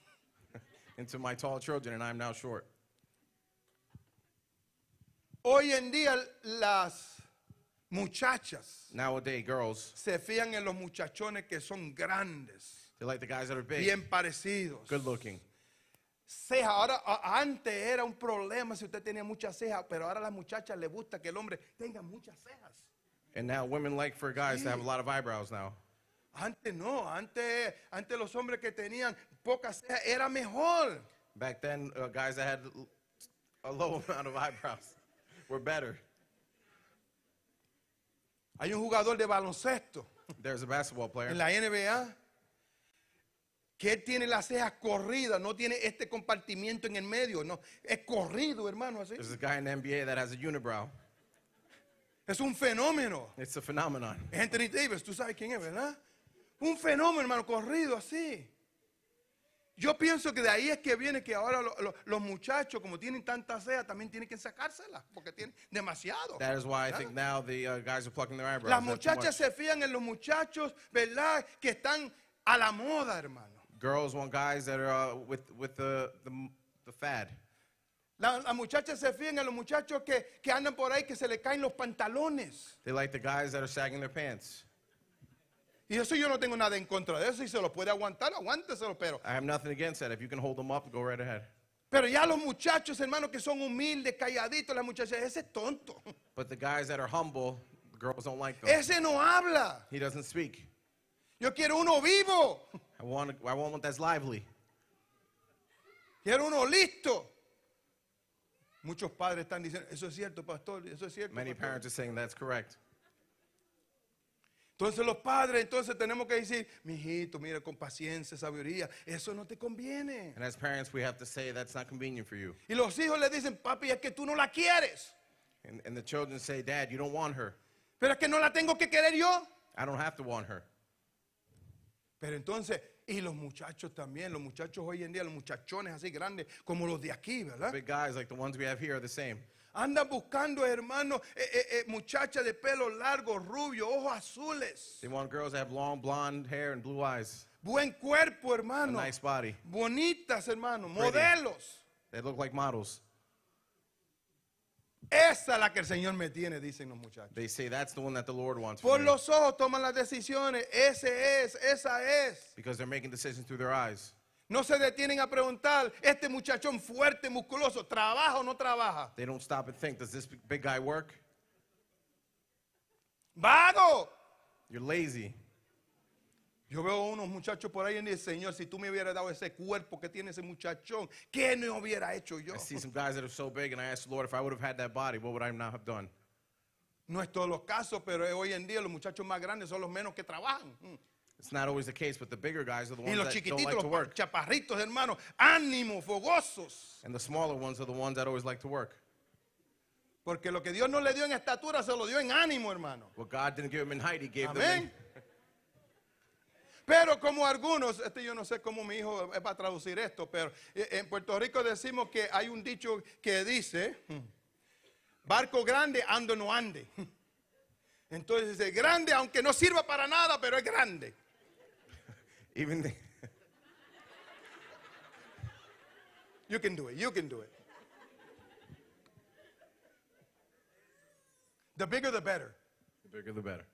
[SPEAKER 1] into my tall children, and I'm now short.
[SPEAKER 2] Hoy en día las muchachas
[SPEAKER 1] Nowadays, girls,
[SPEAKER 2] se fían en los muchachones que son grandes,
[SPEAKER 1] they like the guys that are big,
[SPEAKER 2] bien parecidos.
[SPEAKER 1] good looking.
[SPEAKER 2] Ceja, ahora a- antes era un problema si usted tenía muchas cejas, pero ahora a las muchachas les gusta que el hombre tenga muchas cejas.
[SPEAKER 1] And now women like for guys to have a lot of eyebrows now.
[SPEAKER 2] Antes no, antes, antes los hombres que tenían pocas cejas era mejor.
[SPEAKER 1] Back then, uh, guys that had l- a low amount of eyebrows were better.
[SPEAKER 2] Hay un jugador de baloncesto
[SPEAKER 1] There's a basketball player
[SPEAKER 2] en la NBA que él tiene las cejas corridas, no tiene este compartimiento en el medio, no, es corrido, hermano, así.
[SPEAKER 1] There's a guy in the NBA that has a unibrow.
[SPEAKER 2] Es un fenómeno.
[SPEAKER 1] It's a phenomenon.
[SPEAKER 2] Es Anthony Davis, tú sabes quién es, ¿verdad? Un fenómeno, hermano, corrido así. Yo pienso que de ahí es que viene que ahora lo- lo- los muchachos, como tienen tanta ceja, también tienen que sacárselas, porque tienen demasiado.
[SPEAKER 1] That is why I
[SPEAKER 2] ¿verdad?
[SPEAKER 1] think now the uh, guys are plucking their eyebrows.
[SPEAKER 2] Las
[SPEAKER 1] That's too
[SPEAKER 2] muchachas
[SPEAKER 1] much.
[SPEAKER 2] se fían en los muchachos, ¿verdad? Que están a la moda, hermano.
[SPEAKER 1] Girls want guys that are uh, with with the, the m- the fad.
[SPEAKER 2] La- Las muchachas se fían en los muchachos que, que andan por ahí, que se les caen los pantalones.
[SPEAKER 1] They like the guys that are sagging their pants.
[SPEAKER 2] Y eso yo no tengo nada en contra de eso. Y se los puede aguantar, aguánteselo, pero
[SPEAKER 1] I have nothing against that. If you can hold them up, go right ahead.
[SPEAKER 2] Pero ya los muchachos, hermanos, que son humildes, calladitos, las muchachas, ese es tonto.
[SPEAKER 1] But the guys that are humble, the girls don't like them.
[SPEAKER 2] Ese no habla.
[SPEAKER 1] he doesn't speak.
[SPEAKER 2] Yo quiero uno vivo.
[SPEAKER 1] I want a- I want one that's lively.
[SPEAKER 2] Quiero uno listo. Muchos padres están diciendo, eso es cierto, pastor, eso es cierto.
[SPEAKER 1] Many
[SPEAKER 2] pastor".
[SPEAKER 1] parents are saying that's correct.
[SPEAKER 2] Entonces los padres, entonces tenemos que decir, mijito, mira, con paciencia, sabiduría, eso no te conviene.
[SPEAKER 1] And as parents, we have to say that's not convenient for you.
[SPEAKER 2] Y los hijos le dicen, papi, es que tú no la quieres,
[SPEAKER 1] And, and the children say, Dad, you don't want her.
[SPEAKER 2] pero es que no la tengo que querer yo.
[SPEAKER 1] I don't have to want her.
[SPEAKER 2] Pero entonces, y los muchachos también, los muchachos hoy en día, los muchachones así grandes, como los de aquí, ¿verdad?
[SPEAKER 1] Big guys like the ones we have here are the same.
[SPEAKER 2] Andan buscando, hermano, eh, eh, eh, muchachas de pelo largo, rubio, ojos azules.
[SPEAKER 1] They want girls that have long blonde hair and blue eyes,
[SPEAKER 2] Buen cuerpo,
[SPEAKER 1] a
[SPEAKER 2] hermano.
[SPEAKER 1] nice body.
[SPEAKER 2] Bonitas, hermano.
[SPEAKER 1] Pretty.
[SPEAKER 2] Modelos.
[SPEAKER 1] They look like models.
[SPEAKER 2] Esa es la que el Señor me tiene, dicen los muchachos.
[SPEAKER 1] They say that's the one that the Lord wants for
[SPEAKER 2] Por
[SPEAKER 1] me.
[SPEAKER 2] los ojos toman las decisiones. Ese es, esa es.
[SPEAKER 1] because they're making decisions through their eyes.
[SPEAKER 2] No se detienen a preguntar, este muchachón fuerte, musculoso, ¿trabaja o no trabaja?
[SPEAKER 1] They don't stop and think, does this big guy work?
[SPEAKER 2] ¡Vago!
[SPEAKER 1] You're lazy.
[SPEAKER 2] Yo veo unos muchachos por ahí y dice, Señor, si tú me hubieras dado ese cuerpo que tiene ese muchachón, ¿qué no hubiera hecho yo?
[SPEAKER 1] I see some guys that are so big, and I ask the Lord, if I would have had that body, what would I now have done?
[SPEAKER 2] No es todos los casos, pero hoy en día los muchachos más grandes son los menos que trabajan. Mm.
[SPEAKER 1] It's not always the case, but the bigger guys are the
[SPEAKER 2] Y
[SPEAKER 1] ones
[SPEAKER 2] los
[SPEAKER 1] that don't
[SPEAKER 2] chiquititos,
[SPEAKER 1] like to
[SPEAKER 2] los
[SPEAKER 1] work.
[SPEAKER 2] chaparritos, hermanos, ánimo, fogosos.
[SPEAKER 1] And the smaller ones are the ones that always like to work.
[SPEAKER 2] Porque lo que Dios no le dio en estatura, se lo dio en ánimo, hermano.
[SPEAKER 1] What God didn't give him in height, he gave them in.
[SPEAKER 2] Amén. Pero como algunos, este yo no sé cómo mi hijo es para traducir esto, pero eh, en Puerto Rico decimos que hay un dicho que dice, mm, barco grande, ando no ande. Entonces dice, grande, aunque no sirva para nada, pero es grande.
[SPEAKER 1] Even the-
[SPEAKER 2] You can do it. You can do it. The bigger the better.
[SPEAKER 1] the bigger, the better.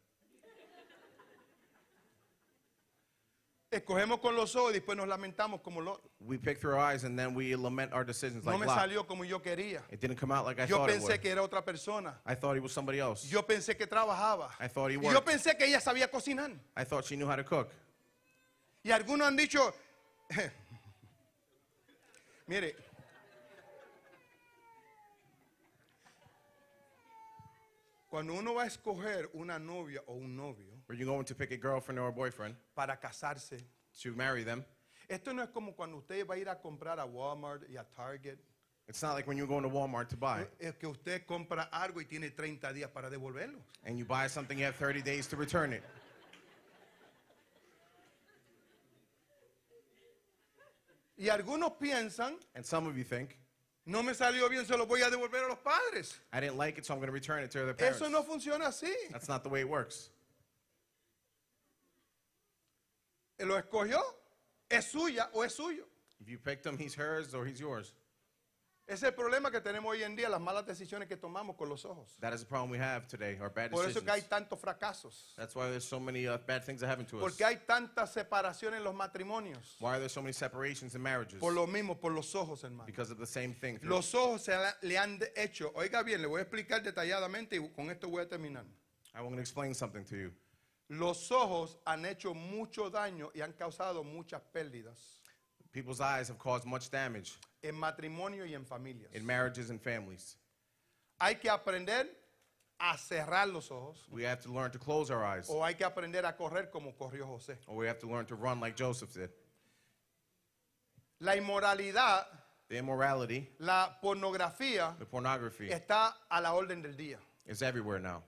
[SPEAKER 2] Escogemos con los ojos y después nos lamentamos como lo
[SPEAKER 1] We pick through our eyes, and then we lament our decisions
[SPEAKER 2] no
[SPEAKER 1] like
[SPEAKER 2] me
[SPEAKER 1] Lot.
[SPEAKER 2] salió como yo quería.
[SPEAKER 1] It didn't come out like I
[SPEAKER 2] Yo
[SPEAKER 1] thought it
[SPEAKER 2] pensé
[SPEAKER 1] would.
[SPEAKER 2] que era otra persona.
[SPEAKER 1] I thought he was somebody else.
[SPEAKER 2] Yo pensé que trabajaba.
[SPEAKER 1] I thought he
[SPEAKER 2] Y yo
[SPEAKER 1] worked.
[SPEAKER 2] pensé que ella sabía cocinar.
[SPEAKER 1] I thought she knew how to cook.
[SPEAKER 2] Y algunos han dicho, mire, Cuando uno va a escoger una novia o un novio
[SPEAKER 1] Where you're going to pick a girlfriend or a boyfriend
[SPEAKER 2] para casarse,
[SPEAKER 1] to marry them.
[SPEAKER 2] esto no es como cuando usted va a ir a comprar a Walmart y a Target,
[SPEAKER 1] It's not like when you're going to Walmart to buy
[SPEAKER 2] es que usted compra algo y tiene 30 días para devolverlo.
[SPEAKER 1] and you buy something, you have 30 days to return it.
[SPEAKER 2] Y algunos piensan,
[SPEAKER 1] And some of you think,
[SPEAKER 2] no me salió bien, se lo voy a devolver a los padres.
[SPEAKER 1] I didn't like it, so I'm going to return it to their parents.
[SPEAKER 2] Eso no funciona así.
[SPEAKER 1] That's not the way it works.
[SPEAKER 2] Lo escogió, es suya o es suyo.
[SPEAKER 1] If you picked him, he's hers or he's yours.
[SPEAKER 2] Ese es el problema que tenemos hoy en día, las malas decisiones que tomamos con los ojos.
[SPEAKER 1] That is the problem we have today, our bad
[SPEAKER 2] Por eso
[SPEAKER 1] decisions.
[SPEAKER 2] que hay tantos fracasos.
[SPEAKER 1] That's why there's so many uh, bad things that happen to us.
[SPEAKER 2] Porque hay tanta separación en los matrimonios.
[SPEAKER 1] Why are there so many separations in marriages?
[SPEAKER 2] Por lo mismo, por los ojos, hermano.
[SPEAKER 1] Because of the same thing. through-
[SPEAKER 2] Los ojos se la- le han de- hecho. Oiga bien, le voy a explicar detalladamente y con esto voy a terminar.
[SPEAKER 1] I want to explain something to you.
[SPEAKER 2] Los ojos han hecho mucho daño y han causado muchas pérdidas
[SPEAKER 1] People's eyes have caused much damage
[SPEAKER 2] en matrimonio y en familias.
[SPEAKER 1] in marriages and families.
[SPEAKER 2] Hay que aprender a cerrar los ojos
[SPEAKER 1] We have to learn to close our eyes,
[SPEAKER 2] o hay que aprender a correr como corrió José.
[SPEAKER 1] or we have to learn to run like Joseph did.
[SPEAKER 2] La inmoralidad,
[SPEAKER 1] The immorality,
[SPEAKER 2] la pornografía
[SPEAKER 1] the pornography,
[SPEAKER 2] está a la orden del día.
[SPEAKER 1] is everywhere now.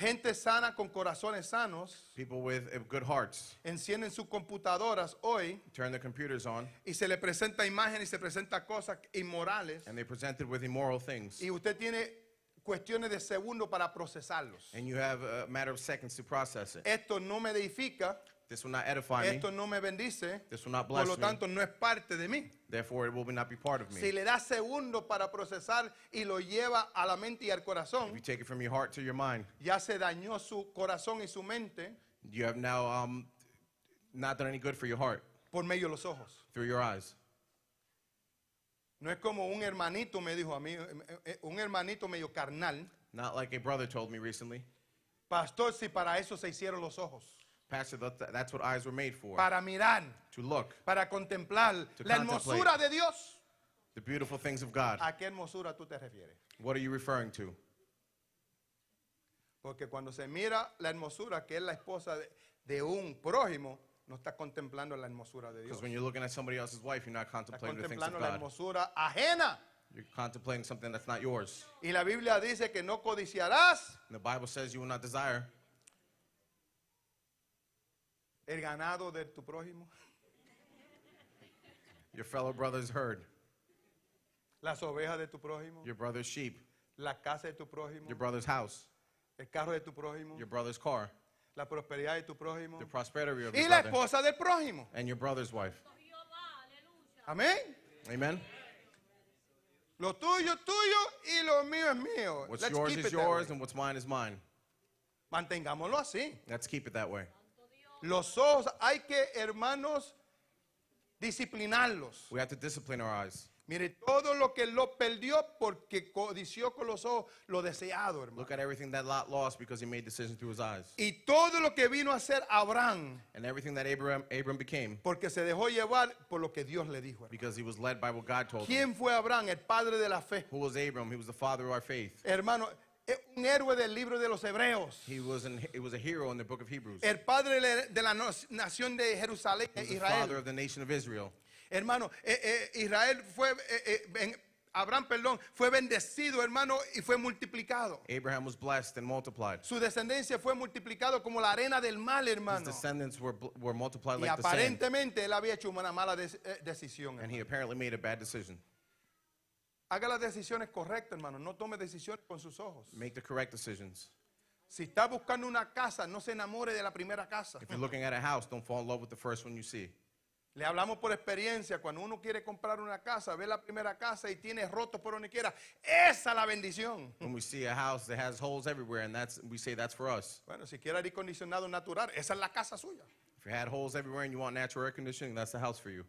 [SPEAKER 2] Gente sana con corazones sanos
[SPEAKER 1] People with uh, good hearts
[SPEAKER 2] encienden sus computadoras hoy
[SPEAKER 1] turn their computers on,
[SPEAKER 2] y se le presenta imágenes y se presenta cosas inmorales
[SPEAKER 1] and they're presented with immoral things.
[SPEAKER 2] y usted tiene cuestiones de segundo para procesarlos.
[SPEAKER 1] And you have a matter of seconds to process it.
[SPEAKER 2] Esto no me edifica,
[SPEAKER 1] This will not edify me.
[SPEAKER 2] esto no me bendice,
[SPEAKER 1] This will not
[SPEAKER 2] por
[SPEAKER 1] bless
[SPEAKER 2] lo
[SPEAKER 1] me.
[SPEAKER 2] tanto no es parte de mí.
[SPEAKER 1] Therefore, it will not be part of me.
[SPEAKER 2] Si
[SPEAKER 1] If
[SPEAKER 2] le da segundo para procesar y lo lleva a la mente y al
[SPEAKER 1] you
[SPEAKER 2] corazón,
[SPEAKER 1] take it from your heart to your mind,
[SPEAKER 2] ya se dañó su corazón y su mente
[SPEAKER 1] you have now um, not done any good for your heart
[SPEAKER 2] por medio de los ojos.
[SPEAKER 1] through your eyes.
[SPEAKER 2] No es como un hermanito me dijo a mí, eh, eh, un hermanito medio carnal,
[SPEAKER 1] Not like a brother told me recently,
[SPEAKER 2] pastor, si para eso se hicieron los ojos,
[SPEAKER 1] Pastor, that, that's what eyes were made for
[SPEAKER 2] para mirar,
[SPEAKER 1] to look
[SPEAKER 2] para contemplar
[SPEAKER 1] To
[SPEAKER 2] la
[SPEAKER 1] contemplate.
[SPEAKER 2] hermosura de Dios.
[SPEAKER 1] the beautiful things of God.
[SPEAKER 2] ¿A qué hermosura tú te refieres?
[SPEAKER 1] What are you referring to?
[SPEAKER 2] Porque cuando se mira la hermosura que es la esposa de, de un prójimo, no está contemplando la hermosura de Dios.
[SPEAKER 1] Because when you're looking at somebody else's wife, you're not
[SPEAKER 2] Está
[SPEAKER 1] contemplating the things of
[SPEAKER 2] contemplando la
[SPEAKER 1] God.
[SPEAKER 2] hermosura ajena.
[SPEAKER 1] You're contemplating something that's not yours.
[SPEAKER 2] Y la Biblia dice que no codiciarás
[SPEAKER 1] And the Bible says you will not desire
[SPEAKER 2] el ganado de tu prójimo,
[SPEAKER 1] your fellow brother's herd,
[SPEAKER 2] las ovejas de tu prójimo,
[SPEAKER 1] your brother's sheep,
[SPEAKER 2] la casa de tu prójimo,
[SPEAKER 1] your brother's house,
[SPEAKER 2] el carro de tu prójimo,
[SPEAKER 1] your brother's car,
[SPEAKER 2] la prosperidad de tu prójimo
[SPEAKER 1] the prosperity of
[SPEAKER 2] y
[SPEAKER 1] your
[SPEAKER 2] la
[SPEAKER 1] brother,
[SPEAKER 2] esposa del prójimo.
[SPEAKER 1] and your brother's wife.
[SPEAKER 2] Amén.
[SPEAKER 1] Amen?
[SPEAKER 2] Lo tuyo es tuyo y lo mío es mío.
[SPEAKER 1] What's
[SPEAKER 2] Let's
[SPEAKER 1] yours
[SPEAKER 2] keep
[SPEAKER 1] is
[SPEAKER 2] it that way.
[SPEAKER 1] yours, and what's mine is mine.
[SPEAKER 2] Mantengámoslo así.
[SPEAKER 1] Let's keep it that way.
[SPEAKER 2] Los ojos hay que, hermanos, disciplinarlos.
[SPEAKER 1] We have to discipline our eyes.
[SPEAKER 2] Mire, todo lo que lo perdió porque codició con los ojos lo deseado, hermano.
[SPEAKER 1] Look at everything that Lot lost because he made decisions through his eyes.
[SPEAKER 2] Y todo lo que vino a hacer Abraham
[SPEAKER 1] And everything that Abraham, Abram became
[SPEAKER 2] porque se dejó llevar por lo que Dios le dijo. hermano.
[SPEAKER 1] because he was led by what God told him.
[SPEAKER 2] ¿Quién fue Abraham? El padre de la fe.
[SPEAKER 1] Who was Abram? He was the father of our faith.
[SPEAKER 2] Hermano, es un héroe del libro de los hebreos.
[SPEAKER 1] He was, an, he was a hero in the book of Hebrews.
[SPEAKER 2] El padre le- de la no- nación de Jerusalén,
[SPEAKER 1] He was the father
[SPEAKER 2] Eh, Israel.
[SPEAKER 1] of the nation of Israel.
[SPEAKER 2] Hermano, eh, eh, Israel fue, eh, eh, ben- Abraham, perdón, fue bendecido, hermano, y fue multiplicado.
[SPEAKER 1] Abraham was blessed and multiplied.
[SPEAKER 2] Su descendencia fue multiplicado como la arena del mal,
[SPEAKER 1] His
[SPEAKER 2] hermano.
[SPEAKER 1] descendants were, bl- were multiplied
[SPEAKER 2] Ah, Y
[SPEAKER 1] like the sand.
[SPEAKER 2] aparentemente él había hecho una mala des- eh, decisión.
[SPEAKER 1] And
[SPEAKER 2] hermano.
[SPEAKER 1] he apparently made a bad decision.
[SPEAKER 2] Haga las decisiones correctas, hermano. No tome decisiones con sus ojos.
[SPEAKER 1] Make the correct decisions.
[SPEAKER 2] Si está buscando una casa, no se enamore de la primera casa.
[SPEAKER 1] If you're looking at a house, don't fall in love with the first one you see.
[SPEAKER 2] Le hablamos por experiencia. Cuando uno quiere comprar una casa, ve la primera casa y tiene roto por donde quiera. Esa es la bendición.
[SPEAKER 1] When we see a house that has holes everywhere, and that's we say that's for us.
[SPEAKER 2] Bueno, si quiere aire acondicionado natural, esa es la casa suya.
[SPEAKER 1] If you had holes everywhere and you want natural air conditioning, that's the house for you.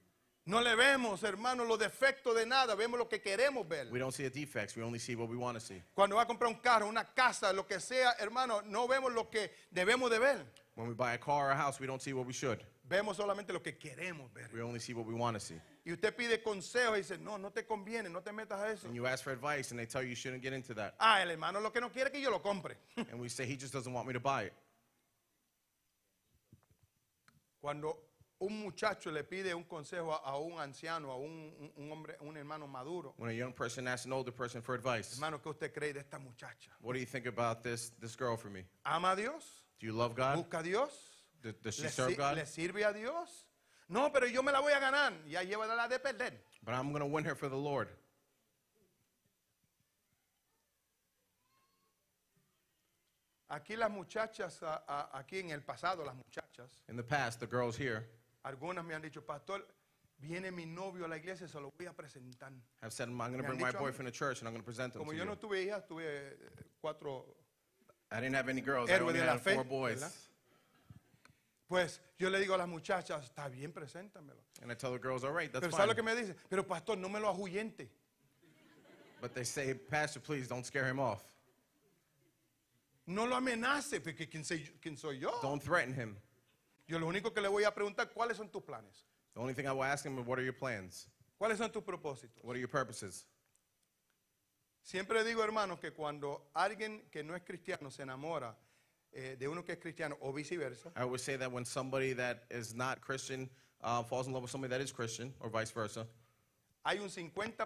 [SPEAKER 2] No le vemos, hermano, los defectos de nada. Vemos lo que queremos ver.
[SPEAKER 1] We don't see the defects, we only see what we want to see.
[SPEAKER 2] Cuando va a comprar un carro, una casa, lo que sea, hermano, no vemos lo que debemos de ver.
[SPEAKER 1] When we buy a car or a house, we don't see what we should.
[SPEAKER 2] Vemos solamente lo que queremos ver.
[SPEAKER 1] We only see what we want to see.
[SPEAKER 2] Y usted pide consejo y dice, no, no te conviene, no te metas a eso.
[SPEAKER 1] And you ask for advice, and they tell you you shouldn't get into that.
[SPEAKER 2] Ah, el hermano lo que no quiere es que yo lo compre.
[SPEAKER 1] And we say, he just doesn't want me to buy it.
[SPEAKER 2] Cuando un muchacho le pide un consejo a, a un anciano, a un, un- un hombre, un hermano maduro,
[SPEAKER 1] When a young person asks an older person for advice,
[SPEAKER 2] hermano, ¿qué usted cree de esta muchacha?
[SPEAKER 1] what do you think about this, this girl for me?
[SPEAKER 2] ¿Ama a Dios?
[SPEAKER 1] Do you love God?
[SPEAKER 2] ¿Busca a Dios?
[SPEAKER 1] Does, does she
[SPEAKER 2] ¿Le,
[SPEAKER 1] serve
[SPEAKER 2] si-
[SPEAKER 1] God?
[SPEAKER 2] le sirve a Dios? No, pero yo me la voy a ganar. Ya lleva la de perder.
[SPEAKER 1] But I'm going to win her for the Lord.
[SPEAKER 2] Aquí las muchachas, a- a- aquí en el pasado, las muchachas,
[SPEAKER 1] In the past, the girls here
[SPEAKER 2] algunas me han dicho, pastor, viene mi novio a la iglesia, se lo voy a presentar.
[SPEAKER 1] have said, I'm going to
[SPEAKER 2] Me han
[SPEAKER 1] bring my
[SPEAKER 2] dicho a mí.
[SPEAKER 1] boyfriend to church and I'm going to present him
[SPEAKER 2] Como
[SPEAKER 1] to
[SPEAKER 2] yo
[SPEAKER 1] you.
[SPEAKER 2] no tuve hijas, tuve eh, cuatro.
[SPEAKER 1] I didn't have any girls. I
[SPEAKER 2] Héroe
[SPEAKER 1] only
[SPEAKER 2] de la
[SPEAKER 1] had
[SPEAKER 2] fe,
[SPEAKER 1] four boys.
[SPEAKER 2] ¿verdad? Pues yo le digo a las muchachas, está bien, preséntamelo.
[SPEAKER 1] And I tell the girls, all right, that's
[SPEAKER 2] Pero ¿sabes
[SPEAKER 1] fine.
[SPEAKER 2] lo que me dicen? Pero pastor, no me lo ahuyente.
[SPEAKER 1] But they say, Pastor, please don't scare him off.
[SPEAKER 2] No lo amenace, porque ¿quién soy, quién soy yo?
[SPEAKER 1] Don't threaten him.
[SPEAKER 2] Yo lo único que le voy a preguntar, ¿cuáles son tus planes?
[SPEAKER 1] The only thing I will ask him is, what are your plans?
[SPEAKER 2] ¿Cuáles son tus propósitos?
[SPEAKER 1] What are your purposes?
[SPEAKER 2] Siempre digo, hermanos, que cuando alguien que no es cristiano se enamora eh, de uno que es cristiano o viceversa,
[SPEAKER 1] I always say that when somebody that is not Christian uh, falls in love with somebody that is Christian, or vice versa,
[SPEAKER 2] hay un 50%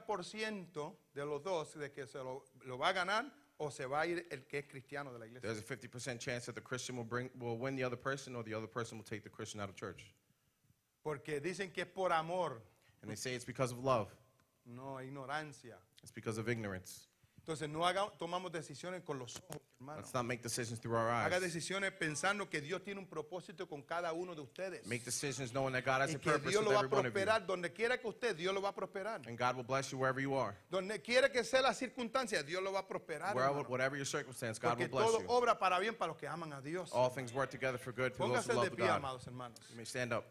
[SPEAKER 2] de los dos de que se lo, lo va a ganar o se va a ir el que es cristiano de la iglesia.
[SPEAKER 1] there's a 50% chance that the Christian will bring will win the other person, or the other person will take the Christian out of church.
[SPEAKER 2] Porque dicen que es por amor,
[SPEAKER 1] And they say it's because of love.
[SPEAKER 2] no ignorancia.
[SPEAKER 1] It's because of ignorance.
[SPEAKER 2] Entonces no haga, tomamos decisiones con los ojos, hermano.
[SPEAKER 1] Let's not make decisions through our
[SPEAKER 2] Haga
[SPEAKER 1] eyes.
[SPEAKER 2] decisiones pensando que Dios tiene un propósito con cada uno de ustedes.
[SPEAKER 1] Make decisions knowing that God has
[SPEAKER 2] y
[SPEAKER 1] a
[SPEAKER 2] que
[SPEAKER 1] purpose
[SPEAKER 2] Dios
[SPEAKER 1] with
[SPEAKER 2] lo va
[SPEAKER 1] every
[SPEAKER 2] a
[SPEAKER 1] one of you.
[SPEAKER 2] prosperar. Donde quiera que usted, Dios lo va a prosperar.
[SPEAKER 1] And God will bless you wherever you are.
[SPEAKER 2] Donde quiera que sea la circunstancia, Dios lo va a prosperar.
[SPEAKER 1] Wherever,
[SPEAKER 2] hermano.
[SPEAKER 1] whatever your circumstance, God
[SPEAKER 2] Porque
[SPEAKER 1] will bless
[SPEAKER 2] todo
[SPEAKER 1] you.
[SPEAKER 2] obra para bien para los que aman a Dios.
[SPEAKER 1] All things work together for good for those
[SPEAKER 2] Póngase
[SPEAKER 1] who
[SPEAKER 2] de
[SPEAKER 1] love
[SPEAKER 2] pie,
[SPEAKER 1] God.
[SPEAKER 2] amados hermanos.
[SPEAKER 1] You may stand up.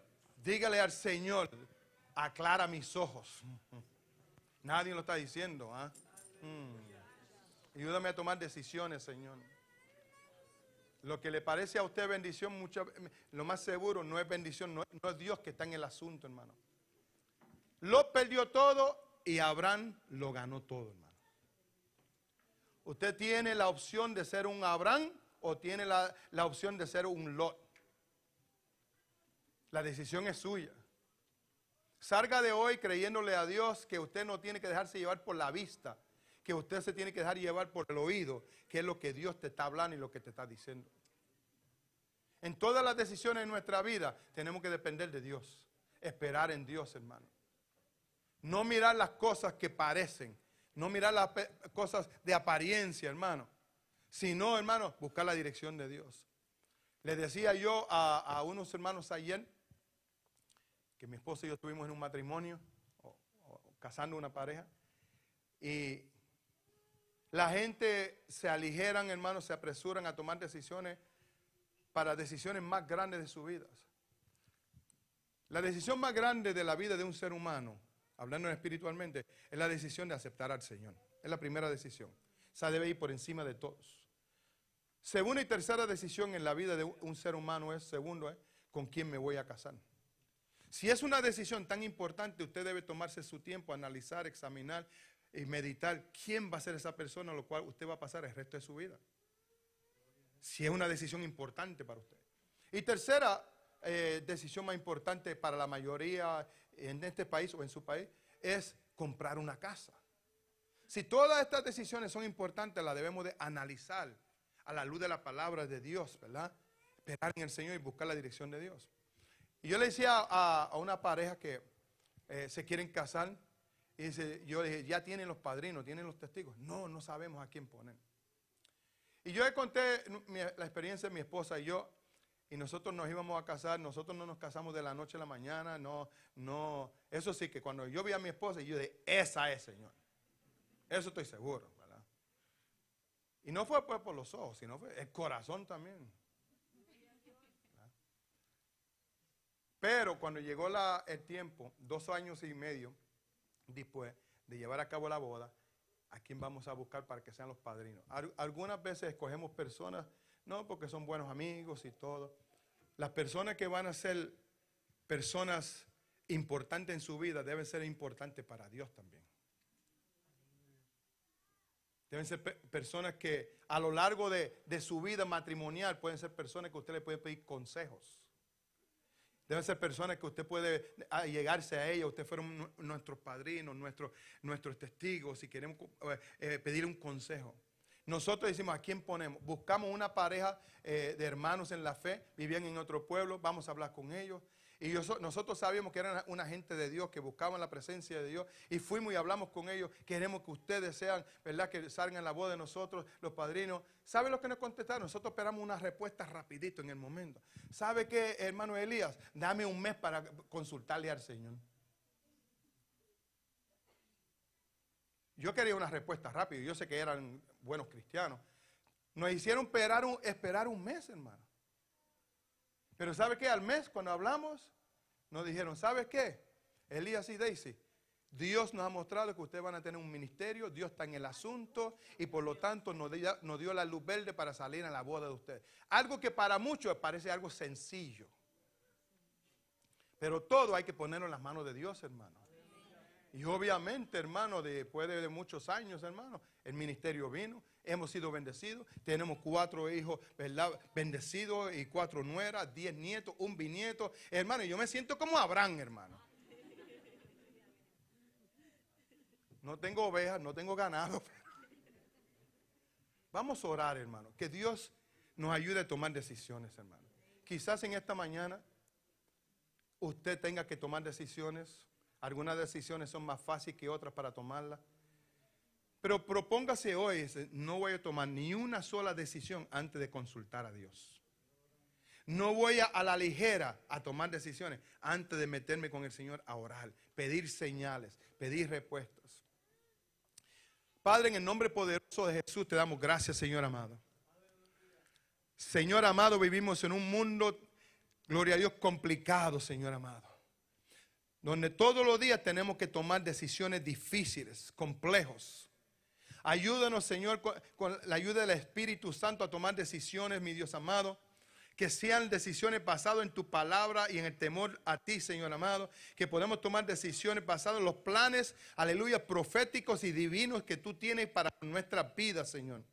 [SPEAKER 2] Dígale al Señor, aclara mis ojos. Nadie lo está diciendo. ¿ah? Mm. Ayúdame a tomar decisiones, Señor. Lo que le parece a usted bendición, muchas ve- lo más seguro no es bendición, no, no es Dios que está en el asunto, hermano. Lot perdió todo y Abraham lo ganó todo, hermano. Usted tiene la opción de ser un Abraham o tiene la, la opción de ser un Lot. La decisión es suya. Salga de hoy creyéndole a Dios que usted no tiene que dejarse llevar por la vista, que usted se tiene que dejar llevar por el oído, que es lo que Dios te está hablando y lo que te está diciendo. En todas las decisiones de nuestra vida tenemos que depender de Dios, esperar en Dios, hermano. No mirar las cosas que parecen, no mirar las pe- cosas de apariencia, hermano, sino, hermano, buscar la dirección de Dios. Le decía yo a, a unos hermanos ayer que mi esposa y yo estuvimos en un matrimonio, o- o casando una pareja, y la gente se aligeran, hermanos, se apresuran a tomar decisiones para decisiones más grandes de sus vidas. La decisión más grande de la vida de un ser humano, hablando espiritualmente, es la decisión de aceptar al Señor. Es la primera decisión. Esa debe ir por encima de todos. Segunda y tercera decisión en la vida de un ser humano es, segundo, es con quién me voy a casar. Si es una decisión tan importante, usted debe tomarse su tiempo, analizar, examinar y meditar quién va a ser esa persona, lo cual usted va a pasar el resto de su vida. Si es una decisión importante para usted. Y tercera eh, decisión más importante para la mayoría en este país o en su país es comprar una casa. Si todas estas decisiones son importantes, las debemos de analizar a la luz de la palabra de Dios, ¿verdad? Esperar en el Señor y buscar la dirección de Dios. Y yo le decía a, a una pareja que eh, se quieren casar, y dice, yo le dije, ya tienen los padrinos, tienen los testigos. No, no sabemos a quién poner. Y yo le conté mi- la experiencia de mi esposa y yo, y nosotros nos íbamos a casar, nosotros no nos casamos de la noche a la mañana, no, no. Eso sí, que cuando yo vi a mi esposa, yo dije, esa es, Señor. Eso estoy seguro, ¿verdad? Y no fue pues por los ojos, sino fue el corazón también. ¿verdad? Pero cuando llegó la- el tiempo, dos años y medio después de llevar a cabo la boda, ¿a quién vamos a buscar para que sean los padrinos? Al- algunas veces escogemos personas, no porque son buenos amigos y todo. Las personas que van a ser personas importantes en su vida deben ser importantes para Dios también. Deben ser pe- personas que a lo largo de, de su vida matrimonial pueden ser personas que usted le puede pedir consejos. Deben ser personas que usted puede ah, llegarse a ellas. Usted fueron nu- nuestros padrinos, nuestros, nuestros testigos. Si queremos cu- eh, eh, pedir un consejo. Nosotros decimos, ¿a quién ponemos? Buscamos una pareja eh, de hermanos en la fe, vivían en otro pueblo, vamos a hablar con ellos. Y yo so- nosotros sabíamos que eran una gente de Dios, que buscaban la presencia de Dios. Y fuimos y hablamos con ellos. Queremos que ustedes sean, ¿verdad? Que salgan la voz de nosotros, los padrinos. ¿Sabe lo que nos contestaron? Nosotros esperamos una respuesta rapidito en el momento. ¿Sabe qué, hermano Elías? Dame un mes para consultarle al Señor. Yo quería una respuesta rápida. Yo sé que eran buenos cristianos. Nos hicieron esperar un, esperar un mes, hermano. Pero ¿sabe qué? Al mes, cuando hablamos, nos dijeron, ¿sabe qué? Elías y Daisy, Dios nos ha mostrado que ustedes van a tener un ministerio, Dios está en el asunto y por lo tanto nos, di- nos dio la luz verde para salir a la boda de ustedes. Algo que para muchos parece algo sencillo. Pero todo hay que ponerlo en las manos de Dios, hermano. Y obviamente, hermano, después de muchos años, hermano, el ministerio vino, hemos sido bendecidos, tenemos cuatro hijos, ¿verdad? Bendecidos y cuatro nueras, diez nietos, un bisnieto. Hermano, yo me siento como Abraham, hermano. No tengo ovejas, no tengo ganado. Vamos a orar, hermano, que Dios nos ayude a tomar decisiones, hermano. Quizás en esta mañana usted tenga que tomar decisiones. Algunas decisiones son más fáciles que otras para tomarlas. Pero propóngase hoy, dice, no voy a tomar ni una sola decisión antes de consultar a Dios. No voy a, a la ligera a tomar decisiones antes de meterme con el Señor a orar, pedir señales, pedir respuestas. Padre, en el nombre poderoso de Jesús te damos gracias, Señor amado. Señor amado, vivimos en un mundo, gloria a Dios, complicado, Señor amado. Donde todos los días tenemos que tomar decisiones difíciles, complejos. Ayúdanos, Señor, con, con la ayuda del Espíritu Santo a tomar decisiones, mi Dios amado. Que sean decisiones basadas en tu palabra y en el temor a ti, Señor amado. Que podamos tomar decisiones basadas en los planes, aleluya, proféticos y divinos que tú tienes para nuestra vida, Señor.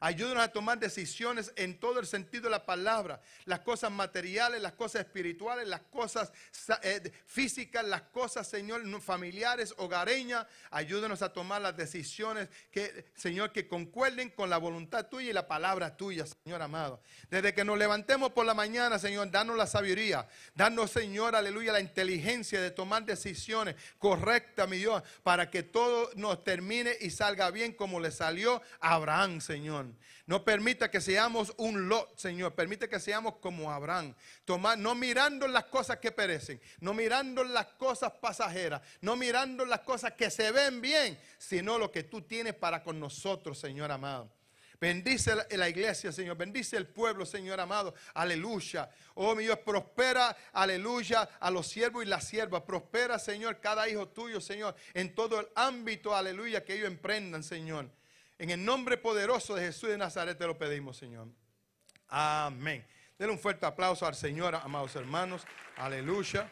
[SPEAKER 2] Ayúdanos a tomar decisiones en todo el sentido de la palabra, las cosas materiales, las cosas espirituales, las cosas sa- eh, de- físicas, las cosas, Señor, no- familiares, hogareñas. Ayúdanos a tomar las decisiones que, Señor, que concuerden con la voluntad tuya y la palabra tuya, Señor amado. Desde que nos levantemos por la mañana, Señor, danos la sabiduría, danos, Señor, aleluya, la inteligencia de tomar decisiones correctas, mi Dios, para que todo nos termine y salga bien como le salió a Abraham, Señor. No permita que seamos un Lot, Señor. Permite que seamos como Abraham. Tomar, no mirando las cosas que perecen, no mirando las cosas pasajeras, no mirando las cosas que se ven bien, sino lo que tú tienes para con nosotros, Señor amado. Bendice la, la iglesia, Señor. Bendice el pueblo, Señor amado. Aleluya. Oh, mi Dios, prospera, aleluya, a los siervos y las siervas. Prospera, Señor, cada hijo tuyo, Señor, en todo el ámbito, aleluya, que ellos emprendan, Señor. En el nombre poderoso de Jesús de Nazaret te lo pedimos, Señor. Amén. Denle un fuerte aplauso al Señor, amados hermanos. Aleluya.